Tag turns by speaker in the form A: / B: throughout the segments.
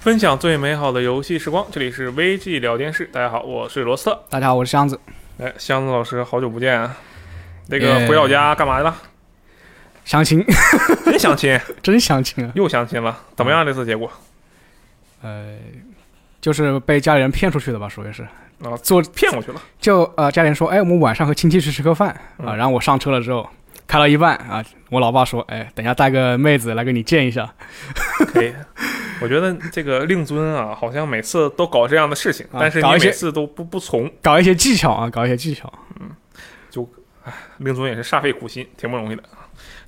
A: 分享最美好的游戏时光，这里是 VG 聊天室。大家好，我是罗斯特。
B: 大家好，我是箱子。
A: 哎，箱子老师，好久不见啊！那个
B: 耶
A: 回老家干嘛去了？
B: 相亲，
A: 真相亲，
B: 真相亲啊！
A: 又相亲了，怎么样？这次结果？
B: 呃，就是被家里人骗出去的吧，属于是。
A: 啊，
B: 坐
A: 骗过去了。
B: 就呃，家里人说，哎，我们晚上和亲戚去吃个饭啊、
A: 嗯
B: 然后我上车了之后，开到一半啊，我老爸说，哎，等一下带个妹子来给你见一下。
A: 可以， 我觉得这个令尊啊，好像每次都搞这样的事情，
B: 啊
A: 但是你
B: 搞一些
A: 每次都不不从。
B: 搞一些技巧啊，搞一些技巧。
A: 令尊也是煞费苦心，挺不容易的。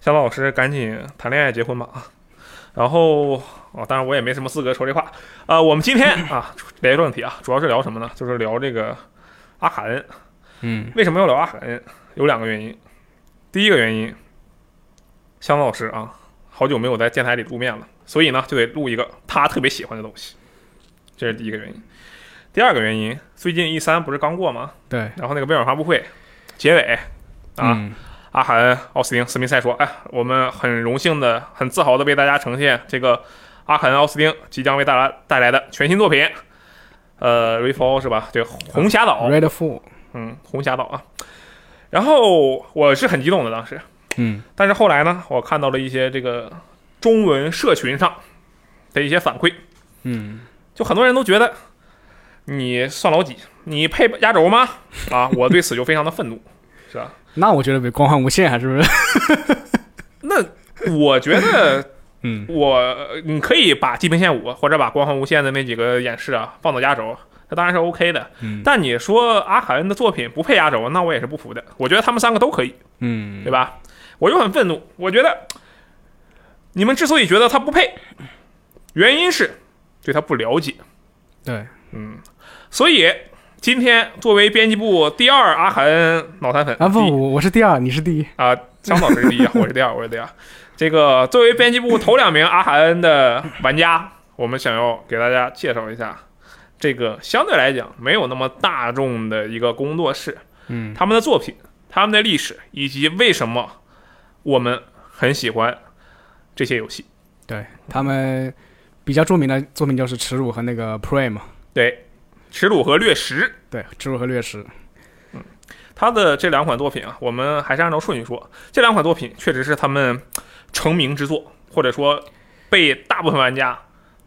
A: 香港老师，赶紧谈恋爱结婚吧啊！然后啊，当然我也没什么资格说这话啊、我们今天啊，聊一个问题啊，主要是聊什么呢？就是聊这个阿卡恩。
B: 嗯
A: 为什么要聊阿卡恩？有两个原因。第一个原因，香港老师啊，好久没有在电台里露面了，所以呢，就得录一个他特别喜欢的东西，这是第一个原因。第二个原因，最近 E 三不是刚过吗？，
B: 对
A: 然后那个微软发布会结尾啊，
B: 嗯
A: 阿含、奥斯汀、斯密塞说：“哎，我们很荣幸的、很自豪的为大家呈现这个阿含、奥斯汀即将为大家带来的全新作品，呃，《Refall》是吧？对，《红霞岛》
B: Red Four，
A: 嗯，《红霞岛》啊。然后我是很激动的当时，
B: 嗯
A: 但是后来呢，我看到了一些这个中文社群上的一些反馈，
B: 嗯，
A: 就很多人都觉得你算老几？你配压轴吗？啊，我对此就非常的愤怒，是吧？
B: 那我觉得比光环无限啊还 是不是？
A: 那我觉得
B: 嗯
A: 我你可以把《地平线五》或者把《光环无限》的那几个演示啊放到压轴，那当然是 OK 的。
B: 嗯
A: 但你说阿卡恩的作品不配压轴，那我也是不服的。我觉得他们三个都可以，
B: 嗯
A: 对，吧？我就很愤怒，我觉得你们之所以觉得他不配，原因是对他不了解。
B: 对，
A: 嗯，所以今天作为编辑部第二阿卡恩脑残粉，
B: 啊不，
A: 第一
B: 我我是第二，你是第一。
A: 啊，张老师是第一，我是第二，我是第二。这个作为编辑部头两名阿海恩的玩家，我们想要给大家介绍一下这个相对来讲没有那么大众的一个工作室，
B: 嗯
A: 他们的作品、他们的历史以及为什么我们很喜欢这些游戏。
B: 对
A: 嗯
B: 他们比较著名的作品就是《耻辱》和那个《Prey》嘛。
A: 对，耻辱和掠食
B: 对，《耻辱》和《掠食》。
A: 他的这两款作品啊，我们还是按照顺序说，这两款作品确实是他们成名之作，或者说被大部分玩家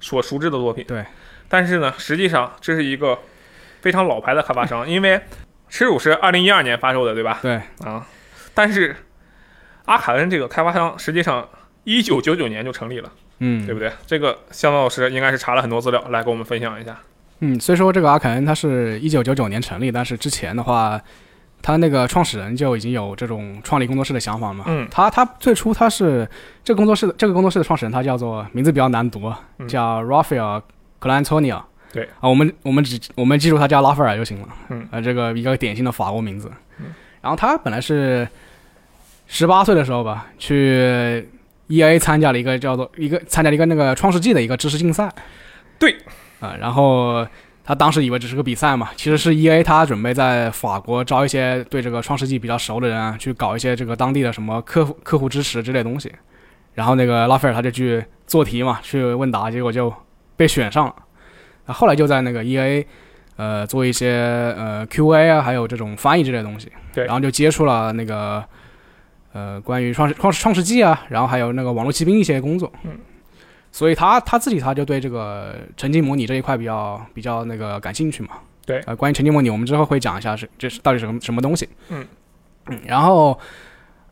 A: 所熟知的作品。
B: 对，
A: 但是呢，实际上这是一个非常老牌的开发商，因为《耻辱》是二零一二年发售的，对吧？
B: 对
A: 啊，但是阿卡恩这个开发商实际上一九九九年就成立了，
B: 嗯，
A: 对不对？这个香港老师应该是查了很多资料来给我们分享一下。
B: 嗯，虽说这个阿肯它是一九九九年成立，但是之前的话，他那个创始人就已经有这种创立工作室的想法嘛。
A: 嗯
B: 他他最初他是这个工作室的这个工作室的创始人，他叫做名字比较难读啊，
A: 嗯
B: 叫 Raphael c l a n t o n i a
A: 对
B: 啊，我们我们只我们记住他叫拉斐尔就行了。
A: 嗯
B: 啊，这个一个典型的法国名字。
A: 嗯
B: 然后他本来是十八岁的时候吧，去 E A 参加了一个叫做一个参加了一个那个创世纪的一个知识竞赛。
A: 对
B: 啊、然后他当时以为只是个比赛嘛，其实是 E A 他准备在法国招一些对这个创世纪比较熟的人啊，去搞一些这个当地的什么客户客户支持之类的东西。然后那个拉斐尔他就去做题嘛，去问答，结果就被选上了。那后来就在那个 E A 呃做一些呃 QA 啊，还有这种翻译之类的东西。
A: 对
B: 然后就接触了那个呃关于创世创创世纪啊，然后还有那个网络骑兵一些工作。
A: 嗯。
B: 所以他他自己他就对这个沉浸模拟这一块比较比较那个感兴趣嘛。
A: 对
B: 呃，关于沉浸模拟，我们之后会讲一下是这是到底是什么什么东西。
A: 嗯
B: 嗯。然后。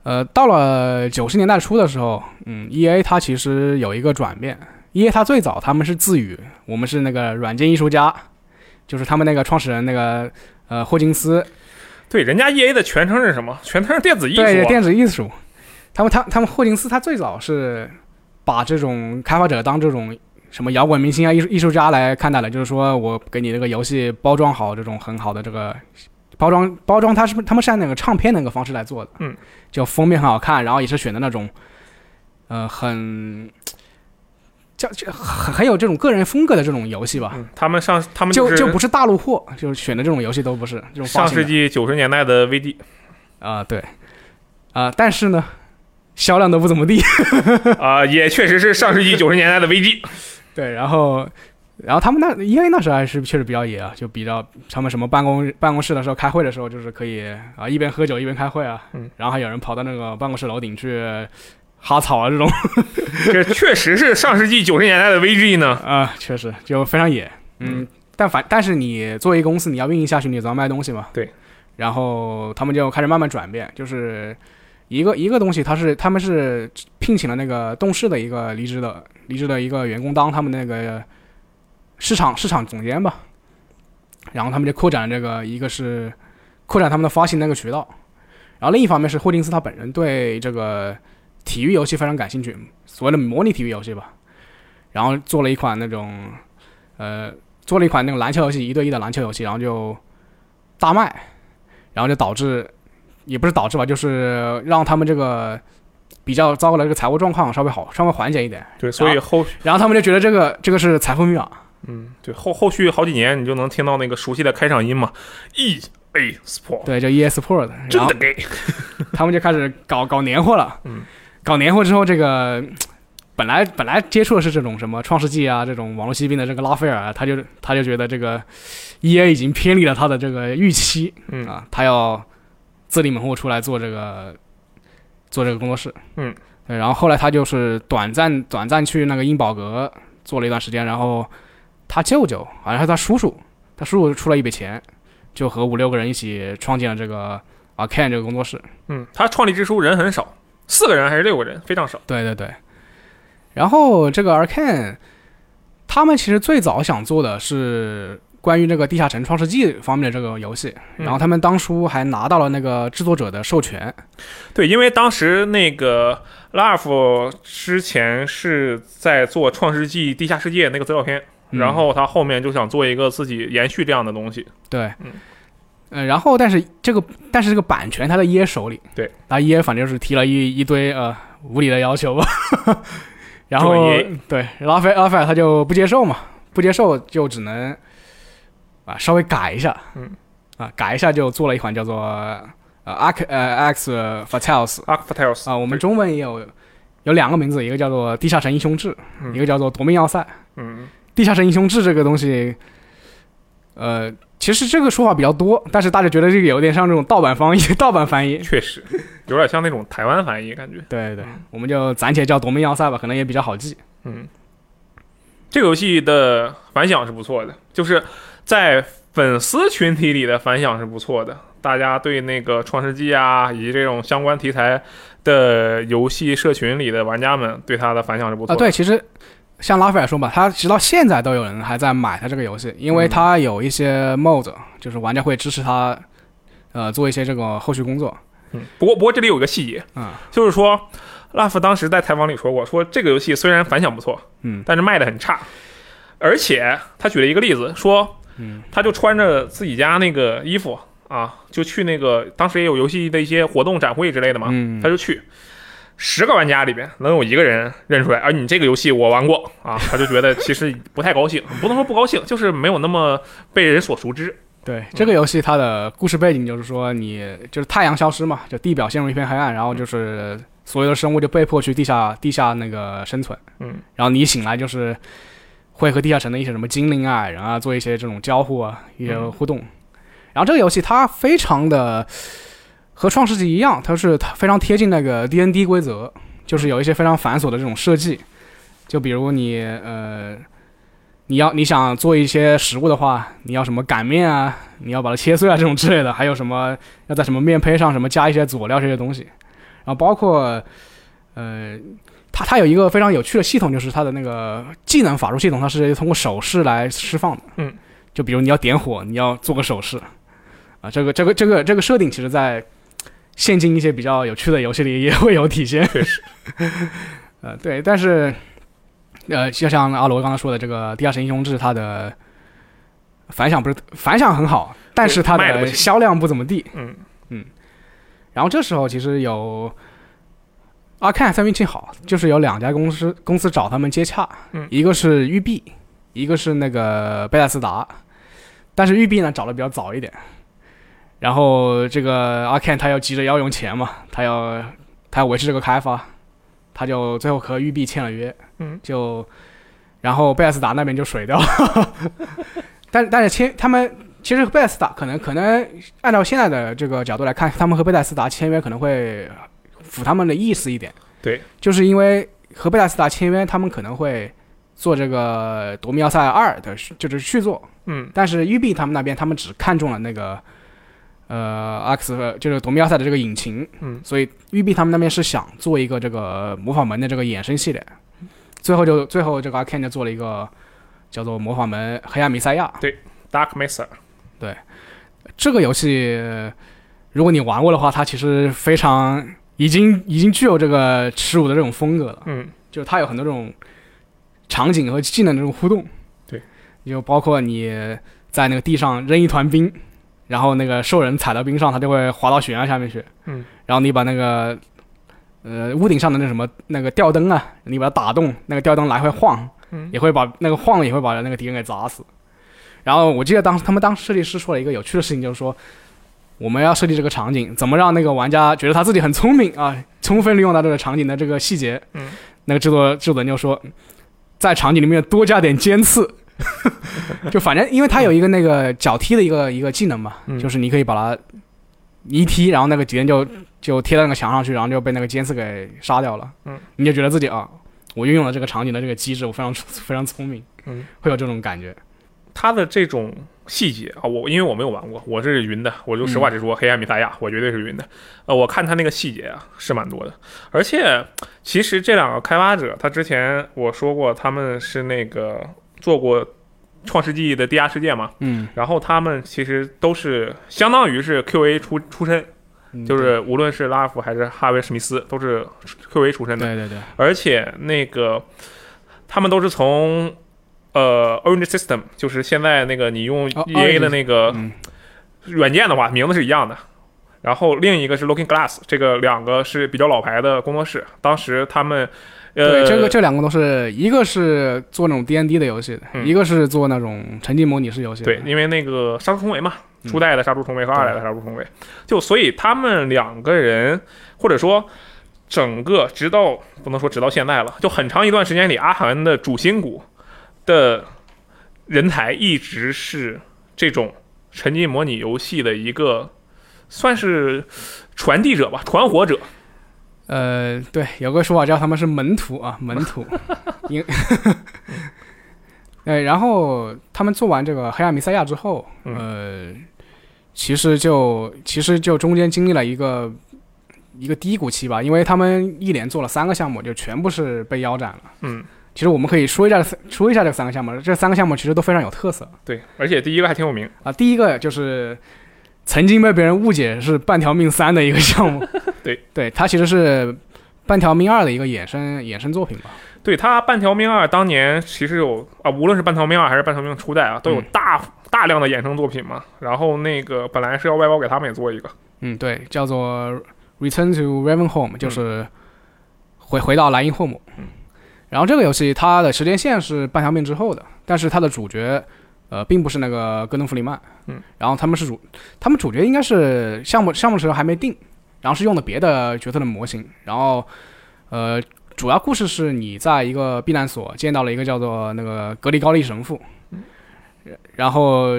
B: 呃，到了九十年代初的时候，嗯，E A 它其实有一个转变。E A 它最早他们是自语，我们是那个软件艺术家，就是他们那个创始人那个呃霍金斯，
A: 对，人家 E A 的全称是什么？全称是电子艺术、
B: 对
A: 啊。
B: 电子艺术，他们他他们霍金斯他最早是把这种开发者当这种什么摇滚明星啊、艺术艺术家来看待的，就是说我给你这个游戏包装好这种很好的这个包装包装，它是不他们是按那个唱片那个方式来做的，
A: 嗯，
B: 就封面很好看，然后也是选的那种呃很叫就很很有这种个人风格的这种游戏吧。
A: 嗯，他们上他们
B: 就是就不是大陆货，就是选的这种游戏都不是这种
A: 上
B: 方式
A: 世
B: 的。
A: 纪九十年代的 VD，
B: 啊、对，啊、但是呢，销量都不怎么地。
A: 啊、也确实是上世纪九十年代的危 机。
B: 对，然后，然后他们那 E A 那时候还是确实比较野啊，就比较他们什么办公办公室的时候开会的时候，就是可以啊一边喝酒一边开会啊，
A: 嗯
B: 然后还有人跑到那个办公室楼顶去哈草啊这种
A: 这确实是上世纪九十年代的 VG 呢。
B: 啊，确实就非常野。嗯，但凡但是你作为一个公司，你要运营下去，你总要卖东西嘛。
A: 对。
B: 然后他们就开始慢慢转变，就是一个一个东西，它是他们是聘请了那个动视的一个离职的离职的一个员工当他们那个市场市场总监吧，然后他们就扩展这个，一个是扩展他们的发行那个渠道，然后另一方面是霍金斯他本人对这个体育游戏非常感兴趣，所谓的模拟体育游戏吧，然后做了一款那种呃做了一款那种篮球游戏一对一的篮球游戏，然后就大卖，然后就导致也不是导致吧，就是让他们这个比较糟糕的这个财务状况稍微好，稍微缓解一点，
A: 对，所以后
B: 然后他们就觉得这个这个是财富密码。
A: 嗯，对后后续好几年你就能听到那个熟悉的开场音嘛，E A Sport，
B: 对，就 EA Sport，然
A: 真
B: 后啊
A: 的给
B: 他们就开始搞搞年货了。
A: 嗯，
B: 搞年货之后，这个嗯本来本来接触的是这种什么创世纪啊，这种网络疾病的这个拉斐尔啊，他就他就觉得这个 EA 已经偏离了他的这个预期
A: 嗯
B: 啊，他要自立门户出来做这个做这个工作室。
A: 嗯
B: 对，然后后来他就是短暂短暂去那个英保格做了一段时间，然后他舅舅好像是他叔叔，他叔叔出了一笔钱，就和五六个人一起创建了这个 Arcane 这个工作室。
A: 嗯，他创立之初人很少，四个人还是六个人，非常少。
B: 对对对。然后这个 Arcane，他们其实最早想做的是关于这个地下城创世纪方面的这个游戏，
A: 嗯
B: 然后他们当初还拿到了那个制作者的授权，
A: 对，因为当时那个拉尔夫之前是在做《创世纪地下世界》那个资料片，
B: 嗯
A: 然后他后面就想做一个自己延续这样的东西。
B: 对，
A: 嗯
B: 呃，然后但是这个但是这个版权他在 EA 手里，
A: 对，
B: 那 EA 反正就是提了一一堆呃无理的要求吧， 然后
A: 这个
B: 对拉斐拉斐尔他就不接受嘛，不接受就只能啊稍微改一下，
A: 嗯，
B: 啊改一下就做了一款叫做呃 Arc 呃 X Fatales
A: a r c t a l s
B: 啊，我们中文也有有两个名字，一个叫做《地下城英雄志》，
A: 嗯
B: 一个叫做《夺命要塞》。
A: 嗯，
B: 地下城英雄志这个东西，呃，其实这个说法比较多，但是大家觉得这个有点像这种盗版翻译， 盗版翻译。
A: 确实有点像那种台湾翻译感觉。
B: 对对对，我们就暂且叫夺命要塞吧，可能也比较好记。
A: 嗯，这个游戏的反响是不错的，就是在粉丝群体里的反响是不错的。大家对那个《创世纪》啊，以及这种相关题材的游戏社群里的玩家们对它的反响是不
B: 啊，
A: 错的。
B: 对，其实像拉斐尔说嘛，他直到现在都有人还在买他这个游戏，因为
A: 嗯
B: 他有一些 mod，、就是玩家会支持他，呃，做一些这个后续工作。
A: 嗯，不过不过这里有一个细节，
B: 嗯
A: 就是说，拉夫当时在采访里说过，说这个游戏虽然反响不错，
B: 嗯
A: 但是卖的很差，而且他举了一个例子，说
B: 嗯
A: 他就穿着自己家那个衣服啊，就去那个当时也有游戏的一些活动展会之类的嘛，
B: 嗯
A: 他就去。十个玩家里边能有一个人认出来，啊，你这个游戏我玩过啊，他就觉得其实不太高兴， 不能说不高兴，就是没有那么被人所熟知。
B: 对，这个游戏它的故事背景就是说你，就是太阳消失嘛，就地表陷入一片黑暗，然后就是所有的生物就被迫去地下地下那个生存，
A: 嗯，
B: 然后你一醒来就是会和地下城的一些什么精灵啊、矮人啊做一些这种交互啊、一些
A: 嗯
B: 互动。然后这个游戏它非常的和创世纪一样，它是非常贴近那个 D N D 规则，
A: 嗯
B: 就是有一些非常繁琐的这种设计，就比如你呃。你要你想做一些食物的话，你要什么擀面啊，你要把它切碎啊这种之类的，还有什么要在什么面胚上什么加一些佐料这些东西，然后包括呃，它它有一个非常有趣的系统，就是它的那个技能法术系统，它是通过手势来释放的。
A: 嗯，
B: 就比如你要点火，你要做个手势啊，这个这个这个这个设定，其实在现今一些比较有趣的游戏里也会有体现。
A: 确实，
B: 呃，对，但是，呃，就像阿罗刚才说的，这个《地下城英雄志》它的反响不是反响很好，但是它
A: 卖得不
B: 的
A: 行
B: 销量不怎么地。
A: 嗯，
B: 然后这时候其实有阿看他们运气好，就是有两家公司公司找他们接洽，
A: 嗯
B: 一个是育碧，一个是那个贝塞斯达，但是育碧呢找的比较早一点。然后这个阿 Ken 他要急着要用钱嘛，他要他要维持这个开发，他就最后和育碧签了约，
A: 嗯，
B: 就然后贝尔斯达那边就水掉了， 但但是签他们其实贝尔斯达可能可能按照现在的这个角度来看，他们和贝尔斯达签约可能会符他们的意思一点，
A: 对，
B: 就是因为和贝尔斯达签约，他们可能会做这个《夺命要塞二》的续，就是续作，
A: 嗯
B: 但是育碧他们那边，他们只看中了那个，呃，X 就是《夺命要塞》的这个引擎，
A: 嗯
B: 所以育碧他们那边是想做一个这个魔法门的这个衍生系列，最后就最后这个 Arkane 就做了一个叫做《魔法门：黑暗弥赛亚》
A: ，Dark Mesa，
B: 这个游戏，如果你玩过的话，它其实非常已经已经具有这个耻辱的这种风格了。
A: 嗯
B: 就是它有很多这种场景和技能的这种互动。
A: 对，
B: 就包括你在那个地上扔一团冰，然后那个兽人踩到冰上，它就会滑到悬崖下面去。
A: 嗯，
B: 然后你把那个呃屋顶上的那什么那个吊灯啊，你把它打动，那个吊灯来回晃，
A: 嗯
B: 也会把那个晃了也会把那个敌人给砸死。然后我记得当时他们当时设计师说了一个有趣的事情，就是说我们要设计这个场景，怎么让那个玩家觉得他自己很聪明啊，充分利用到这个场景的这个细节。
A: 嗯，
B: 那个制作制作人就说，在场景里面多加点 尖刺，就反正因为他有一个那个脚踢的一个一个技能嘛，
A: 嗯
B: 就是你可以把它一踢，然后那个敌人就就贴到那个墙上去，然后就被那个尖刺给杀掉了。
A: 嗯，
B: 你就觉得自己啊，我运用了这个场景的这个机制，我非常非常聪明，
A: 嗯，
B: 会有这种感觉。
A: 它的这种细节啊，我因为我没有玩过，我是云的，我就实话直说，黑暗弥赛亚我绝对是云的。呃，我看它那个细节啊是蛮多的，而且其实这两个开发者，他之前我说过他们是那个做过《创世纪》的地下世界嘛，
B: 嗯，
A: 然后他们其实都是相当于是 QA 出出身，
B: 嗯
A: 就是无论是拉夫还是哈维史密斯都是 QA 出身的，
B: 对对对，
A: 而且那个他们都是从呃 Orange System，就是现在那个你用
B: 哦
A: EA 的那个
B: 嗯
A: 软件的话，名字是一样的。然后另一个是 Looking Glass，这个两个是比较老牌的工作室，当时他们呃
B: 对，这个这两个都是一个是做那种 D N D 的游戏的，
A: 嗯
B: 一个是做那种沉浸模拟式游戏的。
A: 对，因为那个杀出重围嘛，
B: 嗯
A: 初代的杀出重围和二代的杀出重围，就所以他们两个人，或者说整个直到不能说直到现在了，就很长一段时间里，阿寒的主心骨的人才一直是这种沉浸模拟游戏的一个算是传递者吧，传火者。
B: 呃，对，有个说法叫他们是门徒啊，门徒。因， 呃，然后他们做完这个《黑暗弥赛亚》之后，呃，其实就其实就中间经历了一个一个低谷期吧，因为他们一连做了三个项目，就全部是被腰斩了。
A: 嗯，
B: 其实我们可以说一下说一下这三个项目，这三个项目其实都非常有特色。
A: 对，而且第一个还挺有名，，
B: 啊，第一个就是曾经被别人误解是《半条命三》的一个项目
A: 对，
B: 对，它其实是《半条命二》的一个衍生衍生作品吧。
A: 对他《半条命二》当年其实有啊，无论是《半条命二》还是《半条命初代》啊，都有
B: 嗯
A: 大、大量的衍生作品嘛。然后那个本来是要外包给他们也做一个，
B: 嗯，对，叫做《Return to Ravenholm》，就是回、回到莱茵霍姆。
A: 嗯，
B: 然后这个游戏它的时间线是《半条命》之后的，但是它的主角呃并不是那个戈登·弗里曼。
A: 嗯，
B: 然后他们是主，他们主角应该是项目项目时候还没定，然后是用的别的角色的模型，然后呃。主要故事是你在一个避难所见到了一个叫做那个格里高利神父，
A: 嗯
B: 然后，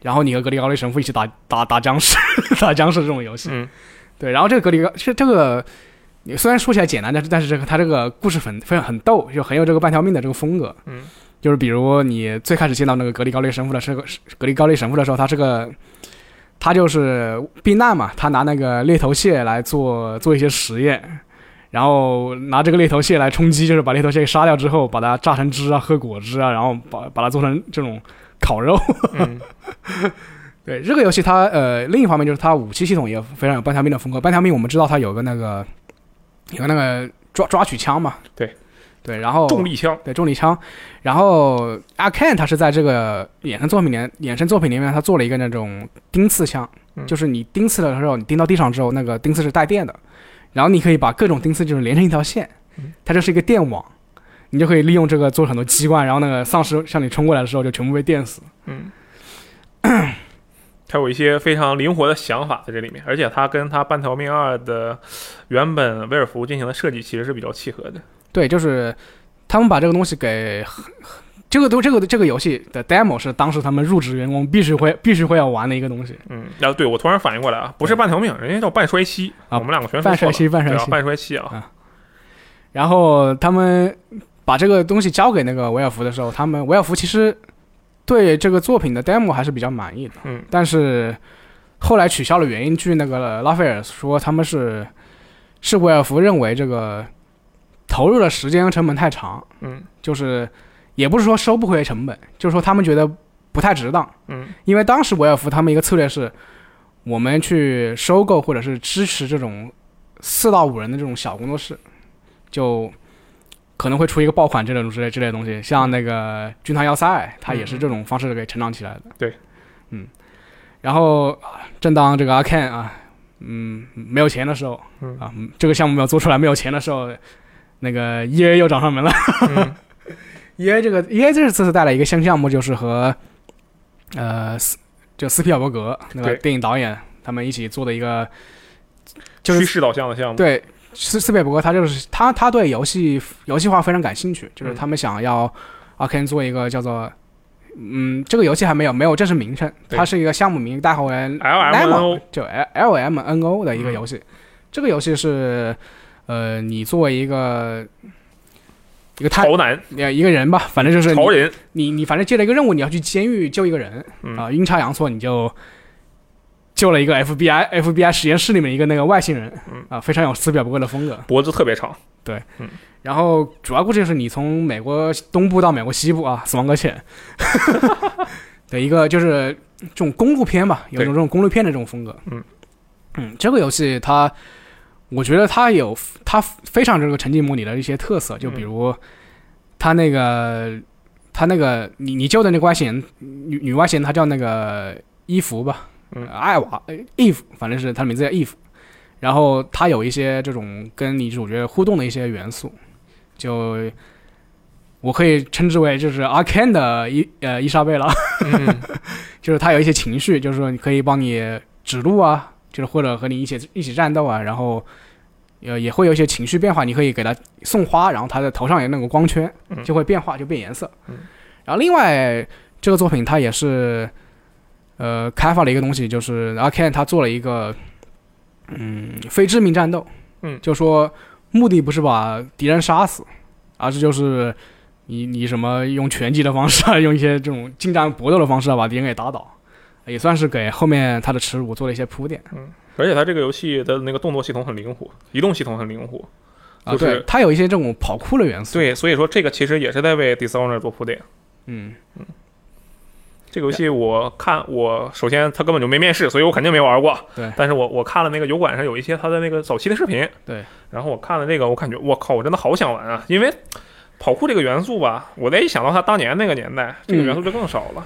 B: 然后你和格里高利神父一起打打打僵尸， 打僵尸这种游戏，
A: 嗯，
B: 对，然后这个格里高是这个，你虽然说起来简单，但是但是这个它这个故事很非常很逗，就很有这个半条命的这个风格。
A: 嗯，
B: 就是比如你最开始见到那个格里高利神父的是个是格里高利神父的时候，他是个他就是避难嘛，他拿那个猎头蟹来做做一些实验。然后拿这个猎头蟹来充饥，就是把猎头蟹给杀掉之后，把它榨成汁啊，喝果汁啊，然后把把它做成这种烤肉，
A: 嗯，
B: 对这个游戏它，呃，另一方面就是它武器系统也非常有半条命的风格。半条命我们知道它有个那个有个那个抓抓取枪嘛，
A: 对
B: 对，然后
A: 重力枪，
B: 对重力枪，然后阿 Ken 他是在这个衍生作品里衍生作品里面，他做了一个那种钉刺枪，
A: 嗯
B: 就是你钉刺的时候，你钉到地上之后，那个钉刺是带电的，然后你可以把各种钉刺就是连成一条线
A: 嗯，
B: 它就是一个电网，你就可以利用这个做很多机关，然后那个丧尸向你冲过来的时候就全部被电死。
A: 嗯， 他有一些非常灵活的想法在这里面，而且他跟他《半条命二》的原本威尔福进行的设计其实是比较契合的。
B: 对，就是他们把这个东西给这个都这个这个游戏的 demo 是当时他们入职员工必须会必须会要玩的一个东西
A: 嗯，然后对我突然反应过来啊，不是半条命，人家叫半衰期，
B: 啊
A: 我们两个全说
B: 半
A: 错
B: 衰
A: 了。
B: 期半
A: 对
B: 衰
A: 啊
B: 期，，
A: 半衰期啊，
B: 然后他们把这个东西交给那个维尔福的时候，他们维尔福其实对这个作品的 demo 还是比较满意的，
A: 嗯，
B: 但是后来取消了原因，据那个拉斐尔说，他们是是维尔福认为这个投入的时间成本太长，
A: 嗯
B: 就是也不是说收不回成本，就是说他们觉得不太值当，
A: 嗯
B: 因为当时维尔福他们一个策略是，我们去收购或者是支持这种四到五人的这种小工作室，就可能会出一个爆款这种之类之类的东西。像那个军团要塞，它也是这种方式给成长起来的。
A: 对，
B: 嗯。然后，啊正当这个阿 Ken 啊，嗯，没有钱的时候
A: 嗯
B: 啊，嗯这个项目没有做出来，没有钱的时候，那个 EA 又找上门了。
A: 嗯
B: EA 这个 EA 这次是带来一个新项目，就是和呃斯就斯皮尔伯格那个
A: 对
B: 电影导演他们一起做的一个，就
A: 趋
B: 是
A: 势导向的项目。
B: 对斯斯皮尔伯格他就是他他对游戏游戏化非常感兴趣，就是
A: 嗯
B: 他们想要 a r k a n 做一个叫做。嗯，这个游戏还没有没有正式名称，
A: 对
B: 它是一个项目名，代号为
A: LMNO
B: 就 L L M N O
A: 嗯
B: 的一个游戏。这个游戏是，呃，你作为一个一个探
A: 潮男、
B: 呃一个人吧，反正就是你
A: 潮人，
B: 你你反正接了一个任务，你要去监狱救一个人
A: 嗯
B: 啊、阴差阳错你就救了一个 FBI FBI 实验室里面一个那个外星人
A: 嗯
B: 啊、非常有斯皮尔伯格的风格。
A: 脖子特别长。
B: 然后主要故事就是你从美国东部到美国西部啊，《死亡搁浅》 的一个就是这种公路片吧，有一种这种公路片的这种风格。
A: 嗯
B: 嗯，这个游戏它，我觉得它有它非常这个沉浸模拟的一些特色，就比
A: 嗯
B: 如它那个它那个你你救的那个外星人女女外星人，她叫那个伊芙吧，
A: 嗯
B: 艾娃呃 Eve，反正是她的名字叫 Eve。然后它有一些这种跟女主角互动的一些元素，就我可以称之为就是 Arcane 的伊呃伊莎贝拉，
A: 嗯
B: 就是他有一些情绪，就是说你可以帮你指路啊，就是或者和你一起一起战斗啊，然后呃也会有一些情绪变化，你可以给他送花，然后他的头上有那个光圈
A: 嗯
B: 就会变化，就变颜色
A: 嗯。
B: 然后另外这个作品它也是呃开发了一个东西，就是 Arcane 他做了一个嗯非致命战斗，
A: 嗯
B: 就说目的不是把敌人杀死，而是就是。你你什么用拳击的方式啊，用一些这种近战搏斗的方式啊，把敌人给打倒，也算是给后面他的耻辱做了一些铺垫
A: 而且它这个游戏的那个动作系统很灵活，移动系统很灵活。
B: 啊。
A: 就是
B: 对，他有一些这种跑酷的元素。，
A: 对，所以说这个其实也是在为 Dishonor 做铺垫。
B: 嗯，
A: 这个游戏我看，我首先它根本就没面试，所以我肯定没玩过。
B: 对
A: 但是我我看了那个油管上有一些它的那个早期的视频，
B: 对，
A: 然后我看了这个，我感觉我靠，我真的好想玩啊！因为跑酷这个元素吧，我再一想到它当年那个年代，这个元素就更少了。
B: 嗯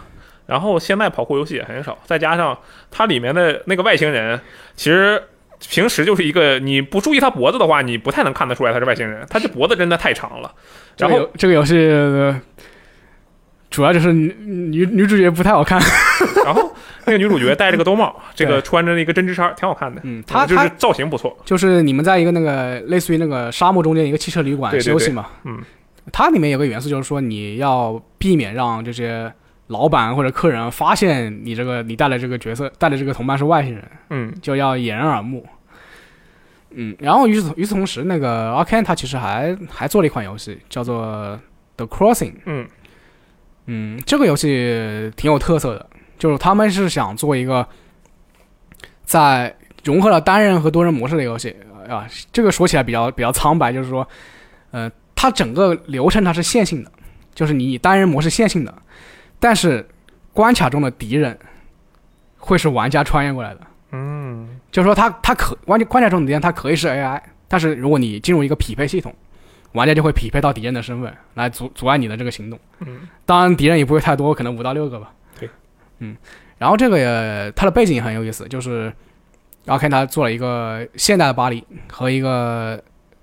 A: 然后现在跑酷游戏也很少，再加上它里面的那个外星人，其实平时就是一个你不注意他脖子的话，你不太能看得出来他是外星人，他这脖子真的太长了。
B: 这
A: 然
B: 个
A: 后
B: 游这个游戏、呃主要就是女女女主角不太好看。
A: 然后那个女主角戴着个兜帽，这个
B: 对
A: 穿着那个针织衫儿，挺好看的。
B: 嗯，他
A: 就
B: 他
A: 是造型不错。
B: 就是你们在一个那个类似于那个沙漠中间一个汽车旅馆
A: 对对
B: 休息嘛，
A: 嗯，
B: 它里面有个元素就是说你要避免让这些老板或者客人发现你这个你带来这个角色带来这个同伴是外星人。
A: 嗯
B: 就要掩人耳目。嗯，然后与此与此同时，那个 Arkane 它其实还还做了一款游戏，叫做 The Crossing。
A: 嗯
B: 嗯，这个游戏挺有特色的，就是他们是想做一个在融合了单人和多人模式的游戏啊。这个说起来比较比较苍白，就是说，呃，它整个流程它是线性的，就是你以单人模式线性的，但是关卡中的敌人会是玩家穿越过来的。
A: 嗯
B: 就是说它它可关键关键重点，它可以是 AI，但是如果你进入一个匹配系统，玩家就会匹配到敌人的身份来阻阻碍你的这个行动。
A: 嗯
B: 当然敌人也不会太多，可能五到六个吧。
A: 对，
B: 嗯，然后这个也它的背景也很有意思，就是然后看他做了一个现代的巴黎和一个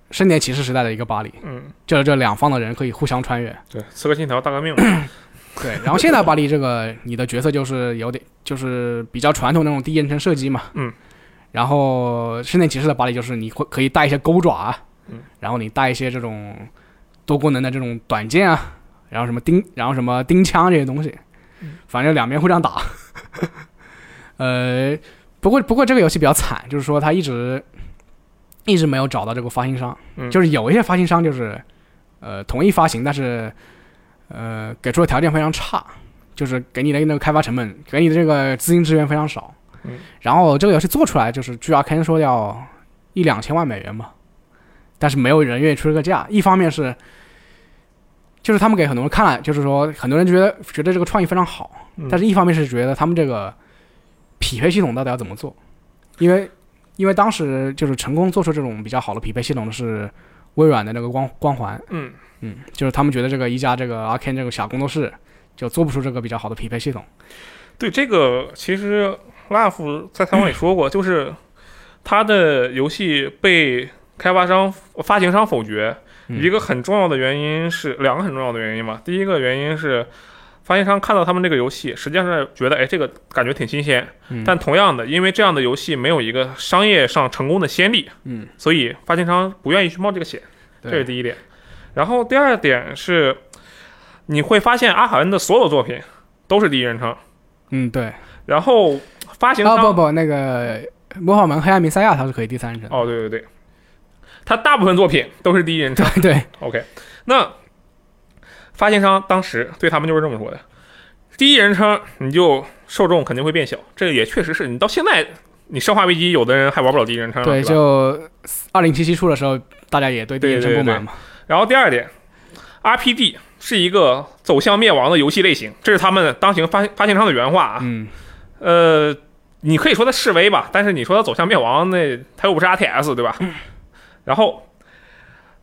B: 圣殿骑士时代的一个巴黎，
A: 嗯，
B: 就是这两方的人可以互相穿越。
A: 对，《刺客信条：大革命》嘛
B: 对，然后现代巴黎这个你的角色就是有点就是比较传统那种第一人称射击嘛，
A: 嗯，
B: 然后圣殿骑士的巴黎就是你会可以带一些钩爪啊，
A: 嗯，
B: 然后你带一些这种多功能的这种短剑啊，然后什么钉，然后什么钉枪这些东西，
A: 嗯
B: 反正两边互相打， 呃，不过不过这个游戏比较惨，就是说它一直一直没有找到这个发行商，
A: 嗯
B: 就是有一些发行商就是呃同意发行，但是呃给出的条件非常差，就是给你的那个开发成本，给你的这个资金资源非常少。
A: 嗯
B: 然后这个游戏做出来就是据阿 Ken 说要一两千万美元嘛，但是没有人愿意出这个价。一方面是就是他们给很多人看了，就是说很多人觉得觉得这个创意非常好，
A: 嗯
B: 但是一方面是觉得他们这个匹配系统到底要怎么做，因为因为当时就是成功做出这种比较好的匹配系统的是微软的那个光光环，
A: 嗯
B: 嗯，就是他们觉得这个一加这个 a r c a n 这个小工作室就做不出这个比较好的匹配系统，
A: 对这个，其实拉夫在
B: 嗯
A: 采访里说过，就是他的游戏被开发商、发行商否决，
B: 嗯
A: 一个很重要的原因是两个很重要的原因嘛。第一个原因是。发行商看到他们这个游戏，实际上是觉得，哎，这个感觉挺新鲜。
B: 嗯
A: 但同样的，因为这样的游戏没有一个商业上成功的先例，
B: 嗯，
A: 所以发行商不愿意去冒这个险。这是
B: 对
A: 第一点。然后第二点是，你会发现阿卡恩的所有作品都是第一人称，
B: 嗯对，
A: 然后发行商、
B: 啊不不那个魔法门黑暗弥赛亚它是可以第三人称的，
A: 哦对对对，他大部分作品都是第一人称。
B: 对对，
A: OK，那发行商当时对他们就是这么说的：第一人称你就受众肯定会变小，这也确实是你到现在。你生化危机，有的人还玩不了第一人称了，
B: 对，
A: 是吧
B: 就二零七七出的时候，大家也对第一人称不满嘛。
A: 然后第二点，RPG 是一个走向灭亡的游戏类型，这是他们当行发发行商的原话啊。
B: 嗯，
A: 呃，你可以说它示威吧，但是你说它走向灭亡，那它又不是 RTS 对吧？
B: 嗯
A: 然后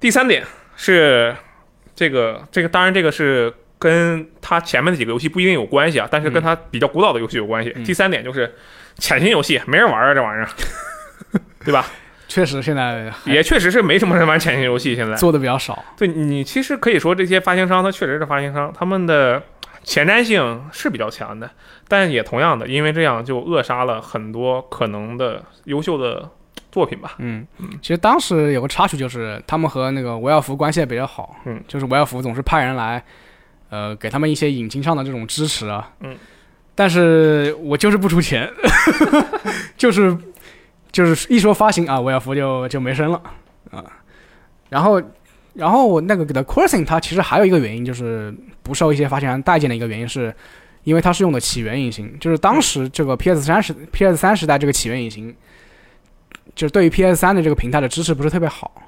A: 第三点是这个这个，当然这个是跟它前面的几个游戏不一定有关系啊，但是跟它比较古老的游戏有关系。
B: 嗯
A: 第三点就是潜行游戏没人玩啊，这玩意儿， 对吧？
B: 确实现在还
A: 也确实是没什么人玩潜行游戏现在。
B: 做的比较少。
A: 对你其实可以说，这些发行商，它确实是发行商，他们的前瞻性是比较强的，但也同样的，因为这样就扼杀了很多可能的优秀的作品吧。
B: 嗯，其实当时有个插曲，就是他们和那个维尔福关系也比较好。
A: 嗯，
B: 就是维尔福总是派人来，呃，给他们一些引擎上的这种支持啊。
A: 嗯，
B: 但是我就是不出钱， 就是就是一说发行啊，维尔福就就没声了啊。然后，然后我那个的 Crossing 它其实还有一个原因，就是不受一些发行商待见的一个原因是。因为它是用的起源引擎，就是当时这个 PS 三时 PS 三时代这个起源引擎，就是对于 PS 三的这个平台的支持不是特别好，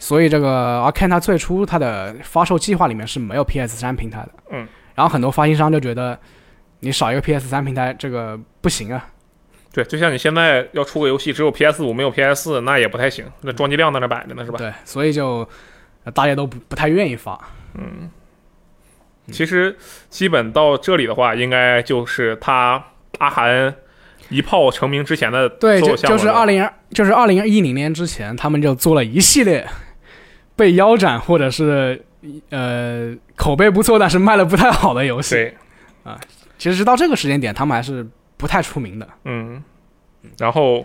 B: 所以这个 a r c a n 它最初它的发售计划里面是没有 PS 三平台的。
A: 嗯。
B: 然后很多发行商就觉得你少一个 PS 三平台这个不行啊。
A: 对，就像你现在要出个游戏，只有 PS 五没有 PS 四，那也不太行，那装机量在那摆着呢，是吧？
B: 对，所以就呃大家都不不太愿意发。
A: 嗯，其实基本到这里的话，应该就是他阿卡恩一炮成名之前的
B: 对，
A: 所有
B: 就
A: 项目
B: 就是
A: 了
B: 二零就是二零一零年之前，他们就做了一系列被腰斩或者是呃口碑不错但是卖的不太好的游戏。
A: 对，
B: 其实是到这个时间点，他们还是不太出名的。
A: 嗯，然后，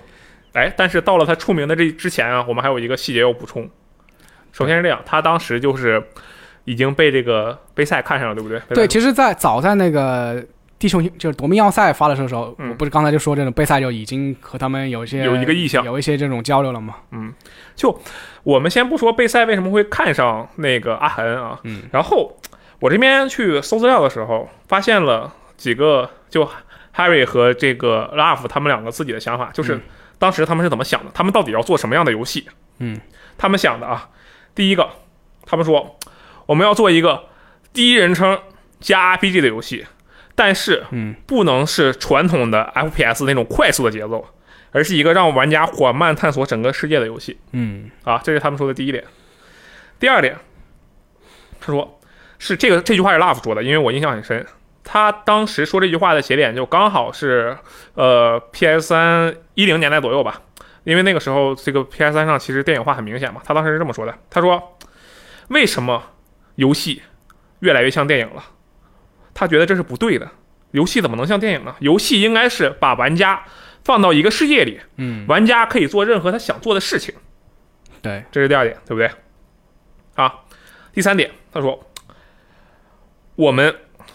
A: 哎，但是到了他出名的这之前啊，我们还有一个细节要补充。首先是这样，他当时就是已经被这个杯赛看上了，对不对？
B: 对，
A: 杯赛，
B: 其实在，早在那个地球就是夺命要塞发的时候，
A: 嗯
B: 我不是刚才就说这种备赛就已经和他们有一些
A: 有一个意向
B: 有一些这种交流了嘛？
A: 嗯，就我们先不说杯赛为什么会看上那个阿痕啊，
B: 嗯，
A: 然后我这边去搜资料的时候，发现了几个就 Harry 和这个 Love 他们两个自己的想法，就是
B: 嗯
A: 当时他们是怎么想的，他们到底要做什么样的游戏？
B: 嗯，
A: 他们想的啊，第一个，他们说我们要做一个第一人称加 RPG 的游戏，但是
B: 嗯，
A: 不能是传统的 FPS 那种快速的节奏，而是一个让玩家缓慢探索整个世界的游戏。
B: 嗯，
A: 啊，这是他们说的第一点。第二点，他说是这个这句话是 Love 说的，因为我印象很深。他当时说这句话的节点就刚好是呃 PS 三一零年代左右吧，因为那个时候这个 PS 三上其实电影化很明显嘛。他当时是这么说的，他说为什么游戏越来越像电影了？他觉得这是不对的。游戏怎么能像电影呢？游戏应该是把玩家放到一个世界里，
B: 嗯，
A: 玩家可以做任何他想做的事情，
B: 对，
A: 这是第二点，对不对？啊，第三点，他说，我们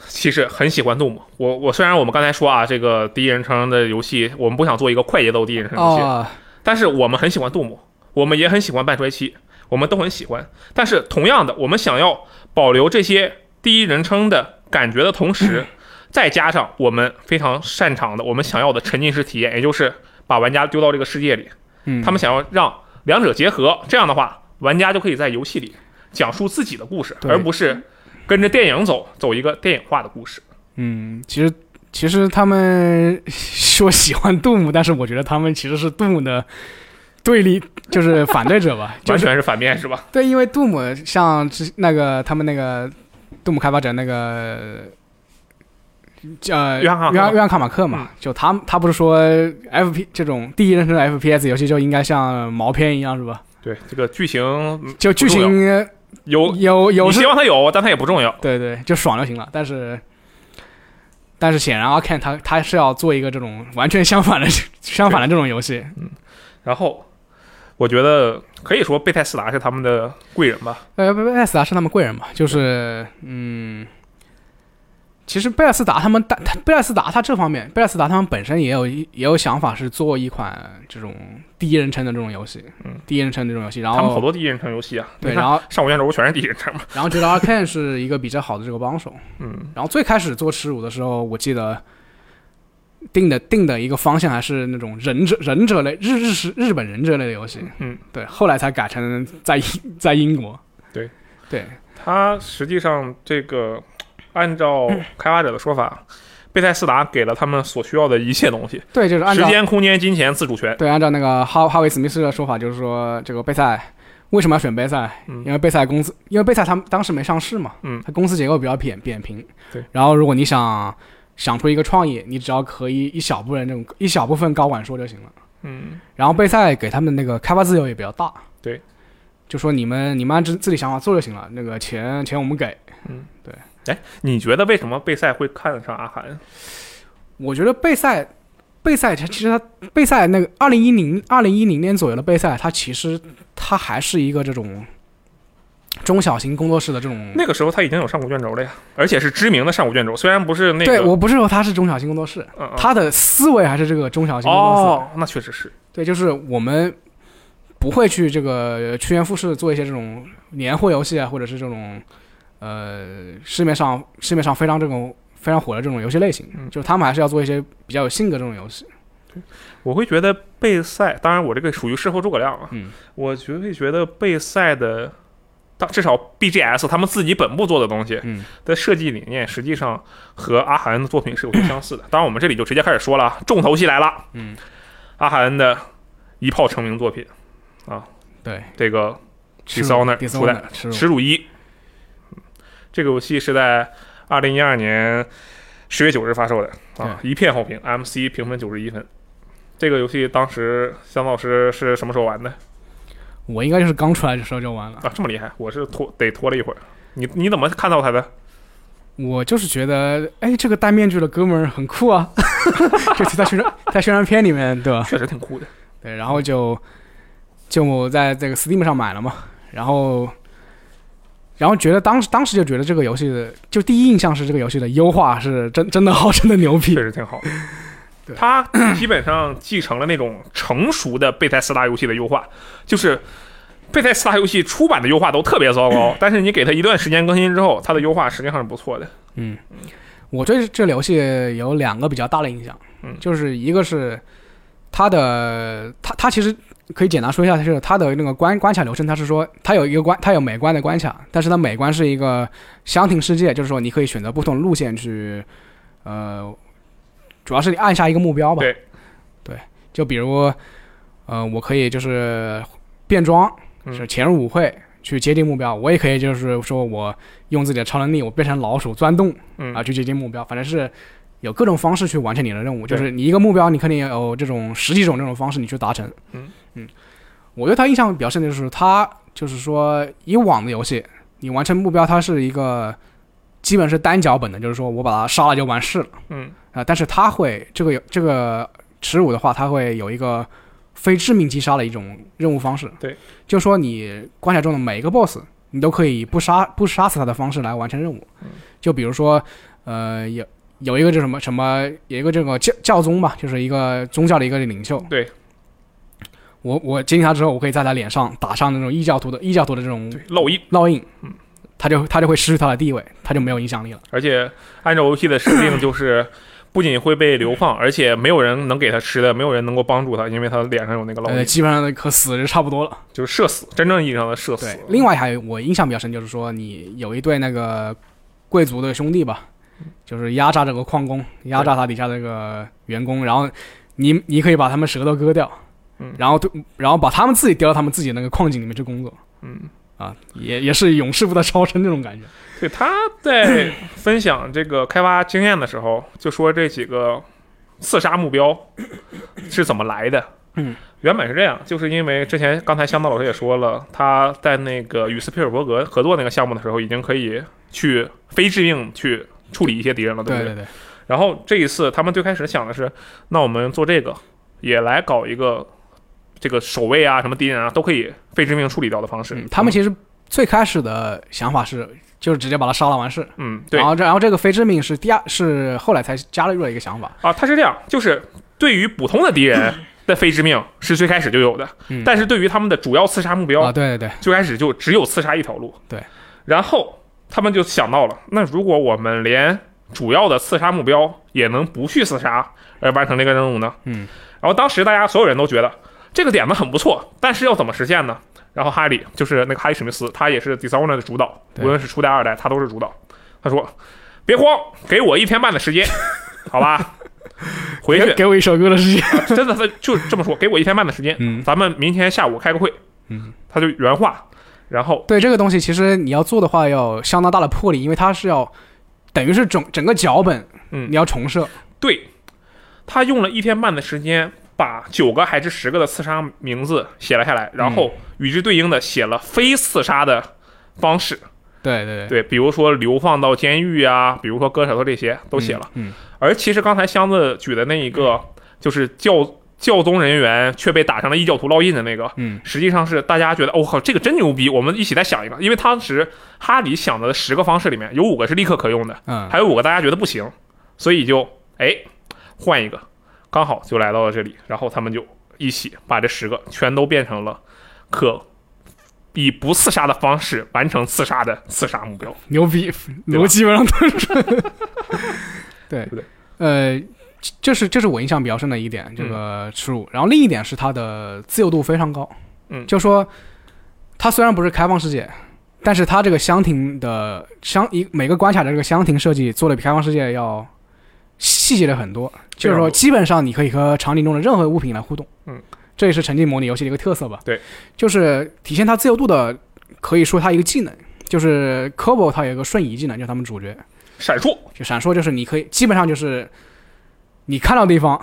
A: 其实很喜欢 Doom。我我虽然我们刚才说啊，这个第一人称的游戏，我们不想做一个快节奏第一人称游戏，
B: 哦，
A: 但是我们很喜欢杜牧，我们也很喜欢半衰期，我们都很喜欢。但是同样的，我们想要保留这些第一人称的感觉的同时，再加上我们非常擅长的我们想要的沉浸式体验，也就是把玩家丢到这个世界里，
B: 嗯，
A: 他们想要让两者结合。这样的话，玩家就可以在游戏里讲述自己的故事，
B: 对
A: 而不是跟着电影走，走一个电影化的故事。
B: 嗯，其实其实他们说喜欢杜牧，但是我觉得他们其实是杜牧的对立，就是反对者 吧，就
A: 完
B: 是
A: 全是反面，是吧？
B: 对，因为杜牧像之那个他们那个杜牧开发者那个叫
A: 约翰卡马克嗯
B: 约约翰卡马克嘛，就他们他不是说 F P 这种第一人称的 F P S 游戏就应该像毛片一样是吧？
A: 对，这个剧情嗯
B: 就剧
A: 不重
B: 情
A: 有，
B: 有有
A: 你
B: 是
A: 希望它有，但它也不重要。
B: 对对，就爽就行了。但是，但是显然阿 Ken 他他是要做一个这种完全相反的相反的这种游戏。
A: 然后我觉得可以说贝泰斯达是他们的贵人吧。
B: 呃，贝贝贝斯达是他们贵人嘛，就是嗯，其实贝尔斯达他们但他贝尔斯达他这方面，贝尔斯达他们本身也有一也有想法是做一款这种第一人称的这种游戏，
A: 嗯
B: 第一人称这种游戏。然
A: 他们好
B: 后
A: 多第一人称游戏啊，
B: 对，
A: 你看
B: 然后
A: 上古卷轴全是第一人称嘛。
B: 然后觉得阿 Ken 是一个比较好的这个帮手。
A: 嗯，
B: 然后最开始做耻辱的时候，我记得定的定的一个方向还是那种忍者忍者类日日式日本忍者类的游戏，
A: 嗯，
B: 对，后来才改成在英在英国，
A: 对
B: 对，
A: 他实际上这个按照
B: 嗯
A: 开发者的说法，贝泰斯达给了他们所需要的一切东西：
B: 对，就是按
A: 时
B: 照
A: 间、空间、金钱、自主权。
B: 对按照那个哈哈维史密斯的说法，就是说这个贝赛为什么要选贝赛？
A: 嗯
B: 因为贝赛公司，因为贝赛他们当时没上市嘛，
A: 嗯
B: 它公司结构比较扁扁平，
A: 对，
B: 然后如果你想想出一个创意，你只要可以一小部分这种一小部分高管说就行了。
A: 嗯，
B: 然后贝赛给他们那个开发自由也比较大，
A: 对，
B: 就说你们你们按自自己想法做就行了，那个钱钱我们给。
A: 你觉得为什么贝塞会看得上阿寒？
B: 我觉得贝赛贝赛它其实它贝赛那个二零一零二零一零年左右的贝赛，它其实它还是一个这种中小型工作室的这种。
A: 那个时候他已经有上古卷轴了呀，而且是知名的上古卷轴，虽然不是那个。
B: 对，我不是说它是中小型工作室，
A: 嗯嗯
B: 它的思维还是这个中小型工作室。
A: 哦，那确实是。
B: 对，就是我们不会去这个趋炎附势做一些这种年货游戏啊，或者是这种呃市面上市面上非常这种非常火的这种游戏类型，
A: 嗯
B: 就是他们还是要做一些比较有性格这种游戏。
A: 我会觉得贝塞，当然我这个属于事后诸葛亮啊，
B: 嗯
A: 我觉会觉得贝塞的，当至少 BGS 他们自己本部做的东西
B: 嗯，
A: 的设计理念，实际上和阿寒的作品是有些相似的。当然，我们这里就直接开始说了，啊，重头戏来了，
B: 嗯，
A: 阿寒的一炮成名作品，
B: 对，
A: 这个
B: 耻辱
A: Dishonored 出来
B: Dishonored，
A: 《
B: 耻辱
A: 耻辱一》嗯这个游戏是在二零一二年十月九日发售的啊，一片好评，MC 评分九十一分。这个游戏当时香老师是什么时候玩的？啊
B: 我应该就是刚出来的时候就玩了。
A: 啊，这么厉害！我是拖得拖了一会儿。你你怎么看到他 的？
B: 我就是觉得，哎，这个戴面具的哥们儿很酷啊， 就在宣传在宣传片里面，对吧？
A: 确实挺酷的。
B: 对，然后就就我在这个 Steam 上买了嘛，然后然后觉得当时当时就觉得这个游戏的，就第一印象是这个游戏的优化是真真的好，真的牛逼
A: 确。实挺好的
B: 对。
A: 它基本上继承了那种成熟的贝塞斯达游戏的优化，就是贝塞斯达游戏出版的优化都特别糟 糕，但是你给它一段时间更新之后，它的优化实际上是不错的。
B: 嗯，我对这个游戏有两个比较大的印象，
A: 嗯
B: 就是一个是它的它它其实可以简单说一下，就是它的那个关关卡流程，它是说它有一个关，它有每关的关卡，但是它每关是一个箱庭世界，就是说你可以选择不同路线去，呃，主要是你按下一个目标吧，
A: 对
B: 对，就比如呃，我可以就是变装，
A: 嗯
B: 是潜入舞会。去接近目标，我也可以，就是说我用自己的超能力，我变成老鼠钻洞，
A: 嗯
B: 啊，去接近目标，反正是有各种方式去完成你的任务。就
A: 对
B: 是你一个目标，你肯定有这种十几种这种方式你去达成。
A: 嗯
B: 我对他印象比较深的就是他，就是说以往的游戏，你完成目标，它是一个基本是单脚本的，就是说我把他杀了就完事了
A: 嗯
B: 啊、但是他会这个有这个耻辱的话，他会有一个非致命击杀的一种任务方式。
A: 对，
B: 就说你关卡中的每一个 BOSS，你都可以以不杀不杀死他的方式来完成任务。
A: 嗯
B: 就比如说，呃，有有一个这什么什么，有一个这个教教宗吧，就是一个宗教的一个领袖。
A: 对。
B: 我我接近他之后，我可以在他脸上打上那种异教徒的异教徒的这种
A: 对，烙印。
B: 烙印，
A: 嗯，
B: 他就他就会失去他的地位，他就没有影响力了。
A: 而且按照游戏的设定， 就是不仅会被流放，而且没有人能给他吃的，没有人能够帮助他，因为他脸上有那个烙
B: 呃，
A: 印，
B: 基本上和死就差不多了。
A: 就是社死，真正意义上的社死嗯
B: 对。，另外还有我印象比较深，就是说你有一对那个贵族的兄弟吧，就是压榨这个矿工，压榨他底下这个员工，然后你你可以把他们舌头割掉，
A: 嗯
B: 然后对，然后把他们自己丢到他们自己那个矿井里面去工作
A: 嗯，
B: 啊，也也是勇士部的超生这种感觉。
A: 对，他在分享这个开发经验的时候，就说这几个刺杀目标是怎么来的。
B: 嗯，
A: 原本是这样，就是因为之前刚才香道老师也说了，他在那个与斯皮尔伯格合作那个项目的时候，已经可以去非致命去处理一些敌人了，对不
B: 对对对，
A: 然后这一次他们最开始想的是，那我们做这个也来搞一个这个守卫啊、什么敌人啊都可以非致命处理掉的方式。
B: 嗯，他们其实最开始的想法是就是直接把他杀了完事，
A: 嗯，对
B: 然后这然后这个非致命是第二是后来才加入了一个想法，
A: 啊，他是这样，就是对于普通的敌人的非致命是最开始就有的，
B: 嗯
A: 但是对于他们的主要刺杀目标，
B: 啊，对对对，
A: 最开始就只有刺杀一条路。
B: 对，
A: 然后他们就想到了，那如果我们连主要的刺杀目标也能不去刺杀而完成这个任务呢？
B: 嗯，
A: 然后当时大家所有人都觉得这个点子很不错，但是要怎么实现呢？然后哈里就是那个哈里史密斯，他也是 Dishonored 的主导，
B: 对
A: 无论是初代、二代，他都是主导。他说：“别慌，给我一天半的时间，好 吧？回
B: 给
A: 去
B: 给我一首歌的 时间，
A: 真的，他就这么说，给我一天半的时间，
B: 嗯
A: 咱们明天下午开个会。”
B: 嗯，
A: 他就原话，然后
B: 对这个东西其实你要做的话要相当大的魄力，因为它是要等于是整整个脚本，
A: 嗯
B: 你要重设，
A: 对，他用了一天半的时间把九个还是十个的刺杀名字写了下来，然后
B: 嗯
A: 与之对应的写了非刺杀的方式，
B: 对对对，
A: 对，比如说流放到监狱啊，比如说割舌头这些都写了。
B: 嗯，
A: 而其实刚才箱子举的那一个，就是教教宗人员却被打上了异教徒烙印的那个。
B: 嗯
A: 实际上是大家觉得，我、靠，这个真牛逼！我们一起再想一个，因为当时哈里想的十个方式里面有五个是立刻可用的，
B: 嗯
A: 还有五个大家觉得不行，所以就哎换一个，刚好就来到了这里，然后他们就一起把这十个全都变成了可以不刺杀的方式完成刺杀的刺杀目标。
B: 牛逼，逻辑基本上都是 对
A: 对不对
B: 呃。这这是这是我印象比较深的一点，这个耻辱。然后另一点是它的自由度非常高，
A: 嗯
B: 就说它虽然不是开放世界，但是它这个箱庭的箱一每个关卡的这个箱庭设计做的比开放世界要细节了很多，就
A: 非
B: 是
A: 常多
B: 说基本上你可以和场景中的任何物品来互动，
A: 嗯，
B: 这也是沉浸模拟游戏的一个特色吧，
A: 对，
B: 就是体现它自由度的，可以说它一个技能。就是 c o b o 它有一个瞬移技能，就是他们主角
A: 闪烁，
B: 就闪烁，就是你可以基本上就是你看到地方，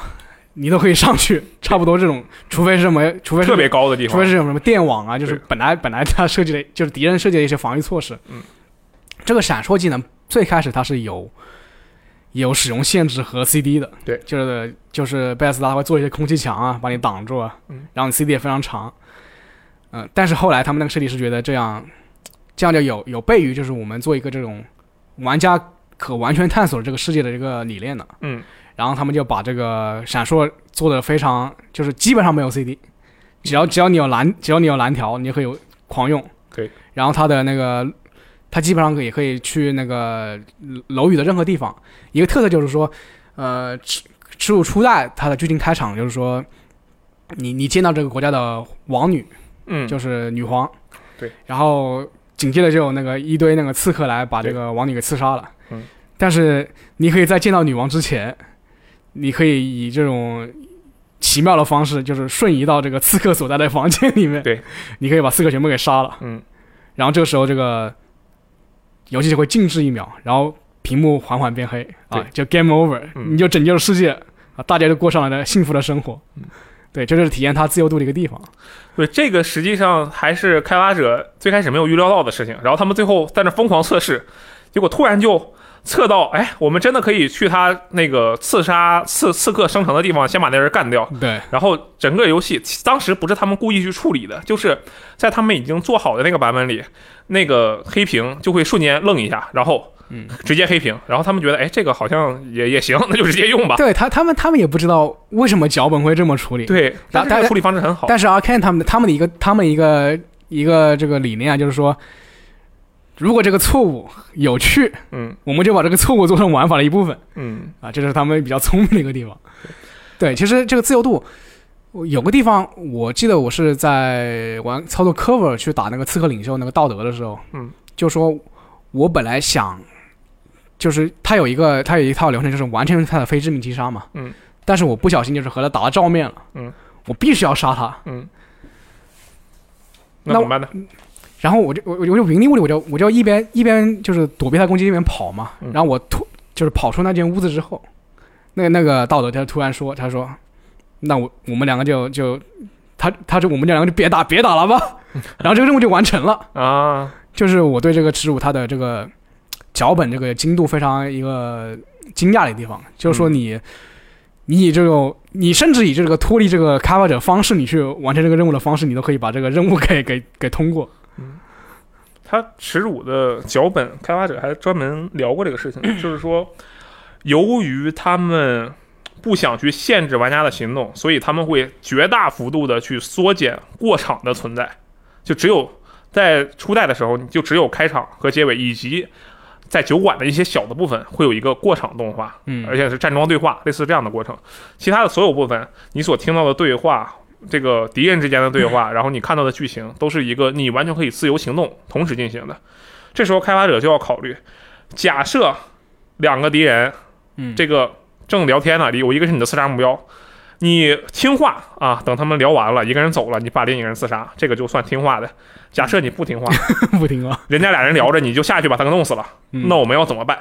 B: 你都可以上去，差不多这种，除非是什么，除非是
A: 特别高的地
B: 除非
A: 方，
B: 是有什么电网啊，就是
A: 对
B: 本来本 来他设计的，就是敌人设计的一些防御措施。
A: 嗯，
B: 这个闪烁技能最开始它是有有使用限制和 CD 的。
A: 对，
B: 就是就是贝斯达会做一些空气墙啊，把你挡住啊，
A: 嗯
B: 然后你 CD 也非常长。嗯、但是后来他们那个设计是觉得这样这样就有有悖于就是我们做一个这种玩家可完全探索这个世界的一个理念的。
A: 嗯，
B: 然后他们就把这个闪烁做的非常，就是基本上没有 CD，只要只要你有蓝，只要你有蓝条，你就可以狂用。
A: 对。
B: 然后它的那个，它基本上也可以去那个楼宇的任何地方。一个特色就是说，呃，耻耻辱初代它的剧情开场就是说，你你见到这个国家的王女，
A: 嗯，
B: 就是女皇。
A: 对。
B: 然后紧接着就有那个一堆那个刺客来把这个王女给刺杀了。
A: 嗯。
B: 但是你可以在见到女王之前，你可以以这种奇妙的方式，就是瞬移到这个刺客所在的房间里面。
A: 对。
B: 你可以把刺客全部给杀了。
A: 嗯。
B: 然后这个时候，这个游戏就会静置一秒，然后屏幕缓缓变黑啊
A: 对，
B: 就 game over，、
A: 嗯
B: 你就拯救了世界啊，大家就过上了幸福的生活。
A: 嗯
B: 对，这就是体验它自由度的一个地方。
A: 对，这个实际上还是开发者最开始没有预料到的事情，然后他们最后在那疯狂测试，结果突然就测到，哎，我们真的可以去他那个刺杀刺刺客生成的地方，先把那人干掉。
B: 对，
A: 然后整个游戏当时不是他们故意去处理的，就是在他们已经做好的那个版本里，那个黑屏就会瞬间愣一下，然后
B: 嗯，
A: 直接黑屏，然后他们觉得哎这个好像也也行， 那就直接用吧。
B: 对他他们他们也不知道为什么脚本会这么处理，
A: 对，
B: 但
A: 但这个处理方式很好。
B: 但是 Arkane 他们的他们的一个他们一个一个这个理念啊，就是说，如果这个错误有趣，
A: 嗯
B: 我们就把这个错误做成玩法的一部分
A: 嗯，
B: 啊，这是他们比较聪明的一个地方。对，其实这个自由度。我有个地方，我记得我是在玩操作 cover 去打那个刺客领袖那个道德的时候，
A: 嗯，
B: 就说我本来想，就是他有一个他有一套流程，就是完成他的非致命击杀嘛，
A: 嗯，
B: 但是我不小心就是和他打到照面了，
A: 嗯，
B: 我必须要杀他，
A: 那
B: 那
A: 怎么办呢？
B: 然后我就我我我就云里雾里，我就我就一边一边就是躲避他攻击，一边跑嘛。
A: 嗯
B: 然后我突就是跑出那间屋子之后，那那个道德他突然说，他说：“那我我们两个就就他他说我们两个就别打别打 了吧。”然后这个任务就完成了。
A: 啊，
B: 就是我对这个耻辱它的这个脚本这个精度非常一个惊讶的地方，就
A: 嗯
B: 是说你、你以这种你甚至以这个脱离这个开发者方式，你去完成这个任务的方式，你都可以把这个任务给给给通过。
A: 他耻辱的脚本开发者还专门聊过这个事 情，就是说，由于他们不想去限制玩家的行动，所以他们会绝大幅度的去缩减过场的存在，就只有在初代的时候，你就只有开场和结尾，以及在酒馆的一些小的部分会有一个过场动画，
B: 嗯
A: 而且是站桩对话，类似这样的过程。其他的所有部分，你所听到的对话，这个敌人之间的对话，然后你看到的剧情，都是一个你完全可以自由行动同时进行的。这时候开发者就要考虑，假设两个敌人
B: 嗯
A: 这个正聊天呢，有一个是你的刺杀目标，你听话啊，等他们聊完了，一个人走了，你把另一个人刺杀，这个就算听话的。假设你 不听话，
B: 不听话。
A: 人家俩人聊着，你就下去把他给弄死了，
B: 嗯
A: 那我们要怎么办？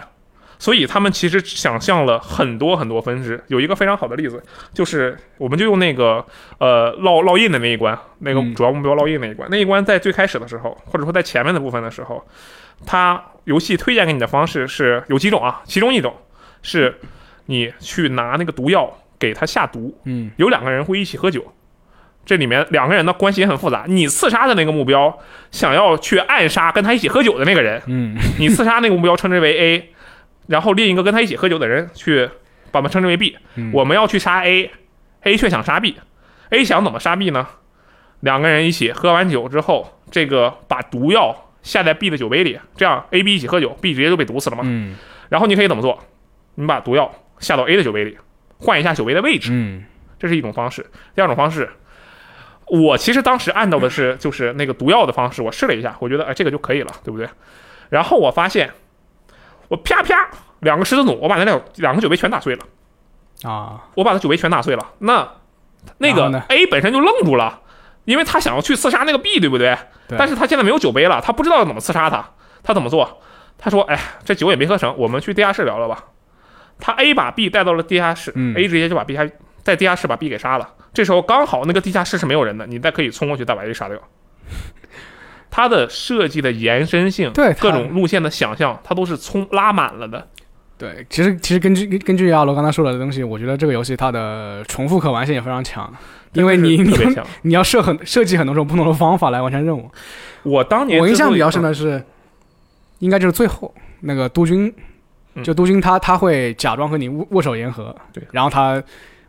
A: 所以他们其实想象了很多很多分支，有一个非常好的例子，就是我们就用那个呃烙烙印的那一关，那个
B: 嗯
A: 主要目标烙印那一关，那一关在最开始的时候，或者说在前面的部分的时候，它游戏推荐给你的方式是有几种啊，其中一种是你去拿那个毒药给他下毒，
B: 嗯
A: 有两个人会一起喝酒，这里面两个人的关系也很复杂。你刺杀的那个目标想要去暗杀跟他一起喝酒的那个人，
B: 嗯
A: 你刺杀那个目标称之为 A，然 后另一个跟他一起喝酒的人去把它称之为 B。
B: 嗯
A: 我们要去杀 A，A 却想杀 B，A 想怎么杀 B 呢？两个人一起喝完酒之后，这个把毒药下在 B 的酒杯里，这样 A、B 一起喝酒，B 直接就被毒死了嘛。
B: 嗯
A: 然后你可以怎么做？你把毒药下到 A 的酒杯里，换一下酒杯的位置。
B: 嗯
A: 这是一种方式。第二种方式，我其实当时按照的是就是那个毒药的方式，我试了一下，我觉得哎这个就可以了，对不对？然后我发现，我啪啪两个狮子弩，我把那两两个酒杯全打碎了，
B: 啊，
A: 我把他酒杯全打碎了。那那
B: 然
A: 个
B: 后呢
A: A 本身就愣住了，因为他想要去刺杀那个 B，对不对？
B: 对
A: 但是他现在没有酒杯了，他不知道怎么刺杀他，他怎么做？他说：“哎，这酒也没喝成，我们去地下室聊聊吧。”他 A 把 B 带到了地下室、
B: 嗯
A: a 直接就把 B 下在地下室把 B 给杀了。这时候刚好那个地下室是没有人的，你再可以冲过去再把 A 杀掉。它的设计的延伸性，
B: 对它
A: 各种路线的想象，它都是冲拉满了的。
B: 对，其实其实根据根据阿罗刚才说的东西，我觉得这个游戏它的重复可玩性也非常强，因为你
A: 真的
B: 你
A: 是特别强。
B: 你要设很设计很多种不同的方法来完成任务。
A: 我当年
B: 我印
A: 之所
B: 象
A: 以
B: 比较深，的是，应该就是最后那个督军，
A: 嗯
B: 就督军他他会假装和你握握手言和，
A: 对
B: 然后他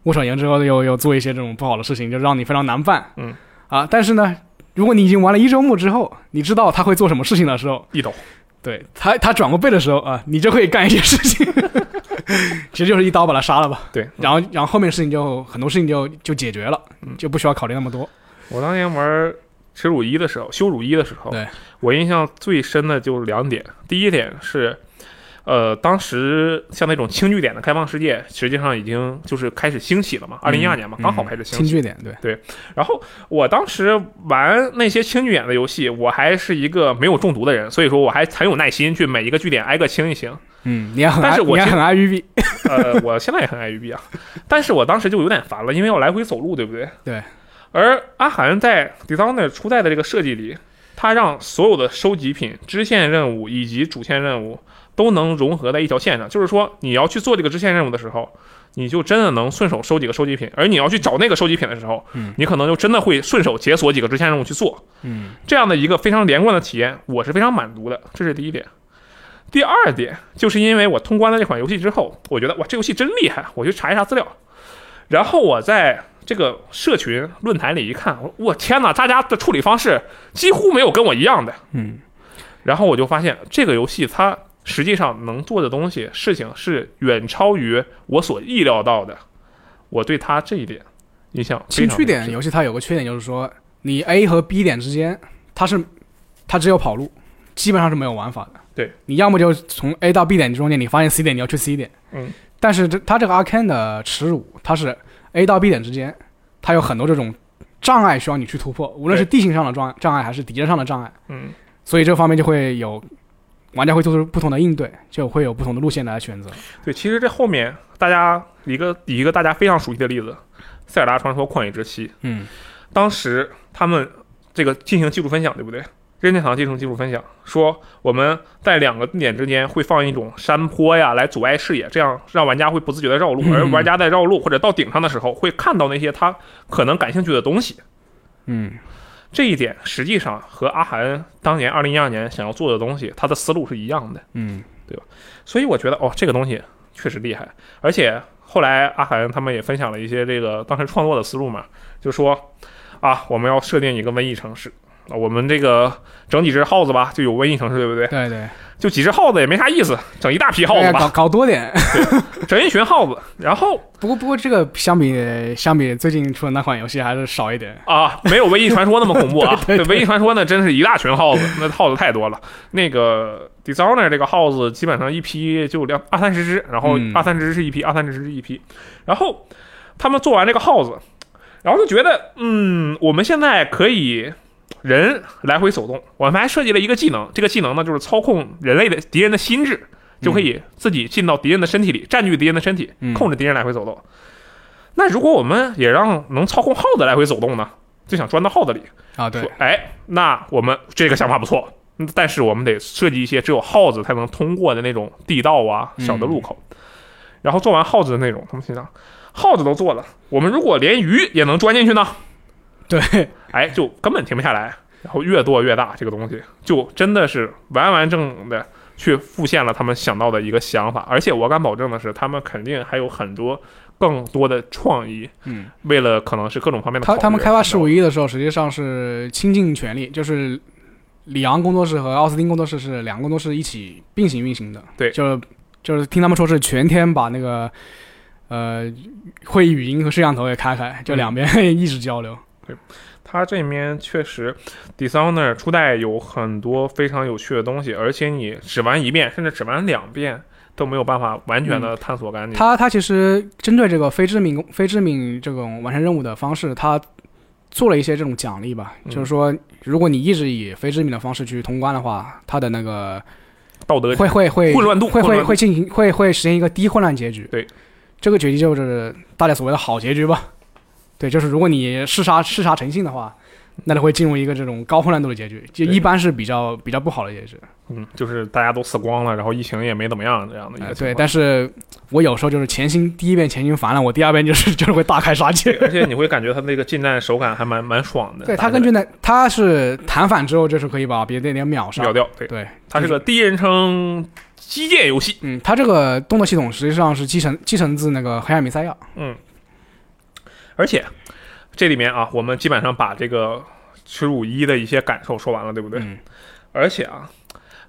B: 握手言之后又又做一些这种不好的事情，就让你非常难办，
A: 嗯，
B: 啊，但是呢，如果你已经玩了一周目之后，你知道他会做什么事情的时候，
A: 一抖
B: 对他他转过背的时候啊，你就可以干一些事 情，其实就是一刀把他杀了吧，
A: 对，
B: 然后然后后面事情就很多事情就就解决了，
A: 嗯
B: 就不需要考虑那么多，
A: 我当年玩耻辱一的时候，羞辱一的时候，
B: 对
A: 我印象最深的就是两点。第一点是，呃，当时像那种轻据点的开放世界，实际上已经就是开始兴起了嘛，二零一二年嘛，
B: 嗯
A: 刚好开始兴
B: 轻
A: 起。
B: 据点，对，
A: 然后我当时玩那些轻据点的游戏，我还是一个没有中毒的人，所以说我还很有耐心去每一个据点挨个清一清。
B: 嗯，你也很
A: 但
B: 爱
A: 是我
B: 你也
A: 其实
B: 很爱 UV，
A: 呃，我现在也很爱育碧啊，但是我当时就有点烦了，因为要来回走路，对不对？
B: 对。
A: 而阿寒在 Dishonored 初代的这个设计里，他让所有的收集品、支线任务以及主线任务都能融合在一条线上。就是说，你要去做这个支线任务的时候，你就真的能顺手收几个收集品；而你要去找那个收集品的时候
B: 嗯，
A: 你可能就真的会顺手解锁几个支线任务去做。
B: 嗯
A: 这样的一个非常连贯的体验，我是非常满足的，这是第一点。第二点，就是因为我通关了这款游戏之后，我觉得哇，这游戏真厉害，我去查一查资料，然后我在这个社群论坛里一看，我我天哪，大家的处理方式几乎没有跟我一样的。
B: 嗯
A: 然后我就发现这个游戏它实际上能做的东西事情是远超于我所意料到的，我对它这一点印象非
B: 新
A: 常
B: 趣
A: 深
B: 点
A: 刻
B: 游戏它有个缺点就是说，你 A 和 B 点之间，它是它只有跑路，基本上是没有玩法的。
A: 对，
B: 你要么就从 A 到 B 点中间，你发现 C 点你要去 C 点，
A: 嗯，
B: 但是这它这个 Arcane 的耻辱，它是 A 到 B 点之间，它有很多这种障碍需要你去突破，无论是地形上的障障碍还是敌人上的障碍，
A: 嗯。
B: 所以这方面就会有玩家会做出不同的应对，就会有不同的路线来选择。
A: 对，其实这后面大家一个以一个大家非常熟悉的例子，《塞尔达传说：旷野之息》，
B: 嗯
A: 当时他们这个进行技术分享，对不对？任天堂进行技术分享，说我们在两个地点之间会放一种山坡呀，来阻碍视野，这样让玩家会不自觉的绕路，而
B: 嗯
A: 玩家在绕路或者到顶上的时候，会看到那些他可能感兴趣的东西。
B: 嗯
A: 这一点实际上和阿寒当年二零一二年想要做的东西，他的思路是一样的。
B: 嗯
A: 所以我觉得哦，这个东西确实厉害，而且后来阿涵他们也分享了一些这个当时创作的思路嘛，就说啊，我们要设定一个瘟疫城市。啊我们这个整几只耗子吧，就有瘟疫城市，对不对？
B: 对对，
A: 就几只耗子也没啥意思，整一大批耗子
B: 哎搞
A: 吧，
B: 搞多点。
A: 整一群耗子。然后
B: 不过不过这个相比相比最近出的那款游戏还是少一点。
A: 啊，没有瘟疫传说那么恐怖啊。 对瘟疫传说呢，真是一大群耗子，那耗子太多了。那个 Dishonor 这个耗子基本上一批就两二三十只，然后
B: 嗯
A: 二三十只是一批，二三十只是一批。然后他们做完这个耗子，然后就觉得，嗯，我们现在可以人来回走动。我们还设计了一个技能，这个技能呢就是操控人类的敌人的心智，就可以自己进到敌人的身体里，占据敌人的身体，
B: 嗯
A: 控制敌人来回走动。那如果我们也让能操控耗子来回走动呢，就想钻到耗子里。
B: 啊，对
A: 说，哎，那我们这个想法不错，嗯但是我们得设计一些只有耗子才能通过的那种地道啊、
B: 嗯
A: 小的路口。然后做完耗子的那种，他们心想，耗子都做了，我们如果连鱼也能钻进去呢？
B: 对，
A: 哎，就根本停不下来，然后越做越大，这个东西就真的是完完整整的去复现了他们想到的一个想法，而且我敢保证的是，他们肯定还有很多更多的创意，
B: 嗯，
A: 为了可能是各种方面的考
B: 他
A: 虑
B: 他们开发十五一的时候，实际上是倾尽全力，就是里昂工作室和奥斯汀工作室是两个工作室一起并行运行的。
A: 对
B: 就是就是听他们说是全天把那个呃会议语音和摄像头也开开，就
A: 嗯
B: 两边 一直交流。
A: 它这面确实，Dishonor 初代有很多非常有趣的东西，而且你只玩一遍，甚至只玩两遍都没有办法完全的探索干净。
B: 嗯他他其实针对这个非致命攻非致命这种完成任务的方式，他做了一些这种奖励吧，
A: 嗯
B: 就是说，如果你一直以非致命的方式去通关的话，他的那个
A: 道德
B: 会会会
A: 混乱度
B: 会
A: 混乱
B: 会
A: 度
B: 会进行会会实现一个低混乱结局。
A: 对，
B: 这个结局就是大家所谓的好结局吧。对，就是如果你视杀视杀成性的话，那就会进入一个这种高混乱度的结局，就
A: 对
B: 一般是比较比较不好的结局。
A: 嗯，就是大家都死光了，然后疫情也没怎么样这样的一
B: 哎
A: 个情
B: 对，
A: 况。
B: 但是我有时候就是潜心第一遍潜心烦了，我第二遍就是 就是会大开杀戒。
A: 而且你会感觉它那个近战手感还蛮蛮爽的。
B: 对
A: 打
B: 他
A: 起来
B: 根据那他是弹反之后，就是可以把别的点秒杀
A: 秒。掉，对，
B: 对，
A: 它是个第一人称机械游戏。
B: 嗯，他这个动作系统实际上是继承继承自那个黑暗弥赛亚。
A: 嗯，而且这里面啊，我们基本上把这个耻辱一的一些感受说完了，对不对？
B: 嗯
A: 而且啊，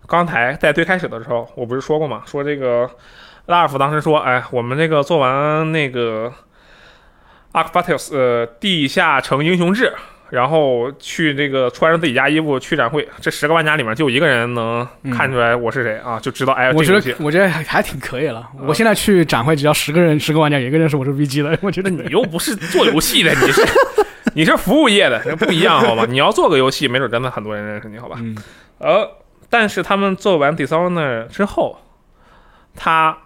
A: 刚才在最开始的时候，我不是说过嘛，说这个拉尔夫当时说，哎，我们这个做完那个 a r c b a t u s 呃，地下城英雄志。然后去这个穿上自己家衣服去展会，这十个玩家里面就有一个人能看出来我是谁啊，就知道哎，
B: 嗯我
A: 这
B: 觉
A: 个游戏
B: 得我觉得还还挺可以了。
A: 嗯
B: 我现在去展会，只要十个人十个玩家，有一个人是我是 VG 的，我觉得
A: 那你又不是做游戏的，你是 你是服务业的，这不一样好吧？你要做个游戏，没准真的很多人认识你好吧？
B: 嗯
A: 呃，但是他们做完 Dishonor 之后，他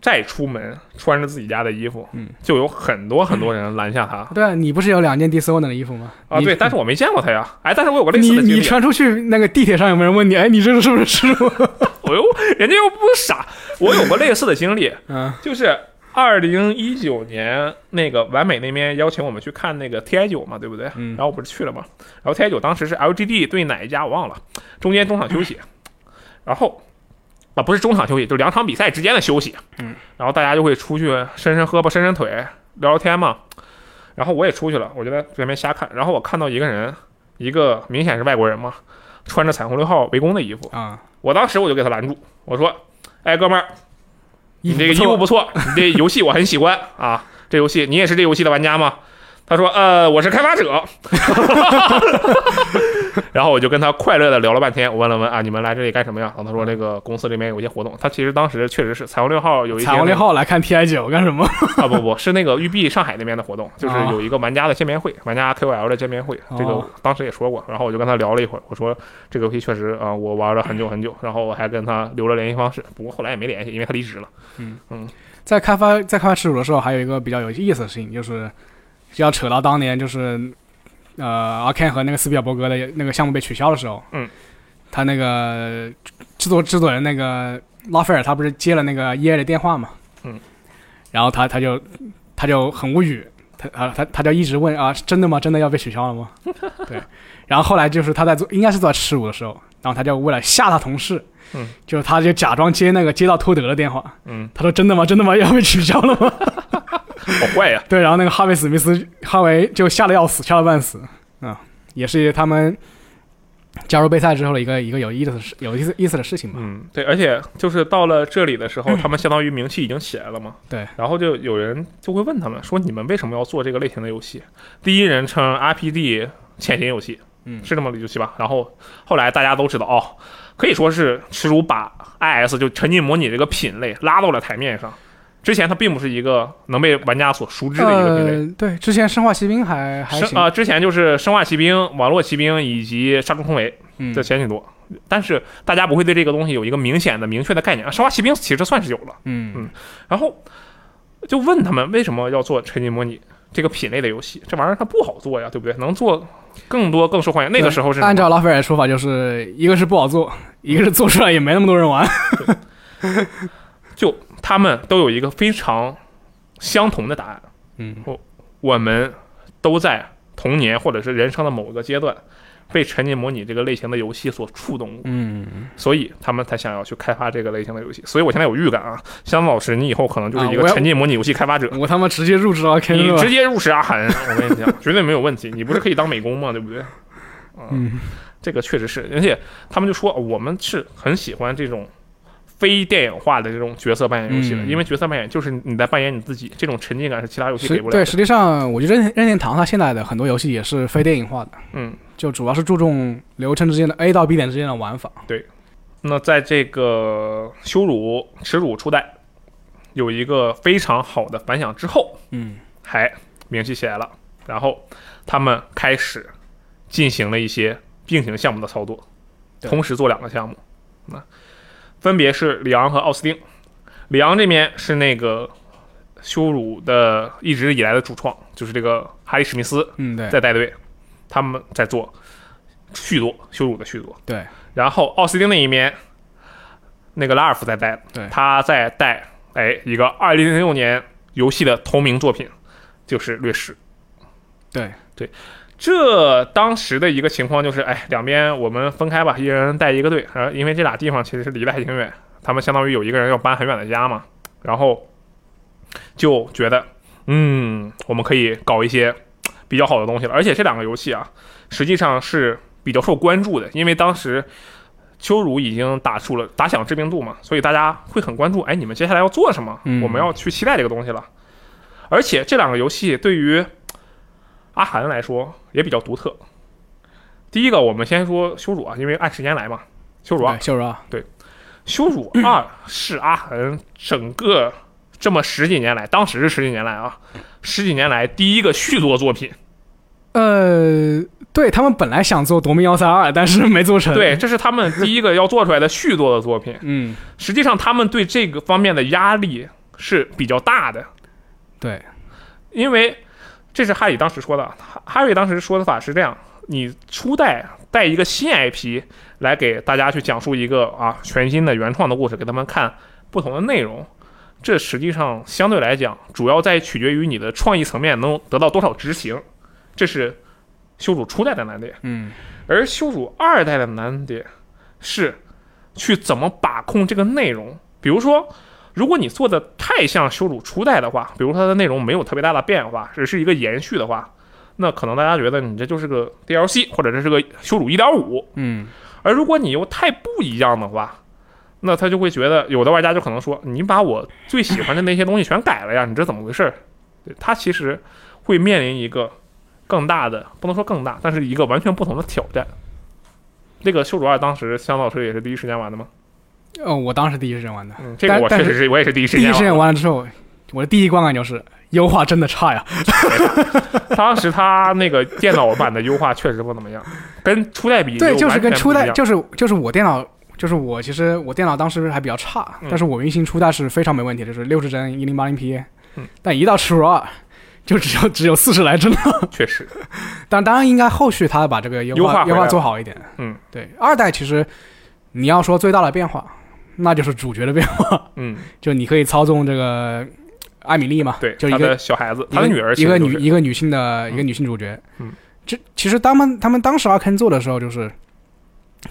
A: 再出门穿着自己家的衣服，
B: 嗯，
A: 就有很多很多人拦 下他
B: 对啊，你不是有两件 d i s o w n 的衣服吗？
A: 啊。
B: 你
A: 对，但是我没见过他呀。哎，但是我有个类
B: 你
A: 似的经
B: 你
A: 历，
B: 穿出去那个地铁上有没有人问你？哎，你这是不是师傅？
A: 我左右，人家又不傻。我有过类似的经历，
B: 嗯
A: 就是二零一九年那个完美那边邀请我们去看那个 TI 九嘛，对不对？
B: 嗯
A: 然后我不是去了嘛，然后 TI 九当时是 LGD 对哪一家我忘了，中间中场休息，然后啊不是中场休息，就两场比赛之间的休息，
B: 嗯，
A: 然后大家就会出去伸伸胳膊、伸伸腿、聊聊天嘛，然后我也出去了，我就在这边瞎看，然后我看到一个人，一个明显是外国人嘛，穿着彩虹六号围攻的衣服，
B: 啊，
A: 我当时我就给他拦住，我说：“哎，哥们儿，
B: 衣
A: 你这个
B: 服不
A: 衣
B: 错
A: 服不错，你这游戏我很喜欢啊。这游戏你也是这游戏的玩家吗？”他说：“呃，我是开发者。” 然后我就跟他快乐的聊了半天，我问了问啊，你们来这里干什么呀？然后他说那个公司这边有一些活动，他其实当时确实是彩虹六号有一些
B: 彩虹六号来看 TI 九干什么？
A: 啊，不不是那个育碧上海那边的活动，就是
B: 啊
A: 有一个玩家的见面会，玩家 KOL 的见面会，这个
B: 哦
A: 当时也说过，然后我就跟他聊了一会儿，我说这个游戏确实啊、我玩了很久很久，然后我还跟他留了联系方式，不过后来也没联系，因为他离职了。
B: 在开发在开发耻辱的时候，还有一个比较有意思的事情，就是要扯到当年就是呃阿 Ken 和那个斯皮尔伯格的那个项目被取消的时候，
A: 嗯，
B: 他那个制作制作人那个拉斐尔，他不是接了那个 EA 的电话嘛，
A: 嗯，
B: 然后他他就他就很无语，他他他他就一直问啊，真的吗？真的要被取消 了吗？对，然后后来就是他在做，应该是做耻辱的时候，然后他就为了吓他同事，
A: 嗯，
B: 就他就假装接那个接到托德的电话，
A: 嗯，
B: 他说：“真的吗？ 真的吗？要被取消了吗
A: 好坏啊呀、？”
B: 对，然后那个哈维·史密斯，哈维就吓得要死，吓得半死。啊，也是他们加入备赛之后的一个一个有意思的事，有意思意思的事情吧。
A: 嗯，对，而且就是到了这里的时候，他们相当于名气已经起来了嘛。
B: 嗯对，
A: 然后就有人就会问他们说，你们为什么要做这个类型的游戏？第一人称 RPG 潜行游戏，
B: 嗯
A: 是这么个游戏吧？然后后来大家都知道哦，可以说是耻辱把 IS 就沉浸模拟这个品类拉到了台面上。之前它并不是一个能被玩家所熟知的一个品类。
B: 呃，对，之前《生化奇兵》还还
A: 生
B: 行，
A: 啊、之前就是《生化奇兵》《网络奇兵》以及《杀出重围》
B: 嗯
A: 这，前许多，但是大家不会对这个东西有一个明显的、明确的概念。啊，生化奇兵其实算是有了，
B: 嗯
A: 嗯然后就问他们为什么要做沉浸模拟这个品类的游戏？这玩意儿它不好做呀，对不对？能做更多更受欢迎。那个时候是什么
B: 按照拉斐尔的说法，就是一个是不好做，一个是做出来也没那么多人玩。
A: 就他们都有一个非常相同的答案，
B: 嗯
A: 我们都在童年或者是人生的某一个阶段。被沉浸模拟这个类型的游戏所触动过，
B: 嗯，
A: 所以他们才想要去开发这个类型的游戏。所以我现在有预感啊，香老师，你以后可能就是一
B: 啊
A: 个
B: 我要
A: 沉浸模拟游戏开发者。
B: 我他妈直接入职了 K
A: 你
B: 了
A: 直。接入职阿寒，我跟你 讲，绝对没有问题。你不是可以当美工吗？对不对？啊
B: 嗯，
A: 这个确实是，而且他们就说我们是很喜欢这种非电影化的这种角色扮演游戏的，
B: 嗯
A: 因为角色扮演就是你在扮演你自己，这种沉浸感是其他游戏
B: 实
A: 给不了
B: 对，
A: 的。
B: 实际上我觉得任任天堂它现在的很多游戏也是非电影化的。
A: 嗯，
B: 就主要是注重流程之间的 A 到 B 点之间的玩法。
A: 那在这个羞辱、耻辱初代有一个非常好的反响之后，
B: 嗯，
A: 还名气起来了，然后他们开始进行了一些并行项目的操作，
B: 对
A: 同时做两个项目，那分别是里昂和奥斯汀。里昂这边是那个羞辱的一直以来的主创，就是这个哈里史密斯
B: 嗯，对，
A: 在带队，他们在做续作羞辱的续作。
B: 对，
A: 然后奥斯汀那一边，那个拉尔夫在带，
B: 对
A: 他在带哎一个二零零六年游戏的同名作品，就是《掠食》。
B: 对
A: 对，这当时的一个情况就是，哎，两边我们分开吧，一人带一个队，然后因为这俩地方其实是离得还挺远，他们相当于有一个人要搬很远的家嘛，然后就觉得，嗯，我们可以搞一些比较好的东西了。而且这两个游戏啊，实际上是比较受关注的，因为当时羞辱已经打出了打响知名度嘛，所以大家会很关注。哎，你们接下来要做什么？
B: 嗯
A: 我们要去期待这个东西了。而且这两个游戏对于阿寒来说也比较独特。第一个，我们先说羞辱啊，因为按时间来嘛。羞辱二
B: 对，秀柔啊，
A: 羞辱二是阿恒整个这么十几年来，当时是十几年来啊，十几年来第一个续作作品。
B: 呃，对他们本来想做《夺命幺三二》，但是没做成。
A: 对，，这是他们第一个要做出来的续作的作品。
B: 嗯，
A: 实际上，他们对这个方面的压力是比较大的，
B: 对，
A: 因为这是哈里当时说的。哈哈里当时说的法是这样：你初代带一个新 IP 来给大家去讲述一个啊全新的原创的故事，给他们看不同的内容，这实际上相对来讲，主要在取决于你的创意层面能得到多少执行，这是修主初代的难点。
B: 嗯
A: 而修主二代的难点是去怎么把控这个内容。比如说，如果你做的太像修主初代的话，比如说它的内容没有特别大的变化，只是一个延续的话，那可能大家觉得你这就是个 DLC，或者这是个修主一点五。
B: 嗯
A: 而如果你又太不一样的话，那他就会觉得有的玩家就可能说，你把我最喜欢的那些东西全改了呀，你这怎么回事儿？对他其实会面临一个更大的，不能说更大，但是一个完全不同的挑战。那个《修主二》当时香老师也是第一时间玩的吗？
B: 呃，我当时第一时间玩的，
A: 嗯，这个
B: 但
A: 我
B: 但
A: 确
B: 是
A: 实是我也是第一时
B: 第一
A: 间
B: 时
A: 玩
B: 间玩了 之后，我的第一观感就是优化真的差呀。
A: 的。当时他那个电脑版的优化确实不怎么样，跟初代比
B: 对，就是
A: 完全
B: 跟初
A: 不一
B: 代，
A: 样
B: 就是就是我电脑，就是我其实我电脑当时还比较差，
A: 嗯
B: 但是我运行初代是非常没问题的，就是六十帧一零八零 P，
A: 嗯
B: 但一到初二就只有只有四十来帧了。
A: 确实
B: 但当然应该后续他把这个优
A: 优化
B: 化
A: 回来
B: 优
A: 了
B: 化做好一点。
A: 嗯，
B: 对，二代其实你要说最大的变化，那就是主角的变化，
A: 嗯，
B: 就你可以操纵这个艾米丽嘛，
A: 对，
B: 就一
A: 他
B: 个
A: 的小孩子，
B: 一
A: 他
B: 个
A: 的女儿
B: 一
A: 其
B: 个
A: 实就
B: 女
A: 是
B: 一个女性的一个女性主角。
A: 嗯，
B: 这其实他们他们当时阿肯做的时候，就是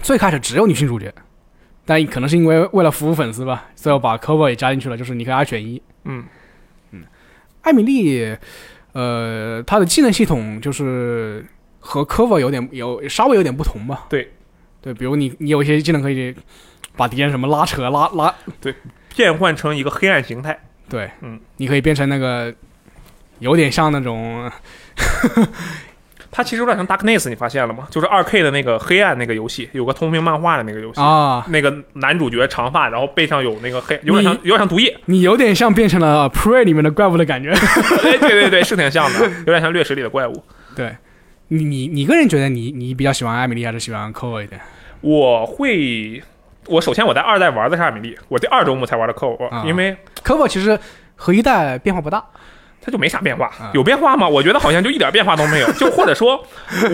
B: 最开始只有女性主角，但可能是因为为了服务粉丝吧，最后把 cover 也加进去了，就是你可以二选一。
A: 嗯
B: 艾米丽，呃，她的技能系统就是和 cover 有点有稍微有点不同吧。
A: 对
B: 对，比如你你有一些技能可以把敌人什么拉扯拉
A: 嗯
B: 拉，
A: 变换成一个黑暗形态。
B: 对，
A: 嗯，
B: 你可以变成那个有点像那种
A: 它其实有点像 Darkness，你发现了吗？就是二 K 的那个黑暗那个游戏，有个同名漫画的那个游戏，
B: 啊，
A: 那个男主角长发，然后背上有那个黑，有点像
B: 你
A: 有点像毒 液，
B: 你有点像变成了呃 Prey 里面的怪物的感 觉。
A: 哎，对对对，是挺像的，有点像掠食里的怪物。
B: 对，你你你个人觉得你你比较喜欢艾米丽还是喜欢 c o 一点？
A: 我会，我首先我在二代玩的是艾米丽，我第二周末才玩的扣，我
B: 啊
A: 因为
B: c o 其实和一代变化不大。
A: 它就没啥变化
B: 啊，
A: 有变化吗？我觉得好像就一点变化都没有，就或者说，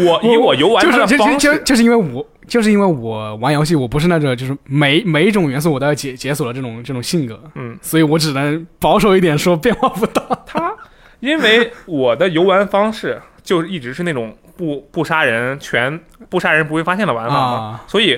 A: 我以我游玩
B: 就
A: 它
B: 是
A: 的
B: 就
A: 方
B: 是就
A: 式，
B: 就是因为我就是因为我玩游戏，我不是那种就是每每一种元素我都要解解锁的这种这种性格，
A: 嗯，
B: 所以我只能保守一点说变化不大。
A: 他因为我的游玩方式就是一直是那种不不杀人全不杀人不会发现的玩法嘛，
B: 啊
A: 所以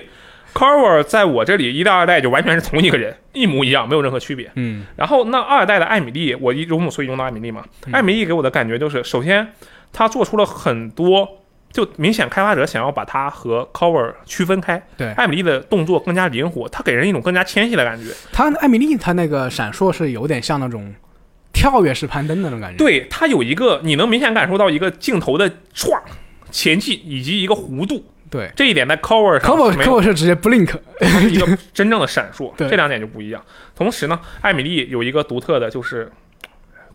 A: c o r v e r 在我这里一代二代就完全是同一个人，一模一样，没有任何区别。
B: 嗯
A: 然后那二代的艾米丽，我一中午所以用到艾米丽嘛，
B: 嗯
A: 艾米丽给我的感觉就是，首先她做出了很多。就明显开发者想要把它和 cover 区分开，
B: 对
A: 艾米丽的动作更加灵活，它给人一种更加纤细的感觉。
B: 他艾米丽他那个闪烁是有点像那种跳跃式攀登那种感觉。
A: 对，它有一个你能明显感受到一个镜头的唰前进以及一个弧度，
B: 对
A: 这一点在 cover
B: c
A: 上
B: o
A: 是
B: v
A: 没
B: c
A: 有
B: o 是直接 blink，
A: 它是一个真正的闪 烁，
B: 对
A: 这两点就不一样。同时呢，艾米丽有一个独特的就是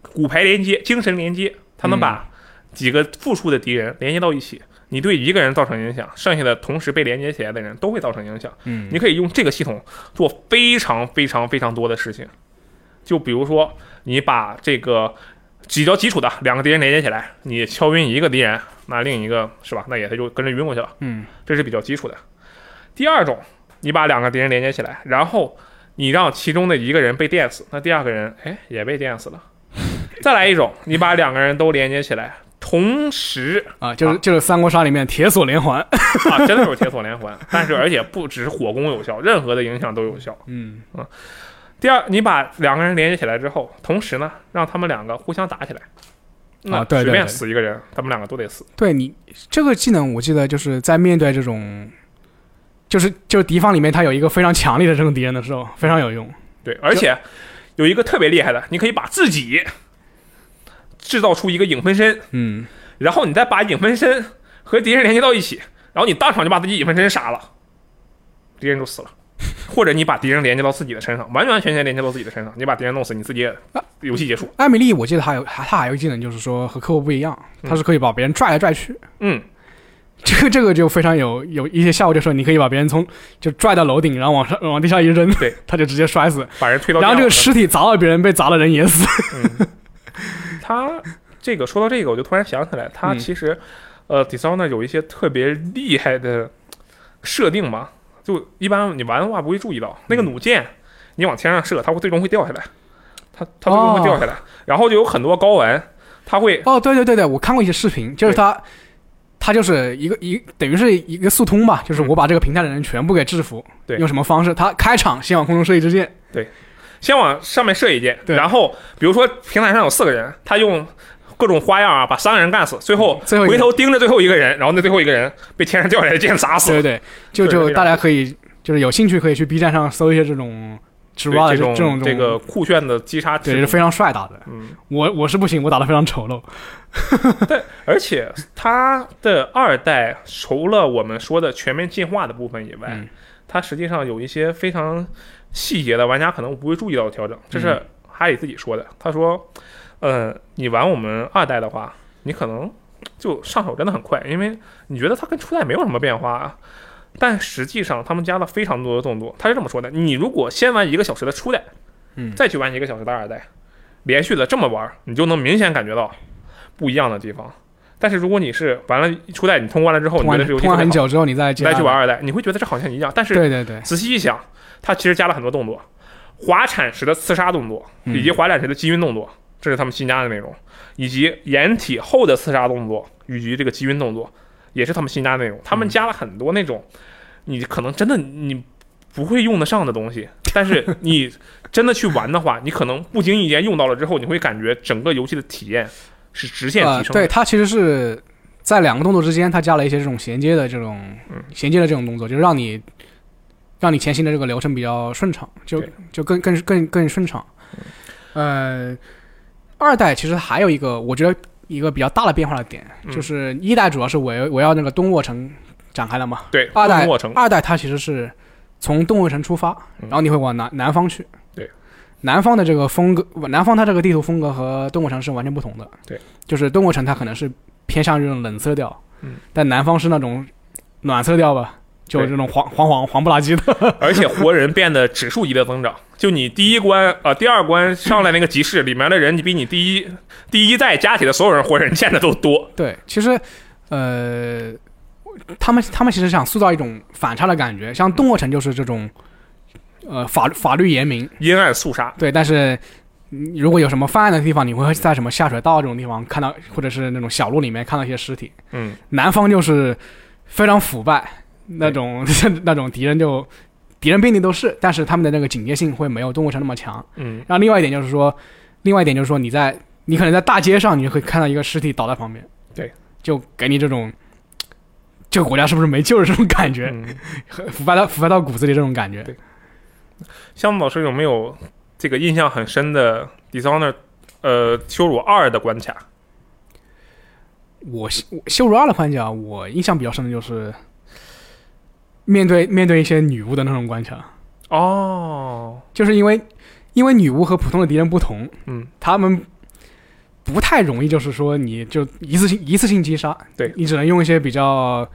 A: 骨牌连接、精神连接，它能把几个复数的敌人连接到一起。你对一个人造成影响，剩下的同时被连接起来的人都会造成影响。
B: 嗯
A: 你可以用这个系统做非常非常非常多的事情，就比如说你把这个比较基础的两个敌人连接起来，你敲晕一个敌人，那另一个是吧？那也他就跟着晕过去了，
B: 嗯
A: 这是比较基础的。第二种，你把两个敌人连接起来，然后你让其中的一个人被电死，那第二个人哎也被电死了。再来一种，你把两个人都连接起来，同时
B: 啊，就是就是三国杀里面铁索连环。
A: 啊，真的有铁索连环，但是而且不只是火攻有效，任何的影响都有效。
B: 嗯
A: 第二，你把两个人连接起来之后，同时呢，让他们两个互相打起来。那
B: 啊对
A: 随
B: 对
A: 便
B: 对
A: 死一个人，他们两个都得死。，
B: 对你这个技能，我记得就是在面对这种，就是就是敌方里面他有一个非常强力的这种敌人的时候，非常有用。
A: 对，而且有一个特别厉害的，你可以把自己制造出一个影分身，
B: 嗯，
A: 然后你再把影分身和敌人连接到一起，然后你当场就把自己影分身杀了，敌人就死了。或者你把敌人连接到自己的身上，完完全全连接到自己的身上，你把敌人弄死，你自己也呃
B: 啊
A: 游戏结束。
B: 艾米丽，我记得还有还他还有一个技能，就是说和客户不一样，
A: 嗯
B: 他是可以把别人拽来拽去。
A: 嗯，
B: 这个这个就非常有有一些效果，就是你可以把别人从就拽到楼顶，然后往上往地下一扔，
A: 对，
B: 他就直接摔死。
A: 把人推到。
B: 然后这个尸体砸到别人，被砸的人也死。
A: 嗯，他这个说到这个，我就突然想起来，他
B: 嗯
A: 其实呃，Dishonored 有一些特别厉害的设定嘛，就一般你玩的话不会注意到，那
B: 嗯
A: 个弩箭你往天上射，它会最终会掉下来，它它最终会掉下来，然后就有很多高玩，他会
B: 哦，对对对对，我看过一些视频，就是
A: 对
B: 他，他就是一个一等于是一个速通吧，就是
A: 嗯
B: 我把这个平台的人全部给制服，
A: 对
B: 用什么方式？他开场先往空中射一支箭，
A: 先往上面射一箭，
B: 对
A: 然后比如说平台上有四个人，他用各种花样啊把三个人干死，最后
B: 最后一
A: 回
B: 个
A: 头盯着最后一个人，然后那最后一个人被天上掉下来的箭砸死
B: 对
A: 了。
B: 对对，就
A: 对
B: 就
A: 非常
B: 大家可以就是有兴趣可以去 B 站上搜一些这种吃瓜的
A: 这
B: 这种
A: 这个酷炫的击杀
B: 对
A: 体
B: 是非常帅打的，
A: 嗯，
B: 我我是不行，我打的非常丑陋，
A: 哦而且它的二代除了我们说的全面进化的部分以外，
B: 嗯
A: 它实际上有一些非常细节的玩家可能不会注意到的调整，这
B: 嗯
A: 是哈里自己说的。他说，呃，你玩我们二代的话，你可能就上手真的很快，因为你觉得它跟初代没有什么变化啊。但实际上，他们加了非常多的动作。他是这么说的：你如果先玩一个小时的初代，
B: 嗯
A: 再去玩一个小时的二代，连续的这么玩，你就能明显感觉到不一样的地方。但是如果你是玩了初代，你通关了之后，
B: 通
A: 你觉
B: 完
A: 得这游戏
B: 通完
A: 特别
B: 很
A: 好
B: 久之后你再
A: 啊你
B: 接
A: 再
B: 下
A: 去
B: 来
A: 玩，二代，你会觉得这好像一样，但是
B: 对对对，
A: 仔细一想，它其实加了很多动作，滑铲时的刺杀动作，以及滑铲时的击晕动作，这是他们新加的内容，以及掩体后的刺杀动作以及这个击晕动作，也是他们新加的内容。他们加了很多那种你可能真的你不会用得上的东西，但是你真的去玩的话，你可能不经意间用到了之后，你会感觉整个游戏的体验是直线
B: 啊，
A: 提升的。
B: 对，它其实是在两个动作之间，它加了一些这种衔接的这种、
A: 嗯
B: 衔接的这种动作，就是让你让你前行的这个流程比较顺畅，就
A: 对
B: 就更更更更顺畅。呃，
A: 嗯
B: 二代其实还有一个我觉得一个比较大的变化的点，
A: 嗯
B: 就是一代主要是围围绕那个东沃城展开了嘛，
A: 对，
B: 二代
A: 动作成
B: 二代它其实是从东魏城出发，
A: 嗯
B: 然后你会往南南方去。
A: 对，
B: 南方的这个风格，南方它这个地图风格和东魏城是完全不同的。
A: 对，
B: 就是东魏城它可能是偏向这种冷色调，
A: 嗯，
B: 但南方是那种暖色调吧，就
A: 对
B: 这种黄黄黄黄不 拉几的。
A: 而且活人变得指数级的增长。就你第一关啊、呃第二关上来那个集市里面的人，你比你第一第一代加起来所有人活人见的都多。
B: 对，其实，呃，他们他们其实想塑造一种反差的感觉，像东沃城就是这种，呃，法法律严明，
A: 阴暗肃杀，
B: 对，但是嗯如果有什么犯案的地方，你会在什么下水道这种地方看到，或者是那种小路里面看到一些尸体。
A: 嗯，
B: 南方就是非常腐败，那种 那种敌人就敌人遍地都是，但是他们的那个警戒性会没有动物城那么强。
A: 嗯，
B: 然后另外一点就是说，另外一点就是说你在你可能在大街上，你就会看到一个尸体倒在旁边，
A: 对，
B: 就给你这种。这个国家是不是没救了？这种感觉，
A: 嗯
B: 腐败到腐败到骨子里这种感觉
A: 对。项目老师有没有这个印象很深的 Dishonor 呃羞辱二的关卡？
B: 我羞我羞辱二的关卡，我印象比较深的就是面对面对一些女巫的那种关卡，
A: 哦，
B: 就是因为因为女巫和普通的敌人不同，
A: 嗯，
B: 他们不太容易，就是说你就一次性一次性击杀，
A: 对
B: 你只能用一些比较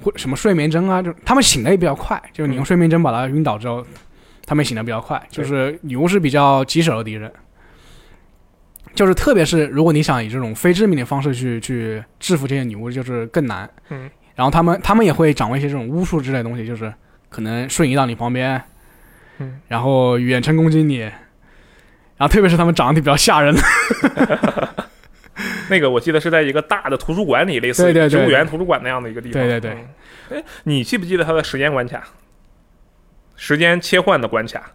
B: 或什么睡眠针啊，就他们醒的也比较快，就是你用睡眠针把他晕倒之后，他们醒的比较快，
A: 对
B: 就是女巫是比较棘手的敌人。就是，特别是如果你想以这种非致命的方式去去制服这些女巫，就是更难。
A: 嗯，
B: 然后他们他们也会掌握一些这种巫术之类的东西，就是可能瞬移到你旁边，
A: 嗯，
B: 然后远程攻击你，然后特别是他们长得比较吓人，
A: 那个我记得是在一个大的图书馆里，类似于
B: 对对对
A: 植物
B: 对
A: 园图书馆那样的一个地方。
B: 对对对
A: 嗯。哎，你记不记得它的时间关卡？时间切换的关卡，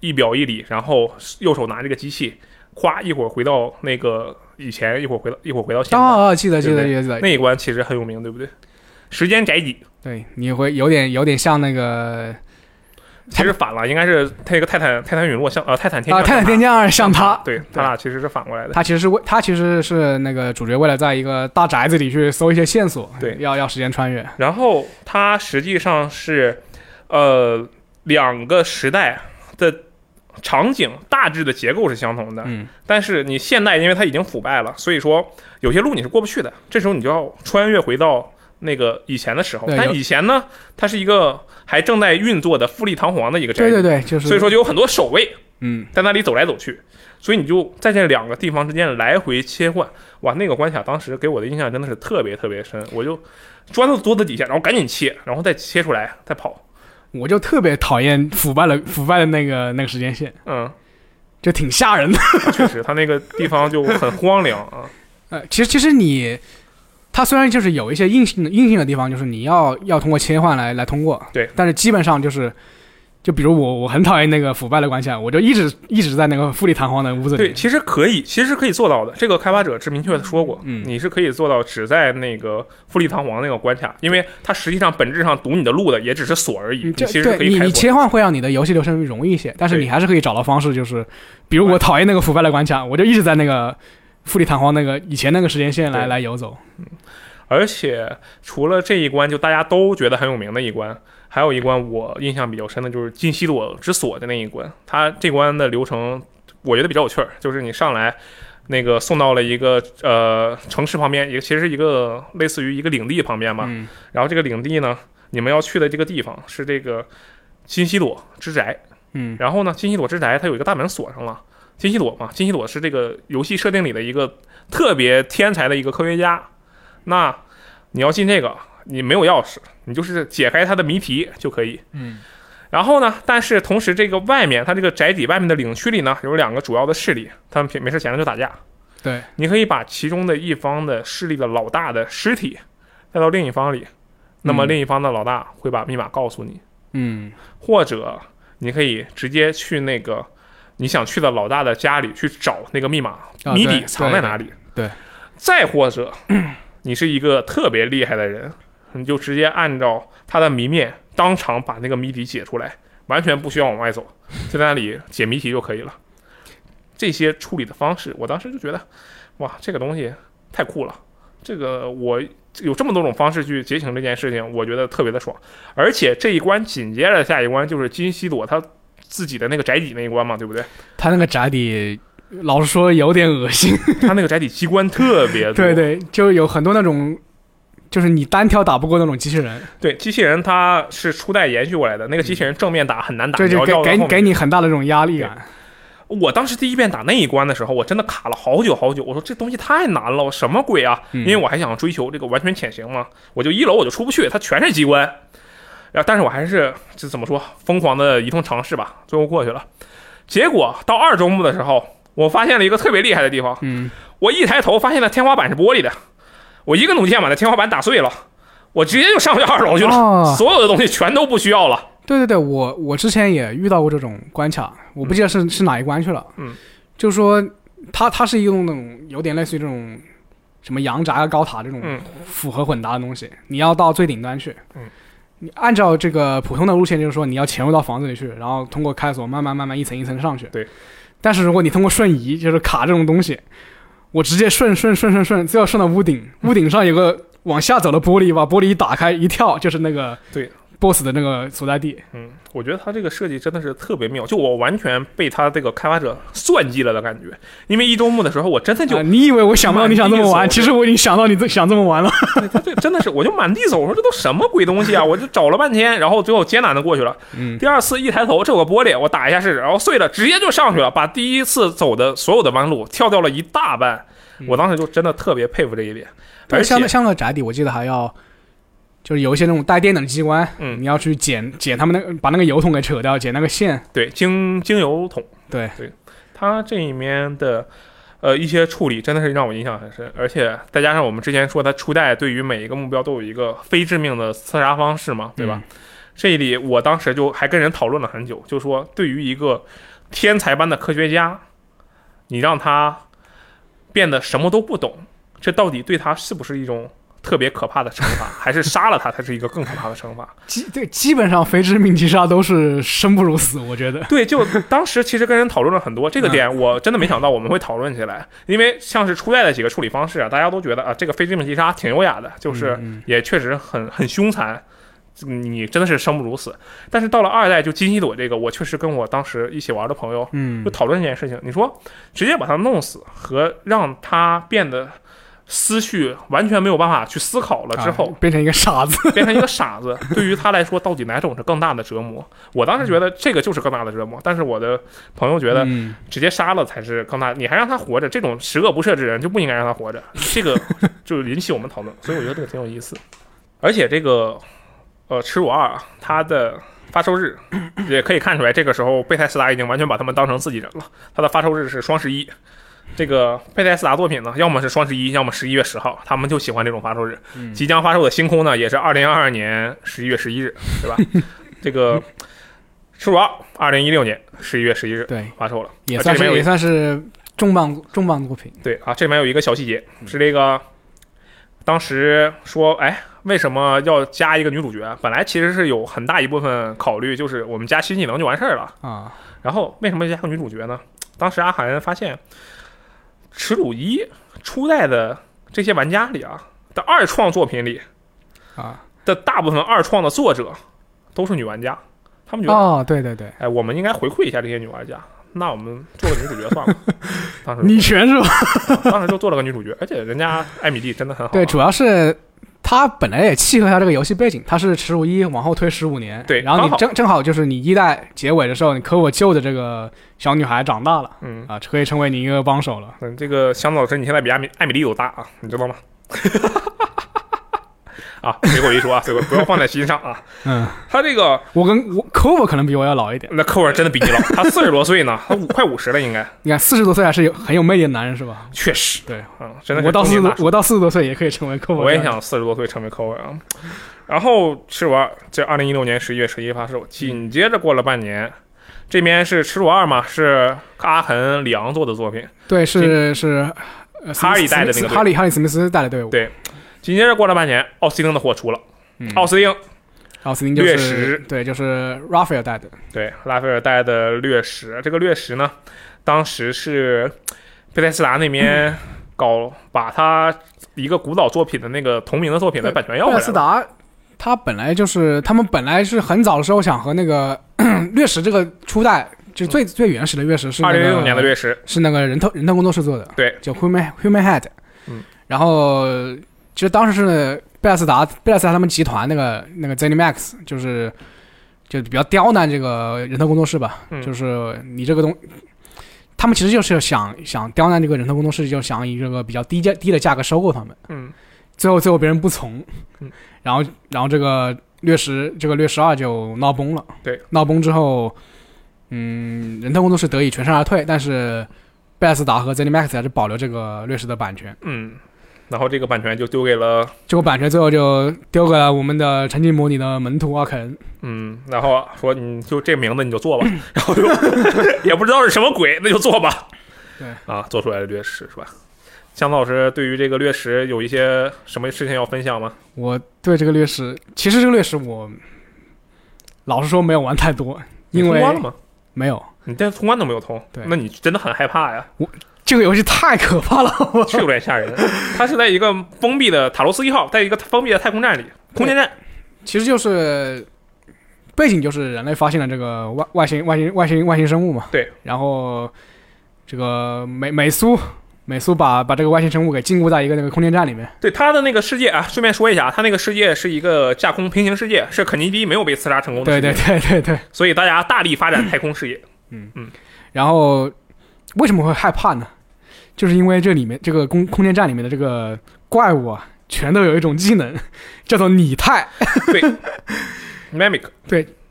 A: 一表一里，然后右手拿这个机器，咵一会儿回到那个以前，一会儿回到一会儿回到现在。
B: 哦哦，记得记得
A: 对
B: 记得记得，
A: 那一关其实很有名，对不对？时间宅邸
B: 对，你会有点有点像那个
A: 其实反了，应该是它一个泰坦泰坦陨落像呃泰坦天
B: 啊，
A: 降
B: 泰坦天降像他，
A: 对，他俩其实是反过来的。
B: 他其实是为他其实是那个主角为了在一个大宅子里去搜一些线索，
A: 对
B: 要要时间穿越，
A: 然后它实际上是，呃，两个时代的场景大致的结构是相同的，
B: 嗯，
A: 但是你现代因为它已经腐败了，所以说有些路你是过不去的，这时候你就要穿越回到。那个以前的时候，
B: 对有
A: 但以前呢，它是一个还正在运作的富丽堂皇的一个宅
B: 对
A: 邸，
B: 对对，就是
A: 所以说就有很多守卫，
B: 嗯，
A: 在那里走来走去，所以你就在这两个地方之间来回切换。哇，那个关卡当时给我的印象真的是特别特别深，我就钻到桌子底下，然后赶紧切，然后再切出来，再跑。
B: 我就特别讨厌腐败的腐败的那个那个时间线，
A: 嗯，
B: 就挺吓人的。
A: 确实，它那个地方就很荒凉 啊。
B: 呃，其实其实你，它虽然就是有一些硬性的硬性的地方，就是你要要通过切换来来通过，
A: 对，
B: 但是基本上就是。就比如我，我很讨厌那个腐败的关系啊，我就一直一直在那个富丽堂皇的屋子里。
A: 对，其实可以，其实可以做到的。这个开发者是明确的说过，
B: 嗯
A: 你是可以做到只在那个富丽堂皇那个关卡，因为它实际上本质上堵你的路的也只是锁而已，
B: 你
A: 你
B: 嗯这
A: 其实可
B: 对
A: 以
B: 你
A: 开
B: 你
A: 锁。
B: 切换会让你的游戏流程容易一些，但是
A: 对
B: 你还是可以找到方式，就是比如
A: 对
B: 我讨厌那个腐败的关啊卡，我就一直在那个富丽堂皇那个以前那个时间线来
A: 对
B: 来游走。
A: 而且除了这一关，就大家都觉得很有名的一关，还有一关我印象比较深的就是金希罗之锁的那一关。它这关的流程我觉得比较有趣儿，就是你上来。那个送到了一个呃城市旁边，也其实是一个类似于一个领地旁边嘛，
B: 嗯
A: 然后这个领地呢，你们要去的这个地方是这个金希朵之宅。
B: 嗯
A: 然后呢，金希朵之宅它有一个大门锁上了。金希朵嘛，金希朵是这个游戏设定里的一个特别天才的一个科学家。那你要进这个，你没有钥匙，你就是解开它的谜题就可以。
B: 嗯
A: 然后呢，但是同时这个外面，它这个宅邸外面的领区里呢，有两个主要的势力，他们平没事闲了就打架。
B: 对，
A: 你可以把其中的一方的势力的老大的尸体带到另一方里，那么
B: 嗯
A: 另一方的老大会把密码告诉你，
B: 嗯
A: 或者你可以直接去那个你想去的老大的家里去找那个密码
B: 啊
A: 谜
B: 对
A: 底藏在哪里。
B: 对对
A: 再或者你是一个特别厉害的人，你就直接按照他的谜面当场把那个谜底解出来，完全不需要往外走，就在那里解谜题就可以了。这些处理的方式，我当时就觉得，哇，这个东西太酷了！这个我有这么多种方式去结情这件事情，我觉得特别的爽。而且这一关紧接着下一关就是金希朵他自己的那个宅邸那一关嘛，对不对？
B: 他那个宅邸，老实说有点恶心。
A: 他那个宅邸机关特别多，
B: 对对，就有很多那种，就是你单挑打不过那种机器人，
A: 对机器人它是初代延续过来的，那个机
B: 嗯
A: 器人正面打很难打，
B: 这就
A: 摇掉
B: 给
A: 到后
B: 给
A: 面
B: 给你很大的这种压力感。
A: 我当时第一遍打那一关的时候，我真的卡了好久好久。我说这东西太难了，什么鬼啊？
B: 嗯
A: 因为我还想追求这个完全潜行嘛，我就一楼我就出不去，它全是机关。然后，但是我还是这怎么说，疯狂的一通尝试吧，最后过去了。结果到二周目的时候，我发现了一个特别厉害的地方，
B: 嗯，
A: 我一抬头发现了天花板是玻璃的，我一个弩箭把那天花板打碎了，我直接就上不了二楼去了，
B: 哦，
A: 所有的东西全都不需要了。
B: 对对对，我我之前也遇到过这种关卡，我不记得是、是哪一关去了。
A: 嗯，
B: 就是说它它是用那种有点类似于这种什么羊杂高塔这种
A: 嗯
B: 复合混搭的东西，你要到最顶端去。
A: 嗯，
B: 你按照这个普通的路线，就是说你要潜入到房子里去，然后通过开锁慢慢慢慢一层一层上去。
A: 对。
B: 但是如果你通过瞬移，就是卡这种东西，我直接顺顺顺顺顺，最后顺到屋顶，屋顶上有个往下走的玻璃，把玻璃一打开一跳，就是那个
A: 对
B: BOSS 的那个所在地。
A: 嗯，我觉得他这个设计真的是特别妙，就我完全被他这个开发者算计了的感觉。因为一周目的时候，我真的就、
B: 啊你以为我想不到你想这么
A: 满
B: 玩，
A: 地走
B: 其实我已经想到你这想这么 玩了。
A: 他这真的是，我就满地走，我说这都什么鬼东西啊！我就找了半天，然后最后艰难的过去了。
B: 嗯，
A: 第二次一抬头，这有个玻璃，我打一下试试，然后碎了，直接就上去了，把第一次走的所有的弯路跳掉了一大半。我当时就真的特别佩服这一点，而
B: 嗯对，
A: 且
B: 像那像那宅邸，我记得还要，就是有一些那种带电的机关，
A: 嗯
B: 你要去捡捡他们那个把那个油桶给扯掉，捡那个线，
A: 对精精油桶，
B: 对
A: 对，它这里面的呃一些处理真的是让我印象很深，而且再加上我们之前说它初代对于每一个目标都有一个非致命的刺杀方式嘛，对吧？这里我当时就还跟人讨论了很久，就说对于一个天才般的科学家，你让他变得什么都不懂，这到底对他是不是一种特别可怕的惩罚，还是杀了他才是一个更可怕的惩罚？
B: 基对基本上非致命击杀都是生不如死，我觉 得。
A: 对，就当时其实跟人讨论了很多这个
B: 嗯
A: 点，我真的没想到我们会讨论起来，因为像是初代的几个处理方式啊，大家都觉得啊，这个非致命击杀挺优雅的，就是
B: 嗯嗯
A: 也确实很很凶残。你真的是生不如死，但是到了二代就金希朵这个，我确实跟我当时一起玩的朋友
B: 嗯
A: 就讨论这件事情。你说直接把他弄死和让他变得思绪完全没有办法去思考了之后，
B: 啊变成一个傻子，
A: 变成一个傻子，对于他来说，到底哪种是更大的折磨？我当时觉得这个就是更大的折磨，但是我的朋友觉得
B: 嗯
A: 直接杀了才是更大，你还让他活着，这种十恶不赦之人就不应该让他活 着，这个就引起我们讨论，所以我觉得这个挺有意思。而且这个呃，耻辱二啊它的发售 日也可以看出来，这个时候贝塞斯达已经完全把他们当成自己人了，它的发售日是双十一。这个贝塞斯达作品呢，要么是双十一，要么十一月十号，他们就喜欢这种发售日。
B: 嗯
A: 即将发售的《星空》呢，也是二零二二年十一月十一日，对 吧？这个《耻辱二》二零一六年十一月十一日
B: 对，
A: 发售了，
B: 也
A: 啊
B: 算
A: 这里
B: 是
A: 面有
B: 也
A: 一
B: 算是重磅重磅作品，
A: 对啊，这里面有一个小细节
B: 嗯
A: 是这个，当时说，哎，为什么要加一个女主角？啊本来其实是有很大一部分考虑，就是我们加新技能就完事儿了。
B: 啊，
A: 然后为什么要加个女主角呢？当时阿寒发现，《耻辱一》初代的这些玩家里啊的二创作品里
B: 啊
A: 的大部分二创的作者都是女玩家，他们觉得
B: 哦，对对对，
A: 哎，我们应该回馈一下这些女玩家，那我们做个女主角算 了。当时
B: 女权是吧？
A: 当时就做了个女主角，而且人家艾米丽真的很好啊玩。
B: 对，主要是它本来也契合它这个游戏背景，它是十五一往后推十五年，
A: 对
B: 然后
A: 刚
B: 你
A: 好
B: 正正好就是你一代结尾的时候，你可我救的这个小女孩长大了
A: 嗯
B: 啊，可以成为你一个帮手了。
A: 嗯，这个香子老师，你现在比艾米艾米丽都大啊，你知道吗？ 啊，随口一说啊，随口不要放在心上啊。
B: 嗯，
A: 他这个
B: 我跟我 c o v 可能比我要老一点，
A: 那扣儿真的比你老，他四十多岁呢，他五快五十了应该，
B: 你看四十多岁还是有很有魅力的男人是吧？
A: 确 实，
B: 对，
A: 嗯，真的是
B: 我到
A: 中
B: 四
A: 年大，
B: 十多
A: 叔
B: 我到四十多岁也可以成为 c o v
A: 我也想四十多岁成为 cover 啊。然后《赤裸二》这二零一六年十一月十一发售，紧接着过了半年，这边是《赤裸二》嘛，是阿恒、里昂做的作品。
B: 对，是是，呃
A: 哈利带的那个
B: 史密斯
A: 队伍
B: 哈利哈利史密斯带的队伍，
A: 对紧接着过了半年，奥斯汀的货出了，
B: 嗯
A: 奥斯汀
B: 奥斯汀就
A: 掠
B: 是
A: 食
B: 对，就是 Raphael 带的，
A: 对拉斐尔带的掠食，这个掠食呢，当时是贝塞斯达那边搞把他一个古老作品的那个同名的作品的版权要回
B: 贝
A: 来
B: 斯
A: 了。
B: 达他本来就是他们本来是很早的时候想和那个 掠食这个初代，就最、最原始的掠食是
A: 嗯二
B: 那
A: 零
B: 个
A: 一六年的掠食，
B: 是那个人头人头工作室做的，
A: 对，
B: 叫 Human Human Head，
A: 嗯，
B: 然后其实当时是贝莱斯达贝莱斯达他们集团那个那个 ZeniMax 就是就比较刁难这个人头工作室吧，
A: 嗯
B: 就是你这个东。他们其实就是想想刁难这个人头工作室，就想以这个比较低价低的价格收购他们。
A: 嗯，
B: 最后最后别人不从
A: 嗯，
B: 然后然后这个掠食这个掠食二就闹崩了。
A: 对，
B: 闹崩之后，嗯，人特工作室得以全身而退，但是贝莱斯达和 ZeniMax 还是保留这个掠食的版权。
A: 嗯，然后这个版权就丢给了。
B: 这个版权最后就丢给了我们的沉浸模拟的门徒阿肯。
A: 嗯，然后说你就这名字你就做 吧，然 后就也不知道是什么鬼，那就做吧。
B: 对
A: 啊，做出来的掠食是吧？姜子老师对于这个掠食有一些什么事情要分享吗？
B: 我对这个掠食，其实这个掠食我老实说没有玩太多，因
A: 你通
B: 为
A: 关了吗？
B: 没有
A: 你这嗯通关都没有通，
B: 对
A: 那你真的很害怕呀，
B: 这个游戏太可怕了。我
A: 是有点吓人。 它是在一个封闭的塔罗斯一号，在一个封闭的太空站里，空间站。
B: 其实就是背景就是人类发现了这个外外星外星外星外星生物嘛。
A: 对。
B: 然后这个美美苏美苏把把这个外星生物给禁锢在一个那个空间站里面。
A: 对它的那个世界啊，顺便说一下，它那个世界是一个架空平行世界，是肯尼迪没有被刺杀成功的
B: 对
A: 世界，
B: 对对对对。
A: 所以大家大力发展太空事业。
B: 然后为什么会害怕呢？就是因为这里面这个空空间站里面的这个怪物啊，全都有一种技能，叫做拟态，
A: Mimic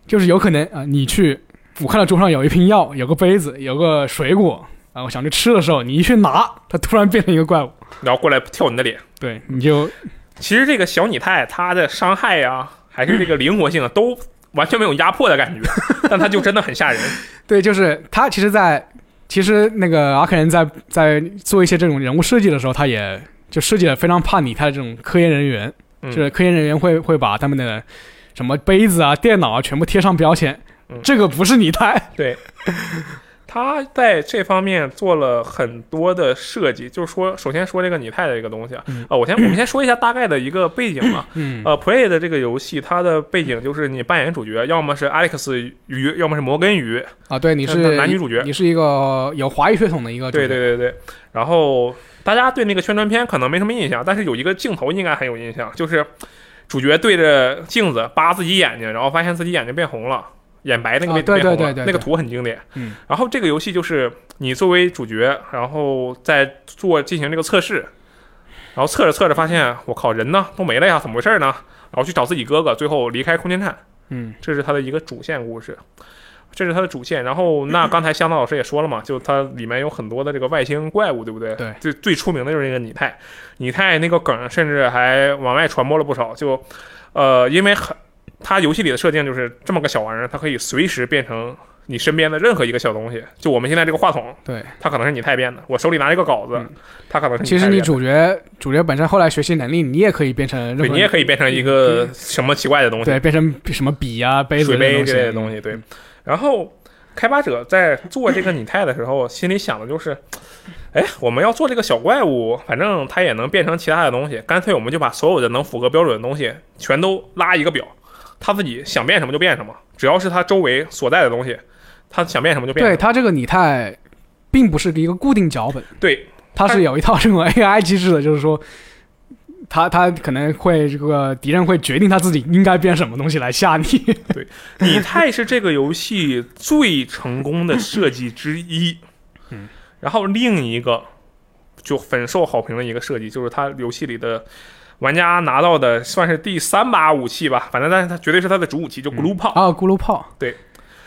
B: 就是有可能啊、你去我看到桌上有一瓶药，有个杯子，有个水果啊，我想去吃的时候，你一去拿，它突然变成一个怪物。
A: 然后过来跳你的脸。
B: 对，你就
A: 其实这个小拟态它的伤害呀、还是这个灵活性啊，都完全没有压迫的感觉，但它就真的很吓人。
B: 对，就是他其实在，其实那个阿肯人在在做一些这种人物设计的时候，他也就设计了非常怕你他的这种科研人员，
A: 嗯
B: 就是科研人员会会把他们的什么杯子啊、电脑啊全部贴上标签，
A: 嗯
B: 这个不是你胎，
A: 对，他在这方面做了很多的设计，就是说，首先说这个拟态的一个东西啊，
B: 嗯
A: 呃，我先我们先说一下大概的一个背景吧。
B: 嗯
A: 呃，Play 的这个游戏，它的背景就是你扮演主角，要么是 Alex 鱼，要么是摩根鱼，
B: 啊，对，你
A: 那
B: 是
A: 男女主角
B: 你是一个有华裔血统的一个主
A: 对
B: 角，
A: 对对对，然后大家对那个宣传片可能没什么印象，但是有一个镜头应该很有印象，就是主角对着镜子扒自己眼睛，然后发现自己眼睛变红了，眼白那个
B: 啊
A: 变、
B: 对对
A: 变红了
B: 对对
A: 那
B: 对
A: 个图很经典。
B: 嗯，
A: 然后这个游戏就是你作为主角，然后在做进行这个测试，然后测着测着发现我靠人呢都没了呀，怎么回事呢？然后去找自己哥哥，最后离开空间站。
B: 嗯
A: 这是它的一个主线故事，这是它的主线。然后，那刚才香草老师也说了嘛，就它里面有很多的这个外星怪物，对不对？
B: 对
A: 最最出名的就是那个拟态，拟态那个梗甚至还往外传播了不少。就，呃，因为很，它游戏里的设定就是这么个小玩意儿，它可以随时变成。你身边的任何一个小东西，就我们现在这个话筒，
B: 对。
A: 它可能是拟态变的；我手里拿一个镐子
B: 嗯，
A: 它可能是
B: 其
A: 态
B: 实你
A: 变的
B: 主角主角本身后来学习能力，你也可以变成任何
A: 对你也可以变成一个什么奇怪的东西，
B: 对变成什么笔啊、杯子
A: 水
B: 这种
A: 杯之类的
B: 东西。
A: 东西。对
B: 嗯，
A: 然后开发者在做这个拟态的时候，心里想的就是，哎，我们要做这个小怪物，反正它也能变成其他的东西，干脆我们就把所有的能符合标准的东西全都拉一个表，它自己想变什么就变什么，只要是它周围所在的东西，它想变什么就变
B: 对
A: 什么。
B: 它这个拟态，并不是一个固定脚本，
A: 对
B: 它是有一套这种 AI 机制的，就是说。它它可能会这个敌人会决定他自己应该变什么东西来 吓你，
A: 拟态是这个游戏最成功的设计之一。
B: 嗯，
A: 然后另一个就很受好评的一个设计，就是它游戏里的玩家拿到的算是第三把武器吧，反正但是它绝对是它的主武器，就咕噜炮。
B: 啊，咕噜炮，
A: 对，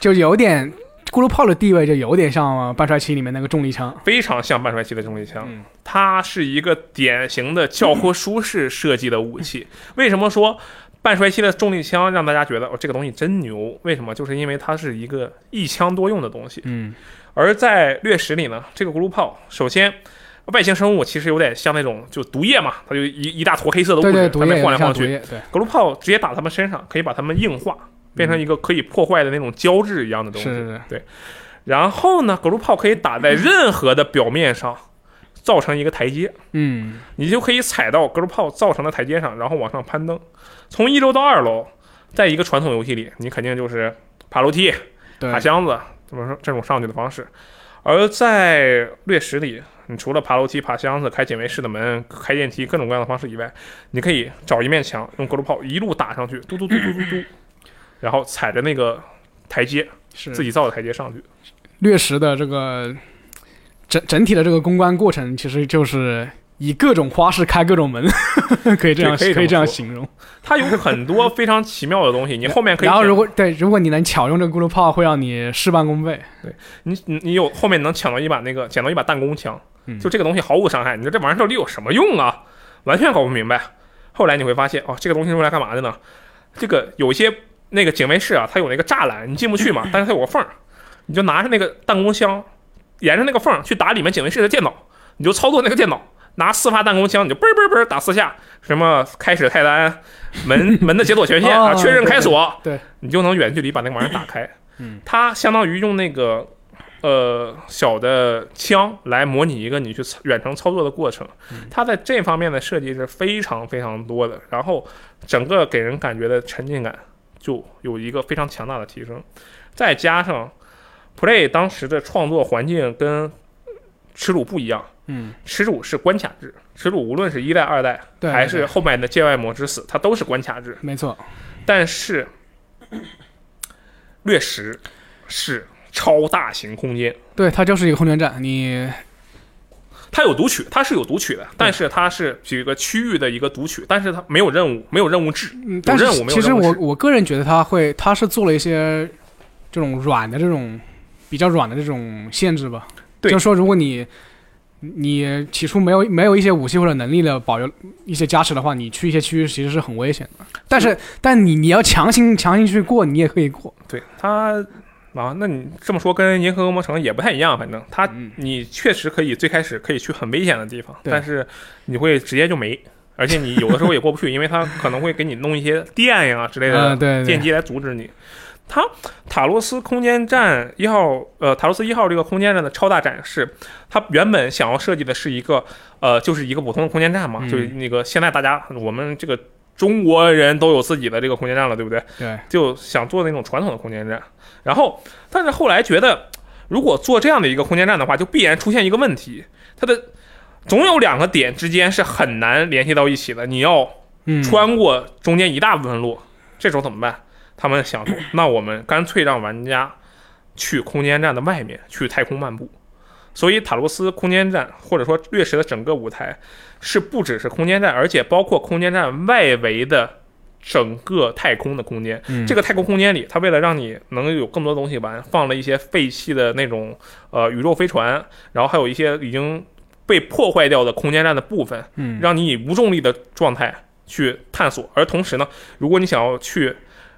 B: 就有点咕噜炮的地位就有点像《半衰期》里面那个重力枪，
A: 非常像半衰期的重力枪，
B: 嗯
A: 它是一个典型的教科书式设计的武器。为什么说半衰期的重力枪让大家觉得哦这个东西真牛？为什么？就是因为它是一个一枪多用的东西。
B: 嗯，
A: 而在掠食里呢，这个咕噜炮，首先外星生物其实有点像那种就毒液嘛，它就一一大坨黑色的物
B: 对对，
A: 质，
B: 毒
A: 它
B: 液
A: 们晃来
B: 像
A: 晃
B: 毒
A: 去。
B: 液，对，
A: 咕噜炮直接打它们身上，可以把它们硬化，变成一个可以破坏的那种胶质一样的东
B: 是
A: 西。
B: 是是，
A: 然后呢，咕噜炮可以打在任何的表面上，造成一个台阶，
B: 嗯，
A: 你就可以踩到咕噜炮造成的台阶上，然后往上攀登，从一楼到二楼。在一个传统游戏里，你肯定就是爬楼梯，
B: 对
A: 爬，箱子，怎么说这种上去的方式。而在掠食里，你除了爬楼梯、爬箱子、开姐妹室的门、开电梯各种各样的方式以外，你可以找一面墙，用格鲁炮一路打上去，嘟嘟嘟嘟嘟 嘟，然后踩着那个台阶，自
B: 是
A: 己造的台阶上去。
B: 掠食的这个整整体的这个公关过程，其实就是以各种花式开各种门， 可以这样
A: 对可以这么
B: 以这样
A: 说
B: 形容。
A: 它有很多非常奇妙的东西，你后面可以
B: 然后
A: 捡
B: 如果对，如果你能巧用这个咕噜炮，会让你事半功倍。
A: 你你你有后面能抢到一把那个捡到一把弹弓枪
B: 嗯，
A: 就这个东西毫无伤害。你说这玩意儿到底有什么用啊？完全搞不明白。后来你会发现，哦，这个东西是用来干嘛的呢？这个有一些那个警卫室啊，它有那个栅栏，你进不去 嘛，但是它有个缝儿，你就拿着那个弹弓枪，沿着那个缝儿去打里面警卫室的电脑，你就操作那个电脑，拿四发弹弓枪，你就嘣儿嘣儿嘣儿打四下，什么开始菜单，门 门的解锁权限啊，
B: 哦
A: 确认开锁，
B: 对对对
A: 你就能远距离把那个玩意儿打开。
B: 嗯，
A: 它相当于用那个呃小的枪来模拟一个你去操远程操作的过程。
B: 嗯
A: 它在这方面的设计是非常非常多的，然后整个给人感觉的沉浸感就有一个非常强大的提升，再加上 Play 当时的创作环境跟耻辱不一样，
B: 嗯，
A: 耻辱是关卡制，耻辱无论是一代、二代
B: 对，
A: 还是
B: 对
A: 后面的界外魔之死，它都是关卡制，
B: 没错，
A: 但是掠食是超大型空间。
B: 对，它就是一个空间站，你
A: 它有读取，它是有读取的，但是它是举一个区域的一个读取，但是它没有任务，没有任务制，
B: 嗯，但是
A: 任务没有
B: 其实
A: 任务
B: 我
A: 是
B: 我个人觉得他会，他是做了一些这种软的这种比较软的这种限制吧。
A: 对
B: 就是说如果你你起初没有没有一些武器或者能力的保留一些加持的话，你去一些区域其实是很危险的。但是但你你要强行强行去过，你也可以过。
A: 对它啊，那你这么说跟《银河恶魔城》也不太一样，反正它
B: 嗯
A: 你确实可以最开始可以去很危险的地方，
B: 对
A: 但是你会直接就没，而且你有的时候也过不去，因为它可能会给你弄一些电呀之类
B: 嗯、
A: 的
B: 对对
A: 电
B: 对
A: 击来阻止你。它塔罗斯空间站一号，呃，塔罗斯一号这个空间站的超大展示，它原本想要设计的是一个，呃，就是一个普通的空间站嘛，
B: 嗯
A: 就是那个现在大家我们这个中国人都有自己的这个空间站了，对不对？
B: 对，
A: 就想做那种传统的空间站。然后，但是后来觉得，如果做这样的一个空间站的话，就必然出现一个问题，它的总有两个点之间是很难联系到一起的，你要
B: 嗯，
A: 穿过中间一大部分路，这时候怎么办？他们想说，那我们干脆让玩家去空间站的外面去太空漫步。所以塔罗斯空间站或者说掠食的整个舞台是不只是空间站，而且包括空间站外围的整个太空的空间。
B: 嗯
A: 这个太空空间里，它为了让你能有更多东西玩，放了一些废弃的那种呃宇宙飞船，然后还有一些已经被破坏掉的空间站的部分，
B: 嗯
A: 让你以无重力的状态去探索。而同时呢，如果你想要去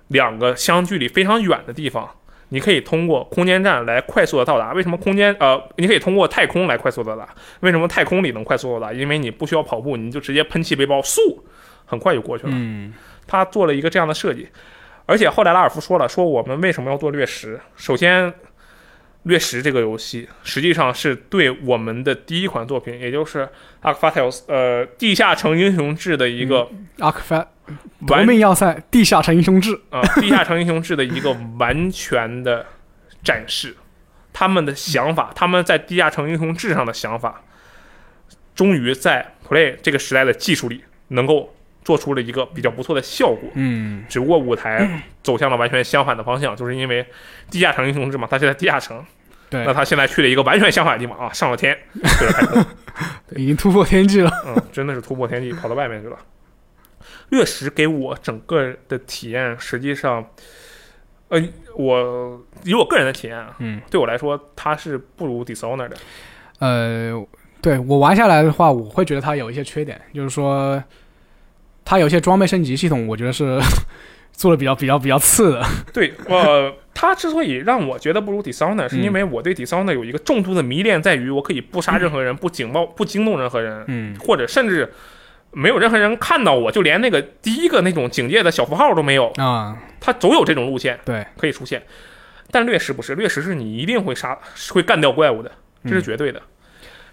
A: 两个相距离非常远的地方，你可以通过空间站来快速的到达。为什么空间呃，你可以通过太空来快速地到达？为什么太空里能快速地到达？因为你不需要跑步，你就直接喷气背包，速，很快就过去了。
B: 嗯
A: 他做了一个这样的设计。而且后来拉尔夫说了，说我们为什么要做掠食？首先，掠食这个游戏实际上是对我们的第一款作品，也就是《阿克法泰 s 呃《地下城英雄志》的一个
B: 阿克凡夺
A: 完
B: 命要塞地下城英雄志，
A: 啊、地下城英雄志》的一个完全的展示。他们的想法，他们在《地下城英雄志》上的想法，终于在 Play 这个时代的技术里能够做出了一个比较不错的效果。
B: 嗯
A: 只不过舞台走向了完全相反的方向，就是因为地下城英雄志嘛，他现在地下城，
B: 对
A: 那他现在去了一个完全相反的地方啊，上了天，去了太空，
B: 已经突破天际了，
A: 嗯，真的是突破天际，跑到外面去了。掠食给我整个的体验，实际上，呃，我以我个人的体验，啊，
B: 嗯，
A: 对我来说，它是不如 Dishonor 的，
B: 呃，对我玩下来的话，我会觉得它有一些缺点，就是说它有一些装备升级系统，我觉得是 做的比较比较比较次的，
A: 对，呃，它之所以让我觉得不如 Dishonor，是因为我对 Dishonor 有一个重度的迷恋，在于我可以不杀任何人，不警报，不惊动任何人，
B: 嗯
A: 或者甚至没有任何人看到我，就连那个第一个那种警戒的小符号都没有，
B: 啊，
A: 它总有这种路线
B: 对，
A: 可以出现。但掠食不是，掠食是你一定会杀，会干掉怪物的，这是
B: 嗯
A: 绝对的。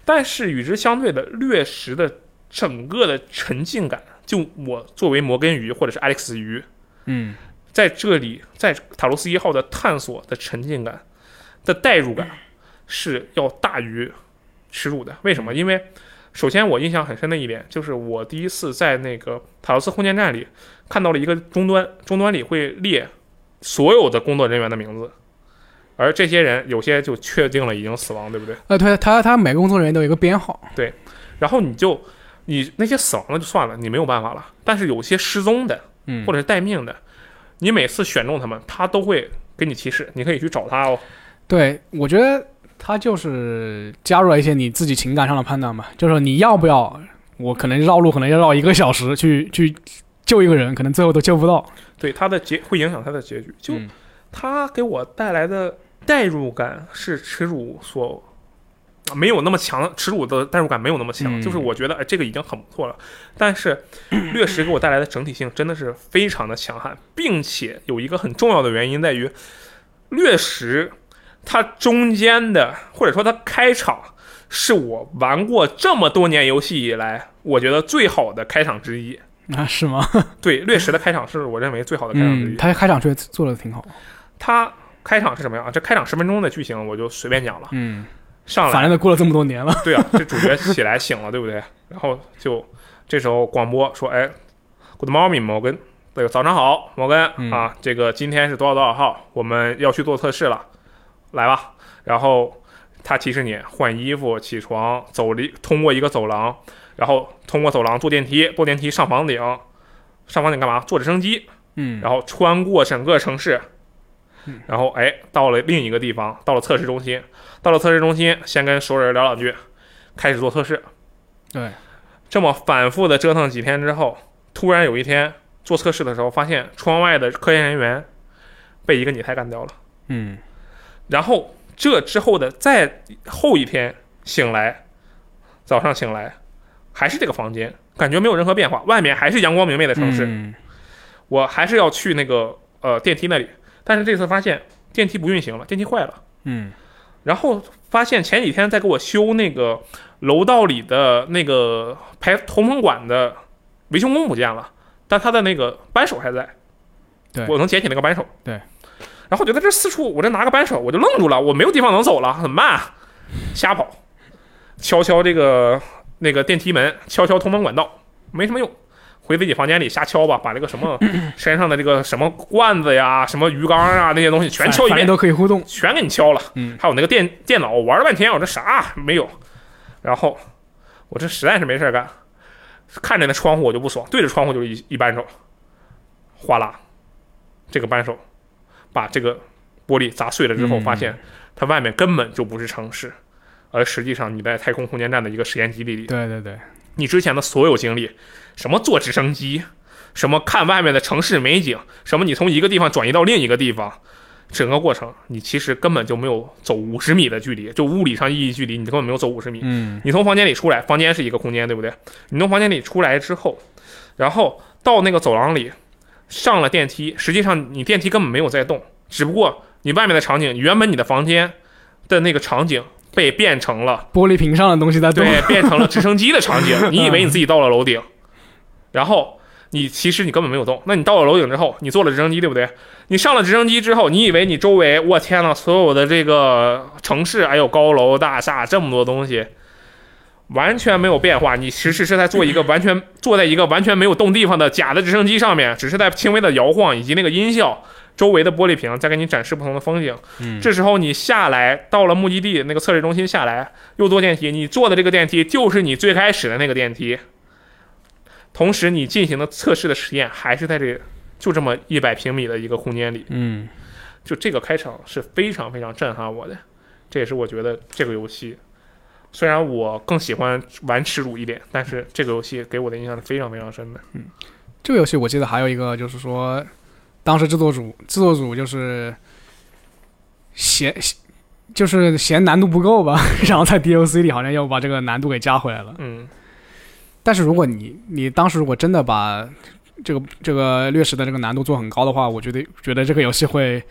A: 但是与之相对的，掠食的整个的沉浸感，就我作为摩根鱼或者是 Alex 鱼，
B: 嗯
A: 在这里，在塔罗斯一号的探索的沉浸感的代入感是要大于耻辱的。为什么？因为首先我印象很深的一点就是，我第一次在那个塔罗斯空间站里看到了一个终端，终端里会列所有的工作人员的名字，而这些人有些就确定了已经死亡，对不对？
B: 呃，对，它它每个工作人员都有一个编号，
A: 然后你就你那些死亡的就算了，你没有办法了。但是有些失踪的，
B: 嗯
A: 或者是待命的，你每次选中他们，他都会给你提示，你可以去找他哦。
B: 对，我觉得他就是加入了一些你自己情感上的判断吧，就是说你要不要，我可能绕路可能要绕一个小时去去救一个人，可能最后都救不到。
A: 对，他的结会影响他的结局。就
B: 嗯
A: 他给我带来的代入感是耻辱所没有那么强，耻辱的代入感没有那么强。
B: 嗯
A: 就是我觉得哎，这个已经很不错了。但是掠食给我带来的整体性真的是非常的强悍，并且有一个很重要的原因在于，掠食它中间的或者说它开场是我玩过这么多年游戏以来我觉得最好的开场之一。
B: 啊，是吗？
A: 对，掠食的开场是我认为最好的开场之一。
B: 嗯，他开场确实做的挺好。
A: 它开场是什么样啊？这开场十分钟的剧情我就随便讲了，
B: 嗯，
A: 上
B: 反
A: 来
B: 正都过了这么多年了。
A: 对啊，这主角起来醒了，对不对？然后就这时候广播说，哎，Good morning，摩根，对，早上好，摩根、
B: 嗯
A: 啊，这个今天是多少多少号，我们要去做测试了，来吧。然后他提示你换衣服、起床、走离，通过一个走廊，然后通过走廊坐电梯，坐电梯上房顶，上房顶干嘛？坐直升机，
B: 嗯，
A: 然后穿过整个城市
B: 嗯，
A: 然后哎，到了另一个地方，到了测试中心，到了测试中心，先跟熟人聊两句，开始做测试。
B: 对，
A: 这么反复的折腾几天之后，突然有一天做测试的时候，发现窗外的科研人员被一个拟态干掉了。
B: 嗯
A: 然后这之后的再后一天醒来，早上醒来还是这个房间，感觉没有任何变化，外面还是阳光明媚的城市。
B: 嗯
A: 我还是要去那个呃电梯那里。但是这次发现电梯不运行了，电梯坏了。
B: 嗯
A: 然后发现前几天在给我修那个楼道里的那个排通风管的维修工不见了，但他的那个扳手还在。
B: 对
A: 我能捡起那个扳手。
B: 对。
A: 然后我就在这四处，我这拿个扳手，我就愣住了，我没有地方能走了，怎么办、啊？瞎跑，敲敲这个那个电梯门，敲敲通风管道，没什么用。回自己房间里瞎敲吧，把这个什么 身上的这个什么罐子呀、什么鱼缸啊那些东西全敲一
B: 反
A: 遍
B: 正，都可以互动。
A: 全给你敲了。
B: 嗯
A: 还有那个电电脑，我玩了半天，我这啥没有。然后我这实在是没事儿干，看着那窗户我就不爽，对着窗户就是一一扳手，哗啦，这个扳手把这个玻璃砸碎了之后，
B: 嗯
A: 发现它外面根本就不是城市，而实际上你在太空空间站的一个实验基地里，
B: 对对对，
A: 你之前的所有经历，什么坐直升机，什么看外面的城市美景，什么你从一个地方转移到另一个地方，整个过程你其实根本就没有走五十米的距离，就物理上意义距离，你根本没有走五十米。
B: 嗯
A: 你从房间里出来，房间是一个空间，对不对？你从房间里出来之后，然后到那个走廊里，上了电梯，实际上你电梯根本没有在动，只不过你外面的场景，原本你的房间的那个场景被变成了。
B: 玻璃屏上的东西在嗯动。
A: 对，变成了直升机的场 景。你以为你自己到了楼顶，然后你其实你根本没有动。那你到了楼顶之后，你坐了直升机，对不对？你上了直升机之后，你以为你周围，我天呐，所有的这个城市，还有高楼大厦这么多东西，完全没有变化。你其实是在做一个完全坐在一个完全没有动地方的假的直升机上面，只是在轻微的摇晃以及那个音效。周围的玻璃屏在给你展示不同的风景，
B: 嗯
A: 这时候你下来到了目的地那个测试中心下来，又坐电梯，你坐的这个电梯就是你最开始的那个电梯。同时，你进行的测试的实验还是在这就这么一百平米的一个空间里，
B: 嗯
A: 就这个开场是非常非常震撼我的。这也是我觉得这个游戏，虽然我更喜欢玩耻辱一点，但是这个游戏给我的印象是非常非常深的。
B: 这个游戏我记得还有一个就是说，当时制作组制作组就是嫌就是嫌难度不够吧， 然后在 DLC 里好像又把这个难度给加回来了。
A: 嗯
B: 但是如果你你当时如果真的把这个这个掠食的这个难度做很高的话，我觉得觉得这个游戏会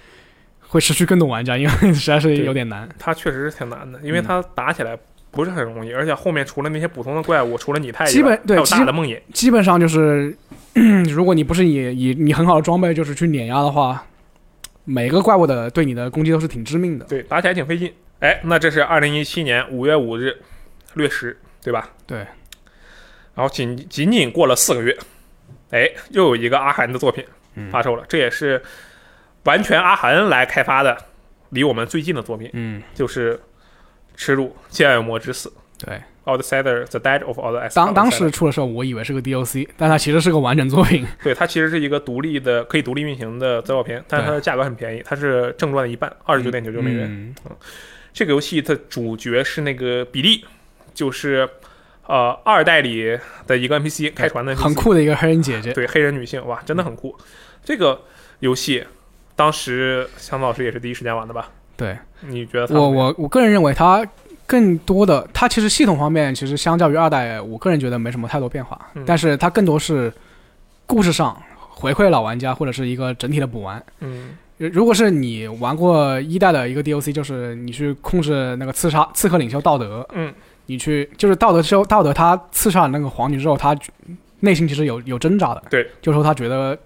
B: 会失去更多玩家，因为 实在是有点难。
A: 它确实是挺难的，因为
B: 嗯
A: 它打起来不是很容易，而且后面除了那些普通的怪物，除了拟态以外，
B: 基本对
A: 还有
B: 基
A: 大的梦魇。
B: 基本上就是， 如果你不是以以你很好的装备就是去碾压的话，每个怪物的对你的攻击都是挺致命的。
A: 对，打起来挺费劲。哎，那这是二零一七年五月五日，掠食，对吧？
B: 对。
A: 然后仅仅仅过了四个月，哎，又有一个阿寒的作品
B: 嗯
A: 发售了，这也是完全阿寒来开发的，离我们最近的作品
B: 嗯，
A: 就是《耻辱：剑魔之死
B: 对，》
A: （Outsider: The Dead of All the Exiles
B: 当当时出的时候，我以为是个 DLC，但它其实是个完整作 品。
A: 对它其实是一个独立的、可以独立运行的资料片，但是它的价格很便宜，它是正赚的一半，二十九点九九美元。
B: 嗯
A: 这个游戏的主角是那个比利，就是呃二代里的一个 NPC 开船的 NPC，
B: 嗯很酷的一个黑人姐姐。
A: 对黑人女性，哇，真的很酷。这个游戏当时香子老师也是第一时间玩的吧？
B: 对
A: 你觉得它怎
B: 我
A: 么样
B: 我我个人认为它更多的，它其实系统方面其实相较于二代，我个人觉得没什么太多变化，
A: 嗯
B: 但是它更多是故事上回馈老玩家或者是一个整体的补完。
A: 嗯
B: 如如果是你玩过一代的一个 DLC，就是你去控制那个刺杀刺客领袖道德，
A: 嗯
B: 你去就是道德之后，道德他刺杀了那个皇女之后，他内心其实有有挣扎的，
A: 对，
B: 就说他觉得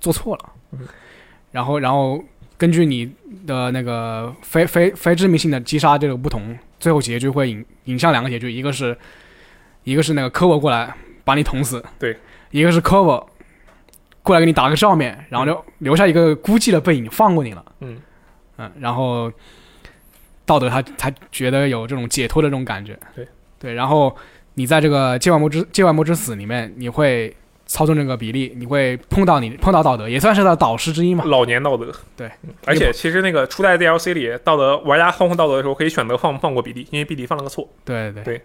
B: 做错了，
A: 嗯
B: 然后然后根据你的那个非非非致命性的击杀这个不同，最后结局会引引向两个结局，一个是一个是那个科沃过来把你捅死，
A: 对，
B: 一个是科沃过来给你打个照面，然后留留下一个孤寂的背影，放过你了。
A: 嗯，
B: 嗯，然后道德他才觉得有这种解脱的这种感觉。
A: 对
B: 对，然后你在这个《界外魔之界外魔之死》里面，你会操纵这个比例，你会碰到你碰到道德，也算是他的导师之一嘛。
A: 老年道德
B: 对
A: 嗯而且其实那个初代 DLC 里道德玩家放过道德的时候，可以选择放放过比利，因为比利犯了个错。
B: 对对
A: 对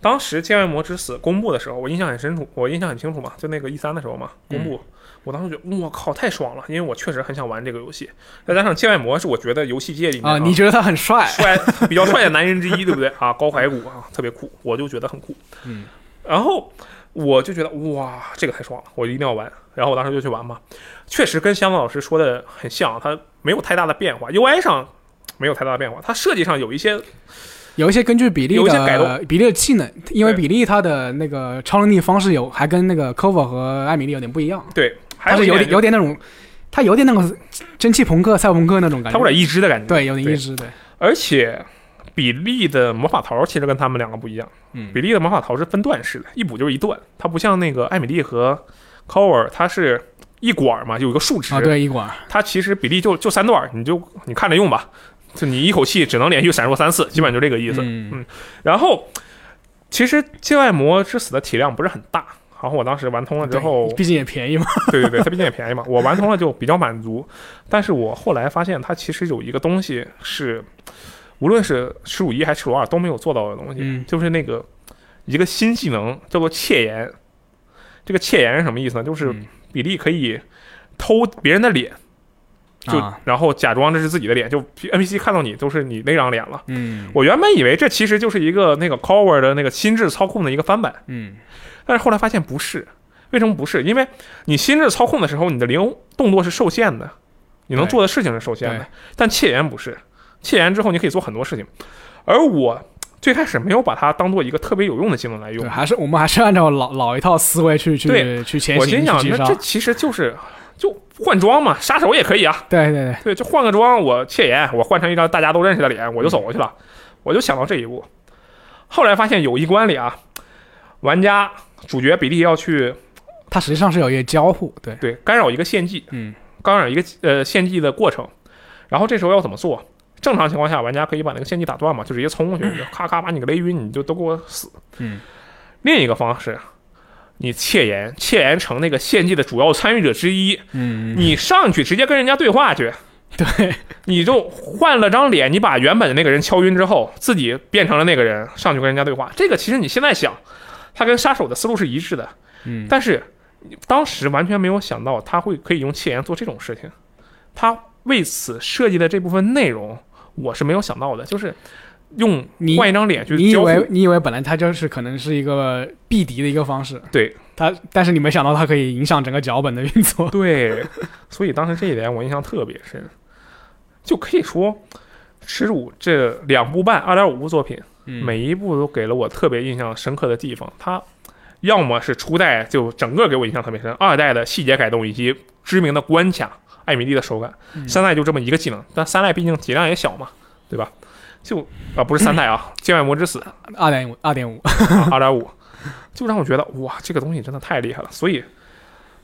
A: 当时《剑外魔之死》公布的时候，我印象很深楚，我印象很清楚嘛，就那个一 E 三的时候嘛，公布，
B: 嗯
A: 我当时觉得我靠太爽了，因为我确实很想玩这个游戏，再加上《剑外魔》是我觉得游戏界里面
B: 啊、你觉得他很帅？
A: 帅 比较帅的男人之一，对不对啊？高怀古啊，特别酷，我就觉得很酷。
B: 嗯
A: 然后我就觉得哇，这个太爽了，我一定要玩。然后我当时就去玩嘛，确实跟香港老师说的很像，它没有太大的变化，UI 上没有太大的变化，它设计上有一些
B: 有一些根据比例
A: 有一些改
B: 的
A: 动
B: 比例的技能，因为
A: 对
B: 比利他的那个超能力方式有还跟那个 Cover 和艾米丽有点不一样，
A: 对，还
B: 他是
A: 有一
B: 有点有点那种，他有点那种蒸汽朋克、赛博朋克那种感
A: 它
B: 觉，
A: 有点一只的感觉，
B: 对，有点意志，对，
A: 而且比利的魔法桃其实跟他们两个不一样，
B: 嗯
A: 比利的魔法桃是分段式的，一补就是一段，它不像那个艾米丽和 c o r 它是一管儿嘛，有一个数值，
B: 啊，对，一管儿，
A: 它其实比例就就三段儿，你就你看着用吧，就你一口气只能连续闪烁三次，基本就这个意思。
B: 嗯
A: 然后其实界外魔之死的体量不是很大。然后我当时玩通了之后
B: 对，毕竟也便宜嘛，
A: 对对对，它毕竟也便宜嘛，我玩通了就比较满足。但是我后来发现，它其实有一个东西是，无论是耻辱一还是耻辱二都没有做到的东西，
B: 嗯
A: 就是那个一个新技能叫做窃言。这个窃言是什么意思呢？就是
B: 嗯
A: 比利可以偷别人的脸，就、
B: 啊
A: 然后假装这是自己的脸，就 NPC 看到你都是你那张脸了。
B: 嗯
A: 我原本以为这其实就是一个那个 Cover 的那个心智操控的一个翻版，
B: 嗯
A: 但是后来发现不是，为什么不是？因为你心智操控的时候，你的灵动作是受限的，你能
B: 对
A: 做的事情是受限的
B: 对。
A: 但窃言不是，窃言之后你可以做很多事情。而我最开始没有把它当做一个特别有用的技能来用
B: 对，，还是我们还是按照老老一套思维去去
A: 对
B: 去前
A: 我
B: 行，
A: 心
B: 去
A: 想，
B: 击
A: 那
B: 杀
A: 这，其实就是就换装嘛，杀手也可以啊。
B: 对对对，
A: 对，就换个装，我窃言，我换成一张大家都认识的脸，我就走过去了。
B: 嗯
A: 我就想到这一步。后来发现有一关里啊，玩家主角比利要去
B: 它实际上是有一个交互，对，
A: 对干扰一个献祭，
B: 嗯
A: 刚染一个呃献祭的过程，然后这时候要怎么做？正常情况下，玩家可以把那个献祭打断嘛，就直接冲过去，就咔咔把你给雷晕，你就都给我死。
B: 嗯，
A: 另一个方式，你窃言，窃言成那个献祭的主要参与者之一，
B: 嗯，
A: 你上去直接跟人家对话去，
B: 对，
A: 你就换了张脸，你把原本的那个人敲晕之后，自己变成了那个人，上去跟人家对话。这个其实你现在想，他跟杀手的思路是一致的，
B: 嗯
A: 但是你当时完全没有想到他会可以用窃言做这种事情，他为此设计的这部分内容我是没有想到的，就是用
B: 你
A: 换一张脸去
B: 你以
A: 交互
B: 为你以为本来它就是可能是一个避敌的一个方式，
A: 对
B: 它，但是你没想到它可以影响整个脚本的运作。
A: 对，所以当时这一点我印象特别深，就可以说《耻辱》这两部半二点五部作品，
B: 嗯
A: 每一部都给了我特别印象深刻的地方。它要么是初代就整个给我印象特别深，二代的细节改动以及知名的关卡艾米丽的手感，
B: 嗯
A: 三代就这么一个技能，但三代毕竟体量也小嘛，对吧？就啊，不是三代啊，《界外魔之 死》
B: 嗯二点五，二点五，
A: 二点五，就让我觉得哇，这个东西真的太厉害了。所以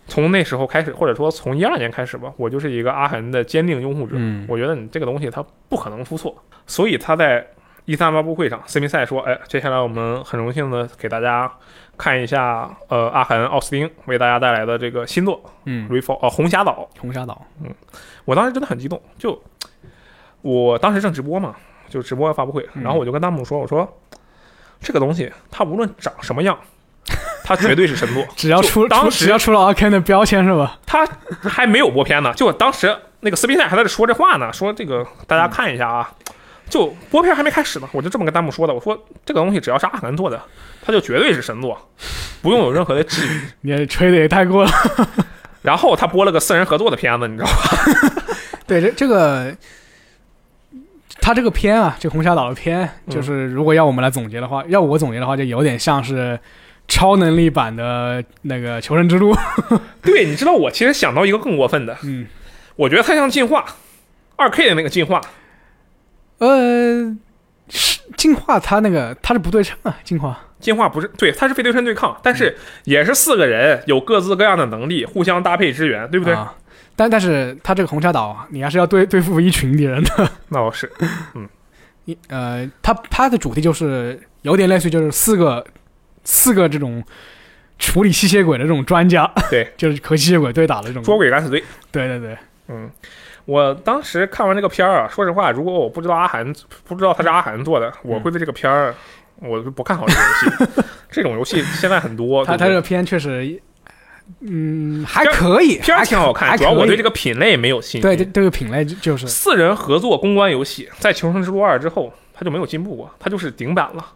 A: 从那时候开始，或者说从一二年开始吧，我就是一个阿痕的坚定拥护者。
B: 嗯
A: 我觉得你这个东西它不可能出错，所以他在一三发布会上，C 米赛说：“哎，接下来我们很荣幸的给大家看一下，呃，阿痕奥斯汀为大家带来的这个新作《
B: 嗯，
A: Refall》呃，《红霞岛》。
B: 红霞岛，
A: 我当时真的很激动，就我当时正直播嘛，就直播发布会，
B: 嗯
A: 然后我就跟弹幕说：“我说这个东西，它无论长什么样，它绝对是神作。
B: 只要
A: 就
B: 出
A: 当
B: 出
A: 时
B: 只要出了 a r k a n 的标签是吧？
A: 它还没有播片呢，就当时那个斯宾塞还在这说这话呢，说这个大家看一下啊，就播片还没开始呢，我就这么跟弹幕说的，我说这个东西只要是阿肯做的，它就绝对是神作，不用有任何的质疑。
B: 你也吹的也太过了。
A: 然后他播了个四人合作的片子，你知道吗？
B: 对，这这个，他这个片啊，这个红霞岛的片，
A: 嗯
B: 就是如果要我们来总结的话，要我总结的话，就有点像是超能力版的那个《求生之路》。
A: 对，你知道我其实想到一个更过分的，
B: 嗯，
A: 我觉得它像进化，二 K 的那个进化，
B: 呃，是进化它那个它是不对称啊，进化。
A: 进化不是对，它是非对称对抗，但
B: 嗯
A: 是也是四个人有各自各样的能力，互相搭配支援，对不对？
B: 啊但但是它这个红霞岛啊，你还是要对对付一群敌人的。
A: 那倒是，
B: 嗯你呃，它它的主题就是有点类似，于就是四个四个这种处理吸血鬼的这种专家，
A: 对，
B: 就是和吸血鬼对打的这种。
A: 捉鬼敢死队。
B: 对对对，
A: 嗯，我当时看完这个片儿啊，说实话，如果我不知道阿涵，不知道他是阿涵做的，
B: 嗯
A: 我会对这个片儿，我就不看好这个游戏。这种游戏现在很多，
B: 他
A: 对不
B: 他
A: 对
B: 这个片确实，嗯，还
A: 片儿
B: 可以，
A: 片儿
B: 还
A: 挺
B: 可
A: 好
B: 还
A: 看，主
B: 可
A: 要我对
B: 以
A: 这个品类没有信
B: 对
A: 心。
B: 这，这个品类就就是
A: 四人合作公关游戏在《求生之路二》之后，它就没有进步过，它就是顶版了。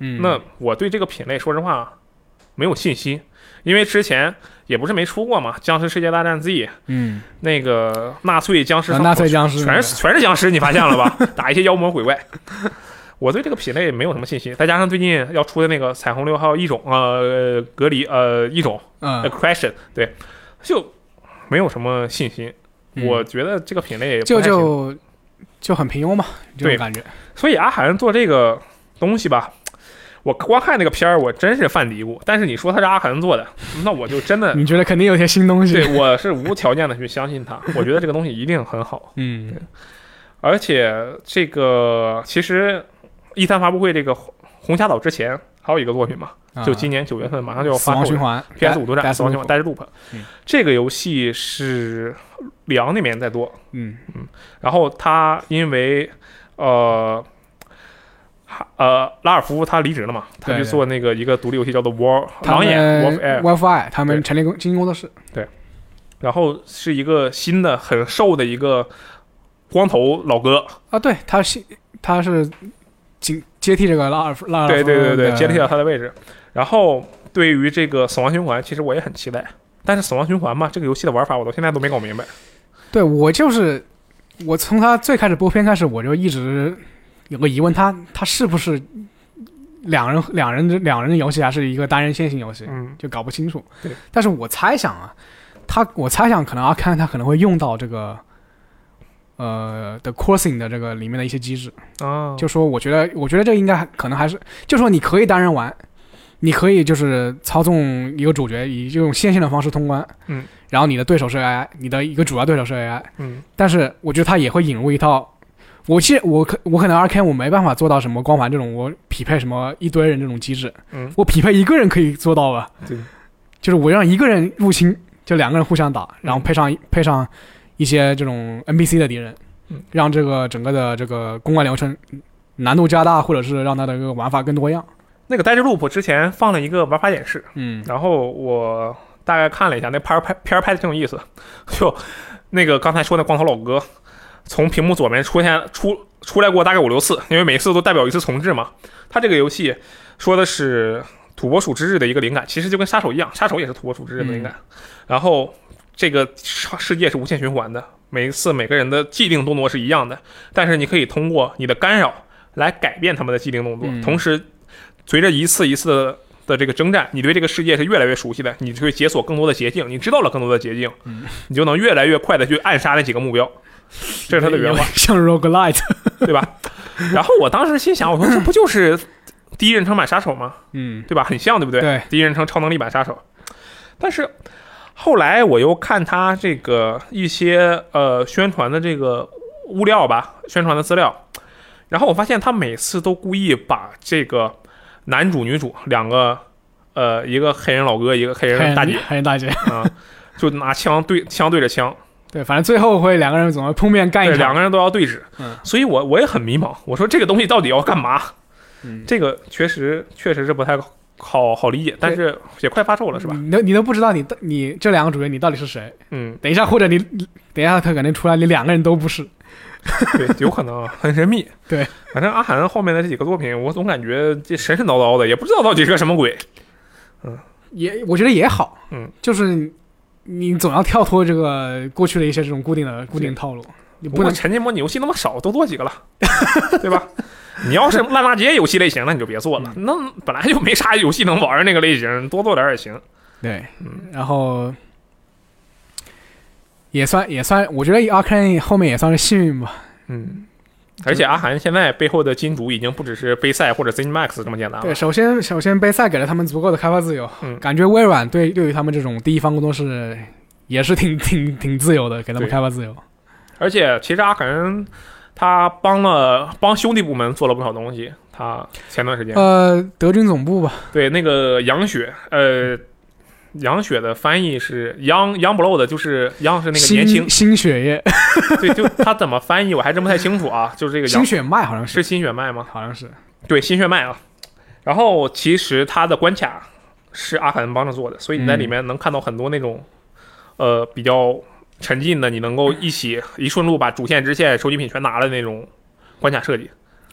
B: 嗯，
A: 那我对这个品类，说实话，没有信息，因为之前也不是没出过嘛，《僵尸世界大战 Z》
B: 嗯，
A: 那个纳粹僵尸
B: 啊
A: 防
B: 纳粹僵尸
A: 全是全是僵尸，你发现了 吧？打一些妖魔鬼怪。我对这个品类没有什么信心，再加上最近要出的那个彩虹六号异种，呃，隔离，呃，异种，呃
B: 嗯，
A: ，question，对，就没有什么信心。
B: 嗯
A: 我觉得这个品类也不
B: 就
A: 太行
B: 就就很平庸嘛，这
A: 对
B: 种感觉。
A: 所以阿涵做这个东西吧，我光看那个片儿，我真是犯嘀咕。但是你说他是阿涵做的，那我就真的
B: 你觉得肯定有些新东西？
A: 呃对我是无条件的去相信他。我觉得这个东西一定很好，
B: 嗯
A: 而且这个其实 E 三发布会这个红红霞岛之前还有一个作品嘛，
B: 啊
A: 就今年九月份马上就要
B: 死
A: 发
B: 亡
A: 售
B: 循
A: 了。
B: 环哎
A: PS 五独占《
B: Death
A: 死亡循
B: Loop
A: 环》Death Loop，
B: 嗯
A: 这个游戏是梁那边在做，
B: 嗯
A: 然后他因为呃，哈呃，拉尔夫他离职了嘛，他
B: 对
A: 去
B: 对
A: 做那个一个独立游戏叫做《War
B: 他
A: 狼
B: 们
A: 眼 Wolf Air》，
B: WiFi，他
A: 对
B: 们成立工经纪工作室，
A: 然后是一个新的很瘦的一个光头老哥，
B: 啊，对，他是他是紧接替这个拉尔夫拉尔夫
A: 对对对啊嗯对，
B: 的
A: 接替了他的位置。然后对于这个《死亡循环》，其实我也很期待，但是《死亡循环》嘛，这个游戏的玩法我到现在都没搞明白。
B: 对我就是我从他最开始播片开始，我就一直有个疑问，他他是不是两人两人两人游戏还是一个单人线性游戏，
A: 嗯，
B: 就搞不清楚
A: 对。
B: 但是我猜想啊，他我猜想可能阿看他可能会用到这个。呃的 coursing 的这个里面的一些机制，
A: 啊，
B: 就说我觉得，我觉得这应该还可能还是，就说你可以单人玩，你可以就是操纵一个主角以这种线性的方式通关，
A: 嗯，
B: 然后你的对手是 AI，你的一个主要对手是 AI，
A: 嗯
B: 但是我觉得它也会引入一套，我其实我可我可能 R K 我没办法做到什么光环这种，我匹配什么一堆人这种机制，
A: 嗯，
B: 我匹配一个人可以做到吧？
A: 对，
B: 就是我让一个人入侵，就两个人互相打，然后
A: 嗯
B: 配上、配上一些这种 NPC 的敌人
A: 嗯，
B: 让这个整个的这个公关流程难度加大，或者是让它的这个玩法更多样。
A: 那个《呆滞 Loop》之前放了一个玩法演示，
B: 嗯
A: 然后我大概看了一下，那片儿拍片儿拍的挺有意思， 就那个刚才说那光头老哥，从屏幕左边出现出出来过大概五六次，因为每次都代表一次重置嘛。他这个游戏说的是土拨鼠之日的一个灵感，其实就跟杀手一样，杀手也是土拨鼠之日的灵感。然后这个世界是无限循环的，每一次每个人的既定动作是一样的，但是你可以通过你的干扰来改变他们的既定动作，
B: 嗯
A: 同时随着一次一次的。的这个征战，你对这个世界是越来越熟悉的，你就会解锁更多的捷径，你知道了更多的捷径，
B: 嗯
A: 你就能越来越快的去暗杀那几个目标。这是他的原话。
B: 像 roguelite，
A: 对吧？ 然后我当时心想，我说这不就是第一人称版杀手吗？
B: 嗯，
A: 对吧？很像，对不对？
B: 对，
A: 第一人称超能力版杀手。但是后来我又看他这个一些呃宣传的这个物料吧，宣传的资料，然后我发现他每次都故意把这个男主女主两个呃一个黑人老哥，一个黑
B: 黑
A: 人
B: 人
A: 大姐
B: 黑人大姐，
A: 啊、就拿枪对枪对着枪，
B: 对，反正最后会两个人总会碰面干
A: 对，
B: 一
A: 两
B: 场。
A: 个人都要对峙。
B: 嗯
A: 所以我我也很迷茫，我说这个东西到底要干嘛？
B: 嗯
A: 这个确实确实是不太好好理解，但是也快发售了是吧？
B: 嗯你都你都不知道你到你这两个主角你到底是谁？
A: 嗯，
B: 等一下，或者你你等一下，他可能出来你两个人都不是。
A: 对，有可能 啊很神秘。
B: 对，
A: 反正阿涵后面的这几个作品，我总感觉这神神叨叨的，也不知道到底是个什么鬼。
B: 也我觉得也好，
A: 嗯，
B: 就是你总要跳脱这个过去的一些这种固定的固定套路，你
A: 不
B: 不
A: 过
B: 能
A: 沉浸模拟游戏那么少，都做几个了， 对吧？你要是烂大街游戏类型，那你就别做
B: 嗯
A: 了。那本来就没啥游戏能玩儿那个类型，多做点儿也行。
B: 对
A: 嗯，
B: 然后也算也算，我觉得阿 Ken 后面也算是幸运吧，
A: 嗯，而且阿涵现在背后的金主已经不只是杯赛或者 ZeniMax 这么简单了。
B: 对，首先首先杯赛给了他们足够的开发自由，
A: 啊嗯
B: 感觉微软对对于他们这种第一方工作室也是挺挺挺自由的，给他们
A: 对
B: 开发自由，
A: 而且其实阿肯他帮了帮兄弟部门做了不少东西。他前段时间、
B: 呃，德军总部吧，
A: 对那个杨雪，呃，杨雪的翻译是 young young blood，就是 young 是那个年轻
B: 新，新血液，
A: 对，就他怎么翻译我还真不太清楚啊。就是这个
B: 新
A: 杨
B: 血脉好像是
A: 是新血脉吗？
B: 好像是，
A: 对，新血脉啊。然后其实他的关卡是阿肯帮着做的，所以你在
B: 嗯
A: 里面能看到很多那种、呃比较沉浸的，你能够一起一顺路把主线、支线、收集品全拿了那种关卡设计。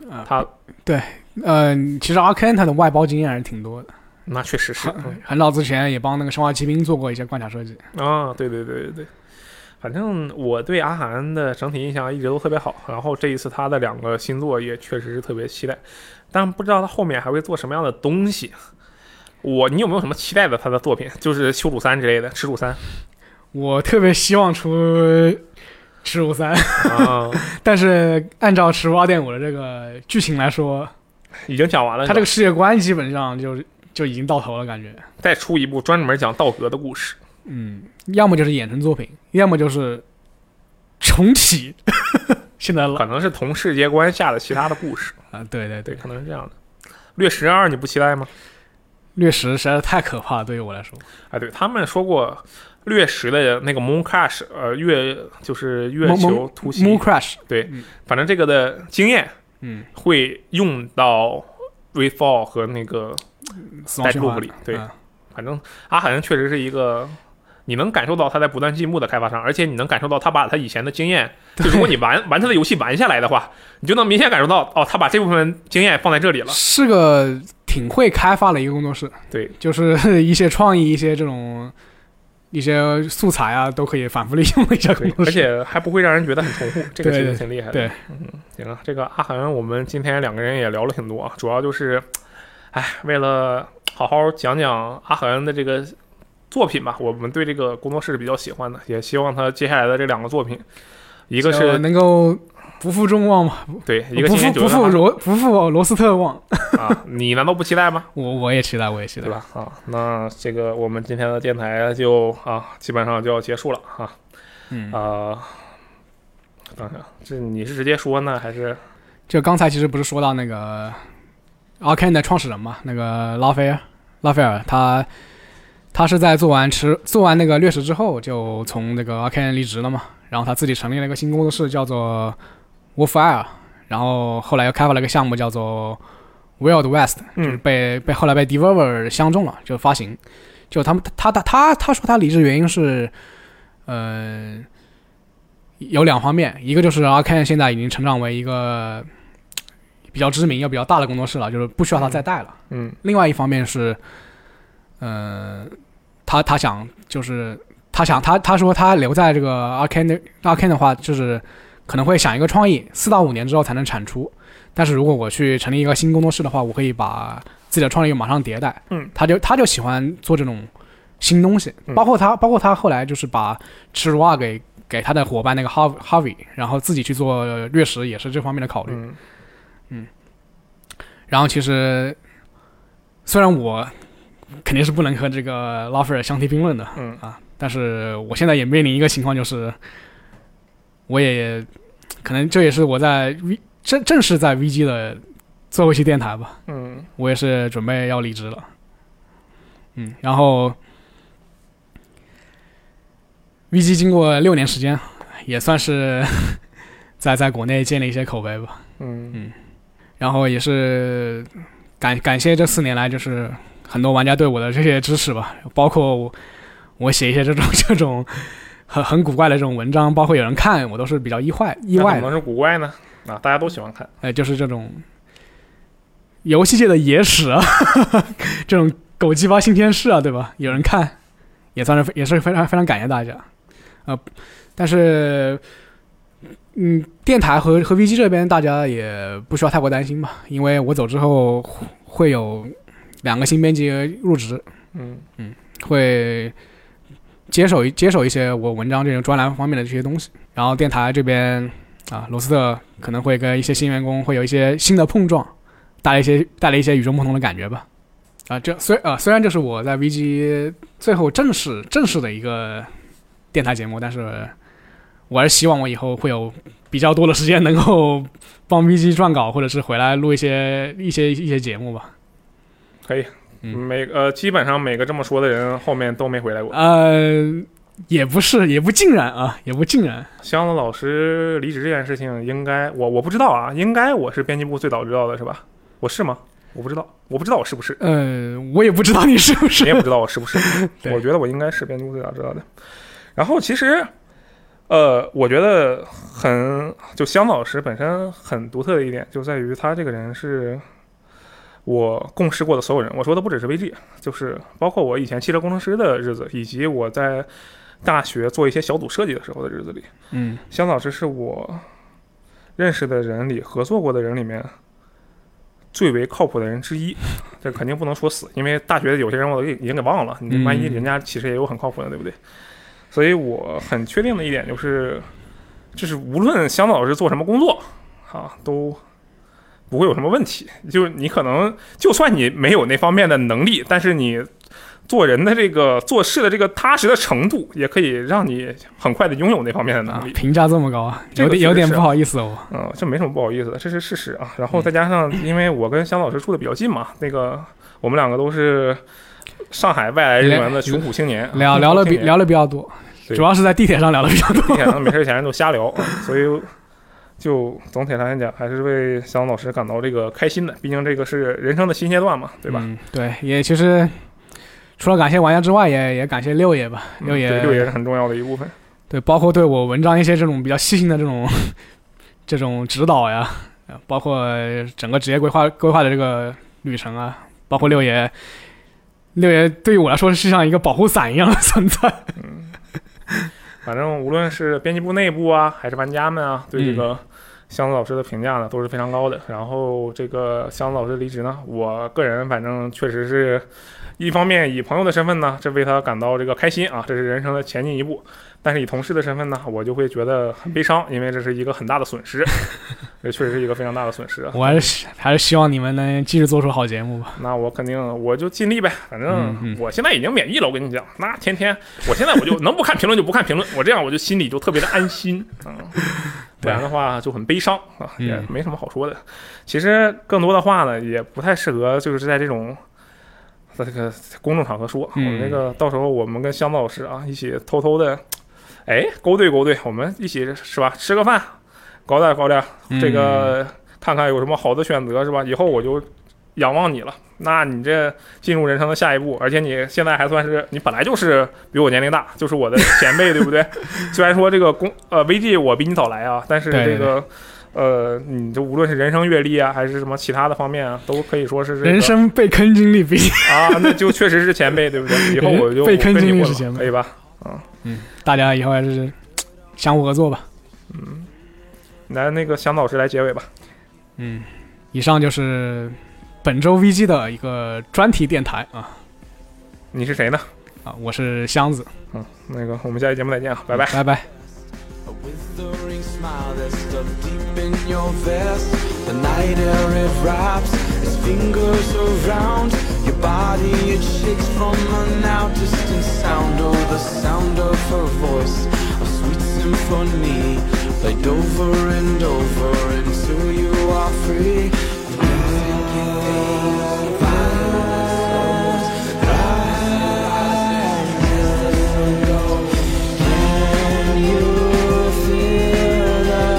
B: 啊
A: 他
B: 呃嗯、其实 Arkane 它的外包经验还是挺多的，
A: 那确实是
B: 很很早之前也帮那个《生化奇兵》做过一些关卡设计。
A: 啊，对对对对对，反正我对阿寒的整体印象一直都特别好，然后这一次他的两个新作也确实是特别期待，但不知道他后面还会做什么样的东西。我，你有没有什么期待的他的作品？就是《羞辱三》之类的，《耻辱 三
B: 我特别希望出《耻辱三》，》
A: 啊，
B: 但是按照《耻辱二点五》的这个剧情来说，
A: 已经讲完了。
B: 它这个世界观基本上就是就已经到头了，感觉。
A: 再出一部专门讲道格的故事，
B: 嗯，要么就是衍生作品，要么就是重启。 现在老
A: 可能是同世界观下的其他的故事。
B: 啊，对对
A: 对，
B: 对，
A: 可能是这样的。掠食二你不期待吗？
B: 掠食实在是太可怕了，对于我来说。
A: 啊，对他们说过，掠食的那个 Moon Crash，呃，月就是月
B: 蒙蒙
A: 球突袭
B: Moon Crash，
A: 反正这个的经验
B: 嗯，
A: 会用到 Refall 和那个，
B: 死亡循环
A: Deadloop 里对
B: 嗯
A: 反正阿寒确实是一个。你能感受到他在不断进步的开发商，而且你能感受到他把他以前的经验，就如果你玩玩他的游戏玩下来的话，你就能明显感受到哦，他把这部分经验放在这里了。
B: 是个挺会开发的一个工作室，
A: 对，
B: 就是 一些创意、一些这种一些素材啊，都可以反复利用的一 家工
A: 对，而
B: 作室。
A: 且还不会让人觉得很重 复，这个其
B: 对
A: 实
B: 对
A: 挺厉害的。
B: 对，
A: 嗯，行啊，这个阿涵，我们今天两个人也聊了挺多啊，主要就是，哎，为了好好讲讲阿涵的这个作品吧，我们对这个工作室比较喜欢的，也希望他接下来的这两个作品，一
B: 一
A: 个是
B: 能够不负众望嘛，
A: 对，一个
B: 不
A: 新
B: 负
A: 年九
B: 不负
A: 月
B: 罗不负罗斯特望，
A: 啊，你难道不期待吗？
B: 我我也期待，我也期待
A: 对。吧？啊，那这个我们今天的电台就啊，基本上就要结束了啊
B: 嗯，
A: 啊。等一下，这你是直接说呢，还是
B: 就刚才其实不是说到那个 Arkane 的创始人嘛，那个拉斐尔，拉斐尔他他是在做完吃做完那个掠食之后，就从那个 Arkane 离职了嘛，然后他自己成立了一个新工作室，叫做 Wolfire，然后后来又开发了一个项目叫做 Wild West，就是
A: 嗯
B: 被被后来被 Devolver 相中了，就发行。就他们他他他他说他离职原因是，呃，有两方面，一个就是 Arkane 现在已经成长为一个比较知名又比较大的工作室了，就是不需要他再带了。
A: 嗯
B: 另外一方面是，呃，他他想就是他想他他说他留在这个 Arkane 的 Arkane 的话，就是可能会想一个创意，四到五年之后才能产出。但是如果我去成立一个新工作室的话，我可以把自己的创意马上迭代。
A: 嗯，
B: 他就他就喜欢做这种新东西，
A: 嗯
B: 包括他包括他后来就是把赤如二给给他的伙伴那个 Harvey Harvey，然后自己去做掠食，也是这方面的考虑。
A: 嗯
B: 然后其实虽然我肯定是不能和这个拉斐尔相提并论的
A: 嗯
B: 啊，但是我现在也面临一个情况，就是我也可能这也是我在 V 正正式在 VG 的最后一期电台吧，
A: 嗯
B: 我也是准备要离职了。嗯，然后 VG 经过六年时间，也算是 在在国内建立一些口碑吧。
A: 嗯
B: 然后也是感感谢这四年来就是很多玩家对我的这些支持吧，包括我我写一些这种这种很很古怪的这种文章，包括有人看我都是比较意外意
A: 那
B: 外
A: 怎么
B: 的，
A: 能是古怪呢？啊，大家都喜欢看，
B: 呃，就是这种游戏界的野史啊， 这种狗鸡巴新鲜事啊，对吧？有人看也算是也是非常非常感谢大家，呃，但是。嗯，电台和和 VG 这边大家也不需要太过担心吧，因为我走之后会会有两个新编辑入职，
A: 嗯
B: 会接手一接手一些我文章这种专栏方面的这些东西。然后电台这边啊，罗斯特可能会跟一些新员工会有一些新的碰撞，带来一些带来一些与众不同的感觉吧。啊，这虽啊虽然这是我在 VG 最后正式正式的一个电台节目，但是我还是希望我以后会有比较多的时间能够帮 VG 撰稿，或者是回来录一些一些一些节目吧。嗯
A: 每呃基本上每个这么说的人后面都没回来过。
B: 呃，也不是，也不尽然啊，也不尽然。，
A: 箱子老师离职这件事情，应该我我不知道啊，应该我是编辑部最早知道的是吧？我是吗？我不知道，我不知道我是不是
B: 呃，我也不知道你是不
A: 谁也
B: 是。
A: 不知道我是不是。
B: 对
A: 我觉得我应该是编辑部最早知道的。然后其实，呃，我觉得很就箱子老师本身很独特的一点就在于他这个人是，我共事过的所有人，我说的不只是 VG，就是包括我以前汽车工程师的日子，以及我在大学做一些小组设计的时候的日子里，
B: 嗯，
A: 香老师是我认识的人里合作过的人里面最为靠谱的人之一。这肯定不能说死，因为大学有些人我都已经给忘了，你
B: 嗯
A: 万一人家其实也有很靠谱的，对不对？所以我很确定的一点就是，就是无论香老师做什么工作啊，都不会有什么问题。就是你可能就算你没有那方面的能力，但是你做人的这个做事的这个踏实的程度，也可以让你很快的拥有那方面的
B: 啊
A: 能力。
B: 评价这么高啊，
A: 嗯这
B: 有
A: 个
B: 点有
A: 确实
B: 点
A: 是
B: 不好意思哦。
A: 嗯，这没什么不好意思的，这是事实啊。然
B: 嗯
A: 后再加上，因为我跟香老师住的比较近嘛，那个我们两个都是上海外来人员的穷苦青年，
B: 聊聊了比聊了比较多，
A: 对
B: 主要是在地铁上聊的比较多。
A: 地铁上没事闲着就瞎聊，啊所以就总体来讲，还是为香老师感到这个开心的。毕竟这个是人生的新阶段嘛，对吧？
B: 嗯，对，也其实除了感谢玩家之外，也也感谢六爷吧，
A: 嗯
B: 六爷、
A: 对六爷是很重要的一部分。
B: 对，包括对我文章一些这种比较细心的这种 这种指导呀，呃包括整个职业规划规划的这个旅程啊，包括六爷，六爷对于我来说是像一个保护伞一样的存在。
A: 反正无论是编辑部内部啊，还是玩家们啊，对这个箱子老师的评价呢都是非常高的。然后这个箱子老师离职呢，我个人反正确实是一方面以朋友的身份呢，这为他感到这个开心啊，这是人生的前进一步；但是以同事的身份呢，我就会觉得很悲伤，因为这是一个很大的损失，这确实是一个非常大的损失啊。
B: 我还是还是希望你们能继续做出好节目吧。
A: 那我肯定我就尽力呗，反
B: 嗯
A: 正
B: 嗯
A: 我现在已经免疫了。我跟你讲，那天天我现在我就能不看评论就不看评论，我这样我就心里就特别的安心啊。不然的话就很悲伤啊，
B: 嗯
A: 也没什么好说的。其实更多的话呢，也不太适合就是在这种。在这个公众场合说，我
B: 嗯
A: 们那个到时候我们跟香子老师啊一起偷偷的，哎，勾兑勾兑，我们一起是吧？吃个饭，搞点搞点，这
B: 嗯
A: 个看看有什么好的选择是吧？以后我就仰望你了。那你这进入人生的下一步，而且你现在还算是你本来就是比我年龄大，就是我的前辈，对不 对？虽然说这个工呃 VG 我比你早来啊，但是
B: 对
A: 这
B: 对
A: 个呃，你就无论是人生阅历啊，还是什么其他的方面啊，都可以说是这个
B: 人生被坑经历比
A: 啊，那就确实是前辈，对不对？以后我就
B: 被坑
A: 我跟你
B: 经历
A: 混
B: 是
A: 了
B: 前辈
A: 可以吧？
B: 大家以后还是相互合作吧。
A: 来，那个香老师来结尾吧。
B: 嗯，以上就是本周 VG 的一个专题电台啊
A: 你是谁呢？
B: 啊，我是箱子，
A: 嗯，那个我们下期节目再见啊，拜拜。
B: 拜拜。
C: A withering smile that's stuffed deep in your vest. The night air it wraps its fingers around your body. It shakes from a now distant sound, oh the sound of her voice, a sweet symphony played over and over until you are free. Losing your days, violence, Can you feel the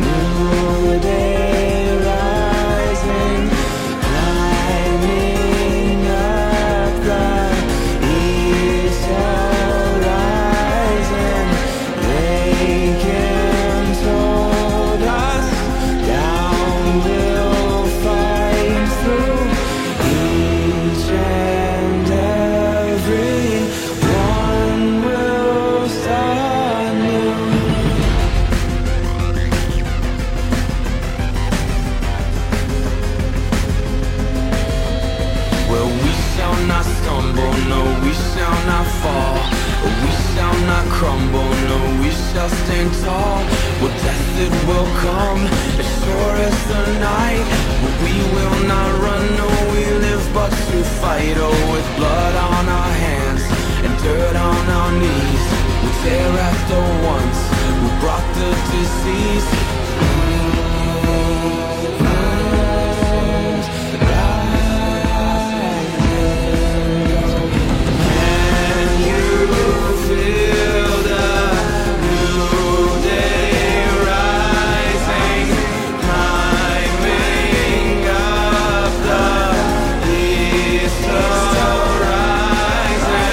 C: new day rising, climbing up the eastern horizon? They can hold us down. We'll fight through each and every one. Will start new. Well, we shall not stumble, no, we shall not fall. We shall not crumble, no, we shall stand tall. Well, death it will come, as sure as the night. But we will not run, no, we live but to fight. Oh, with blood on our hands and dirt on our knees. We tear at the ones who brought the disease. Horizon.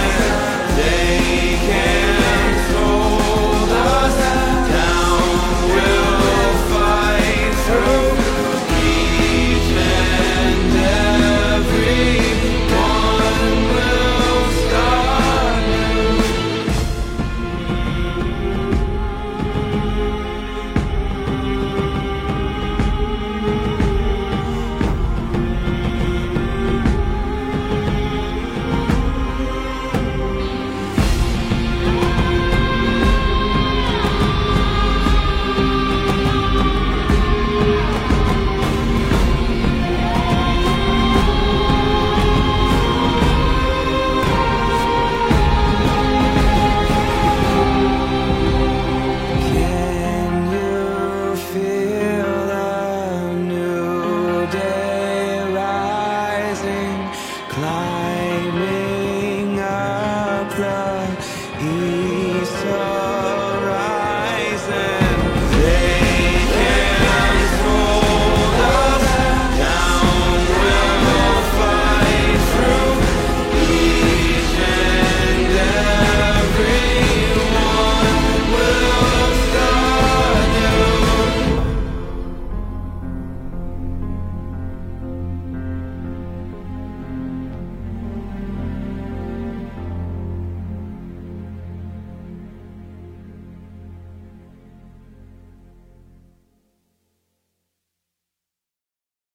C: blood. He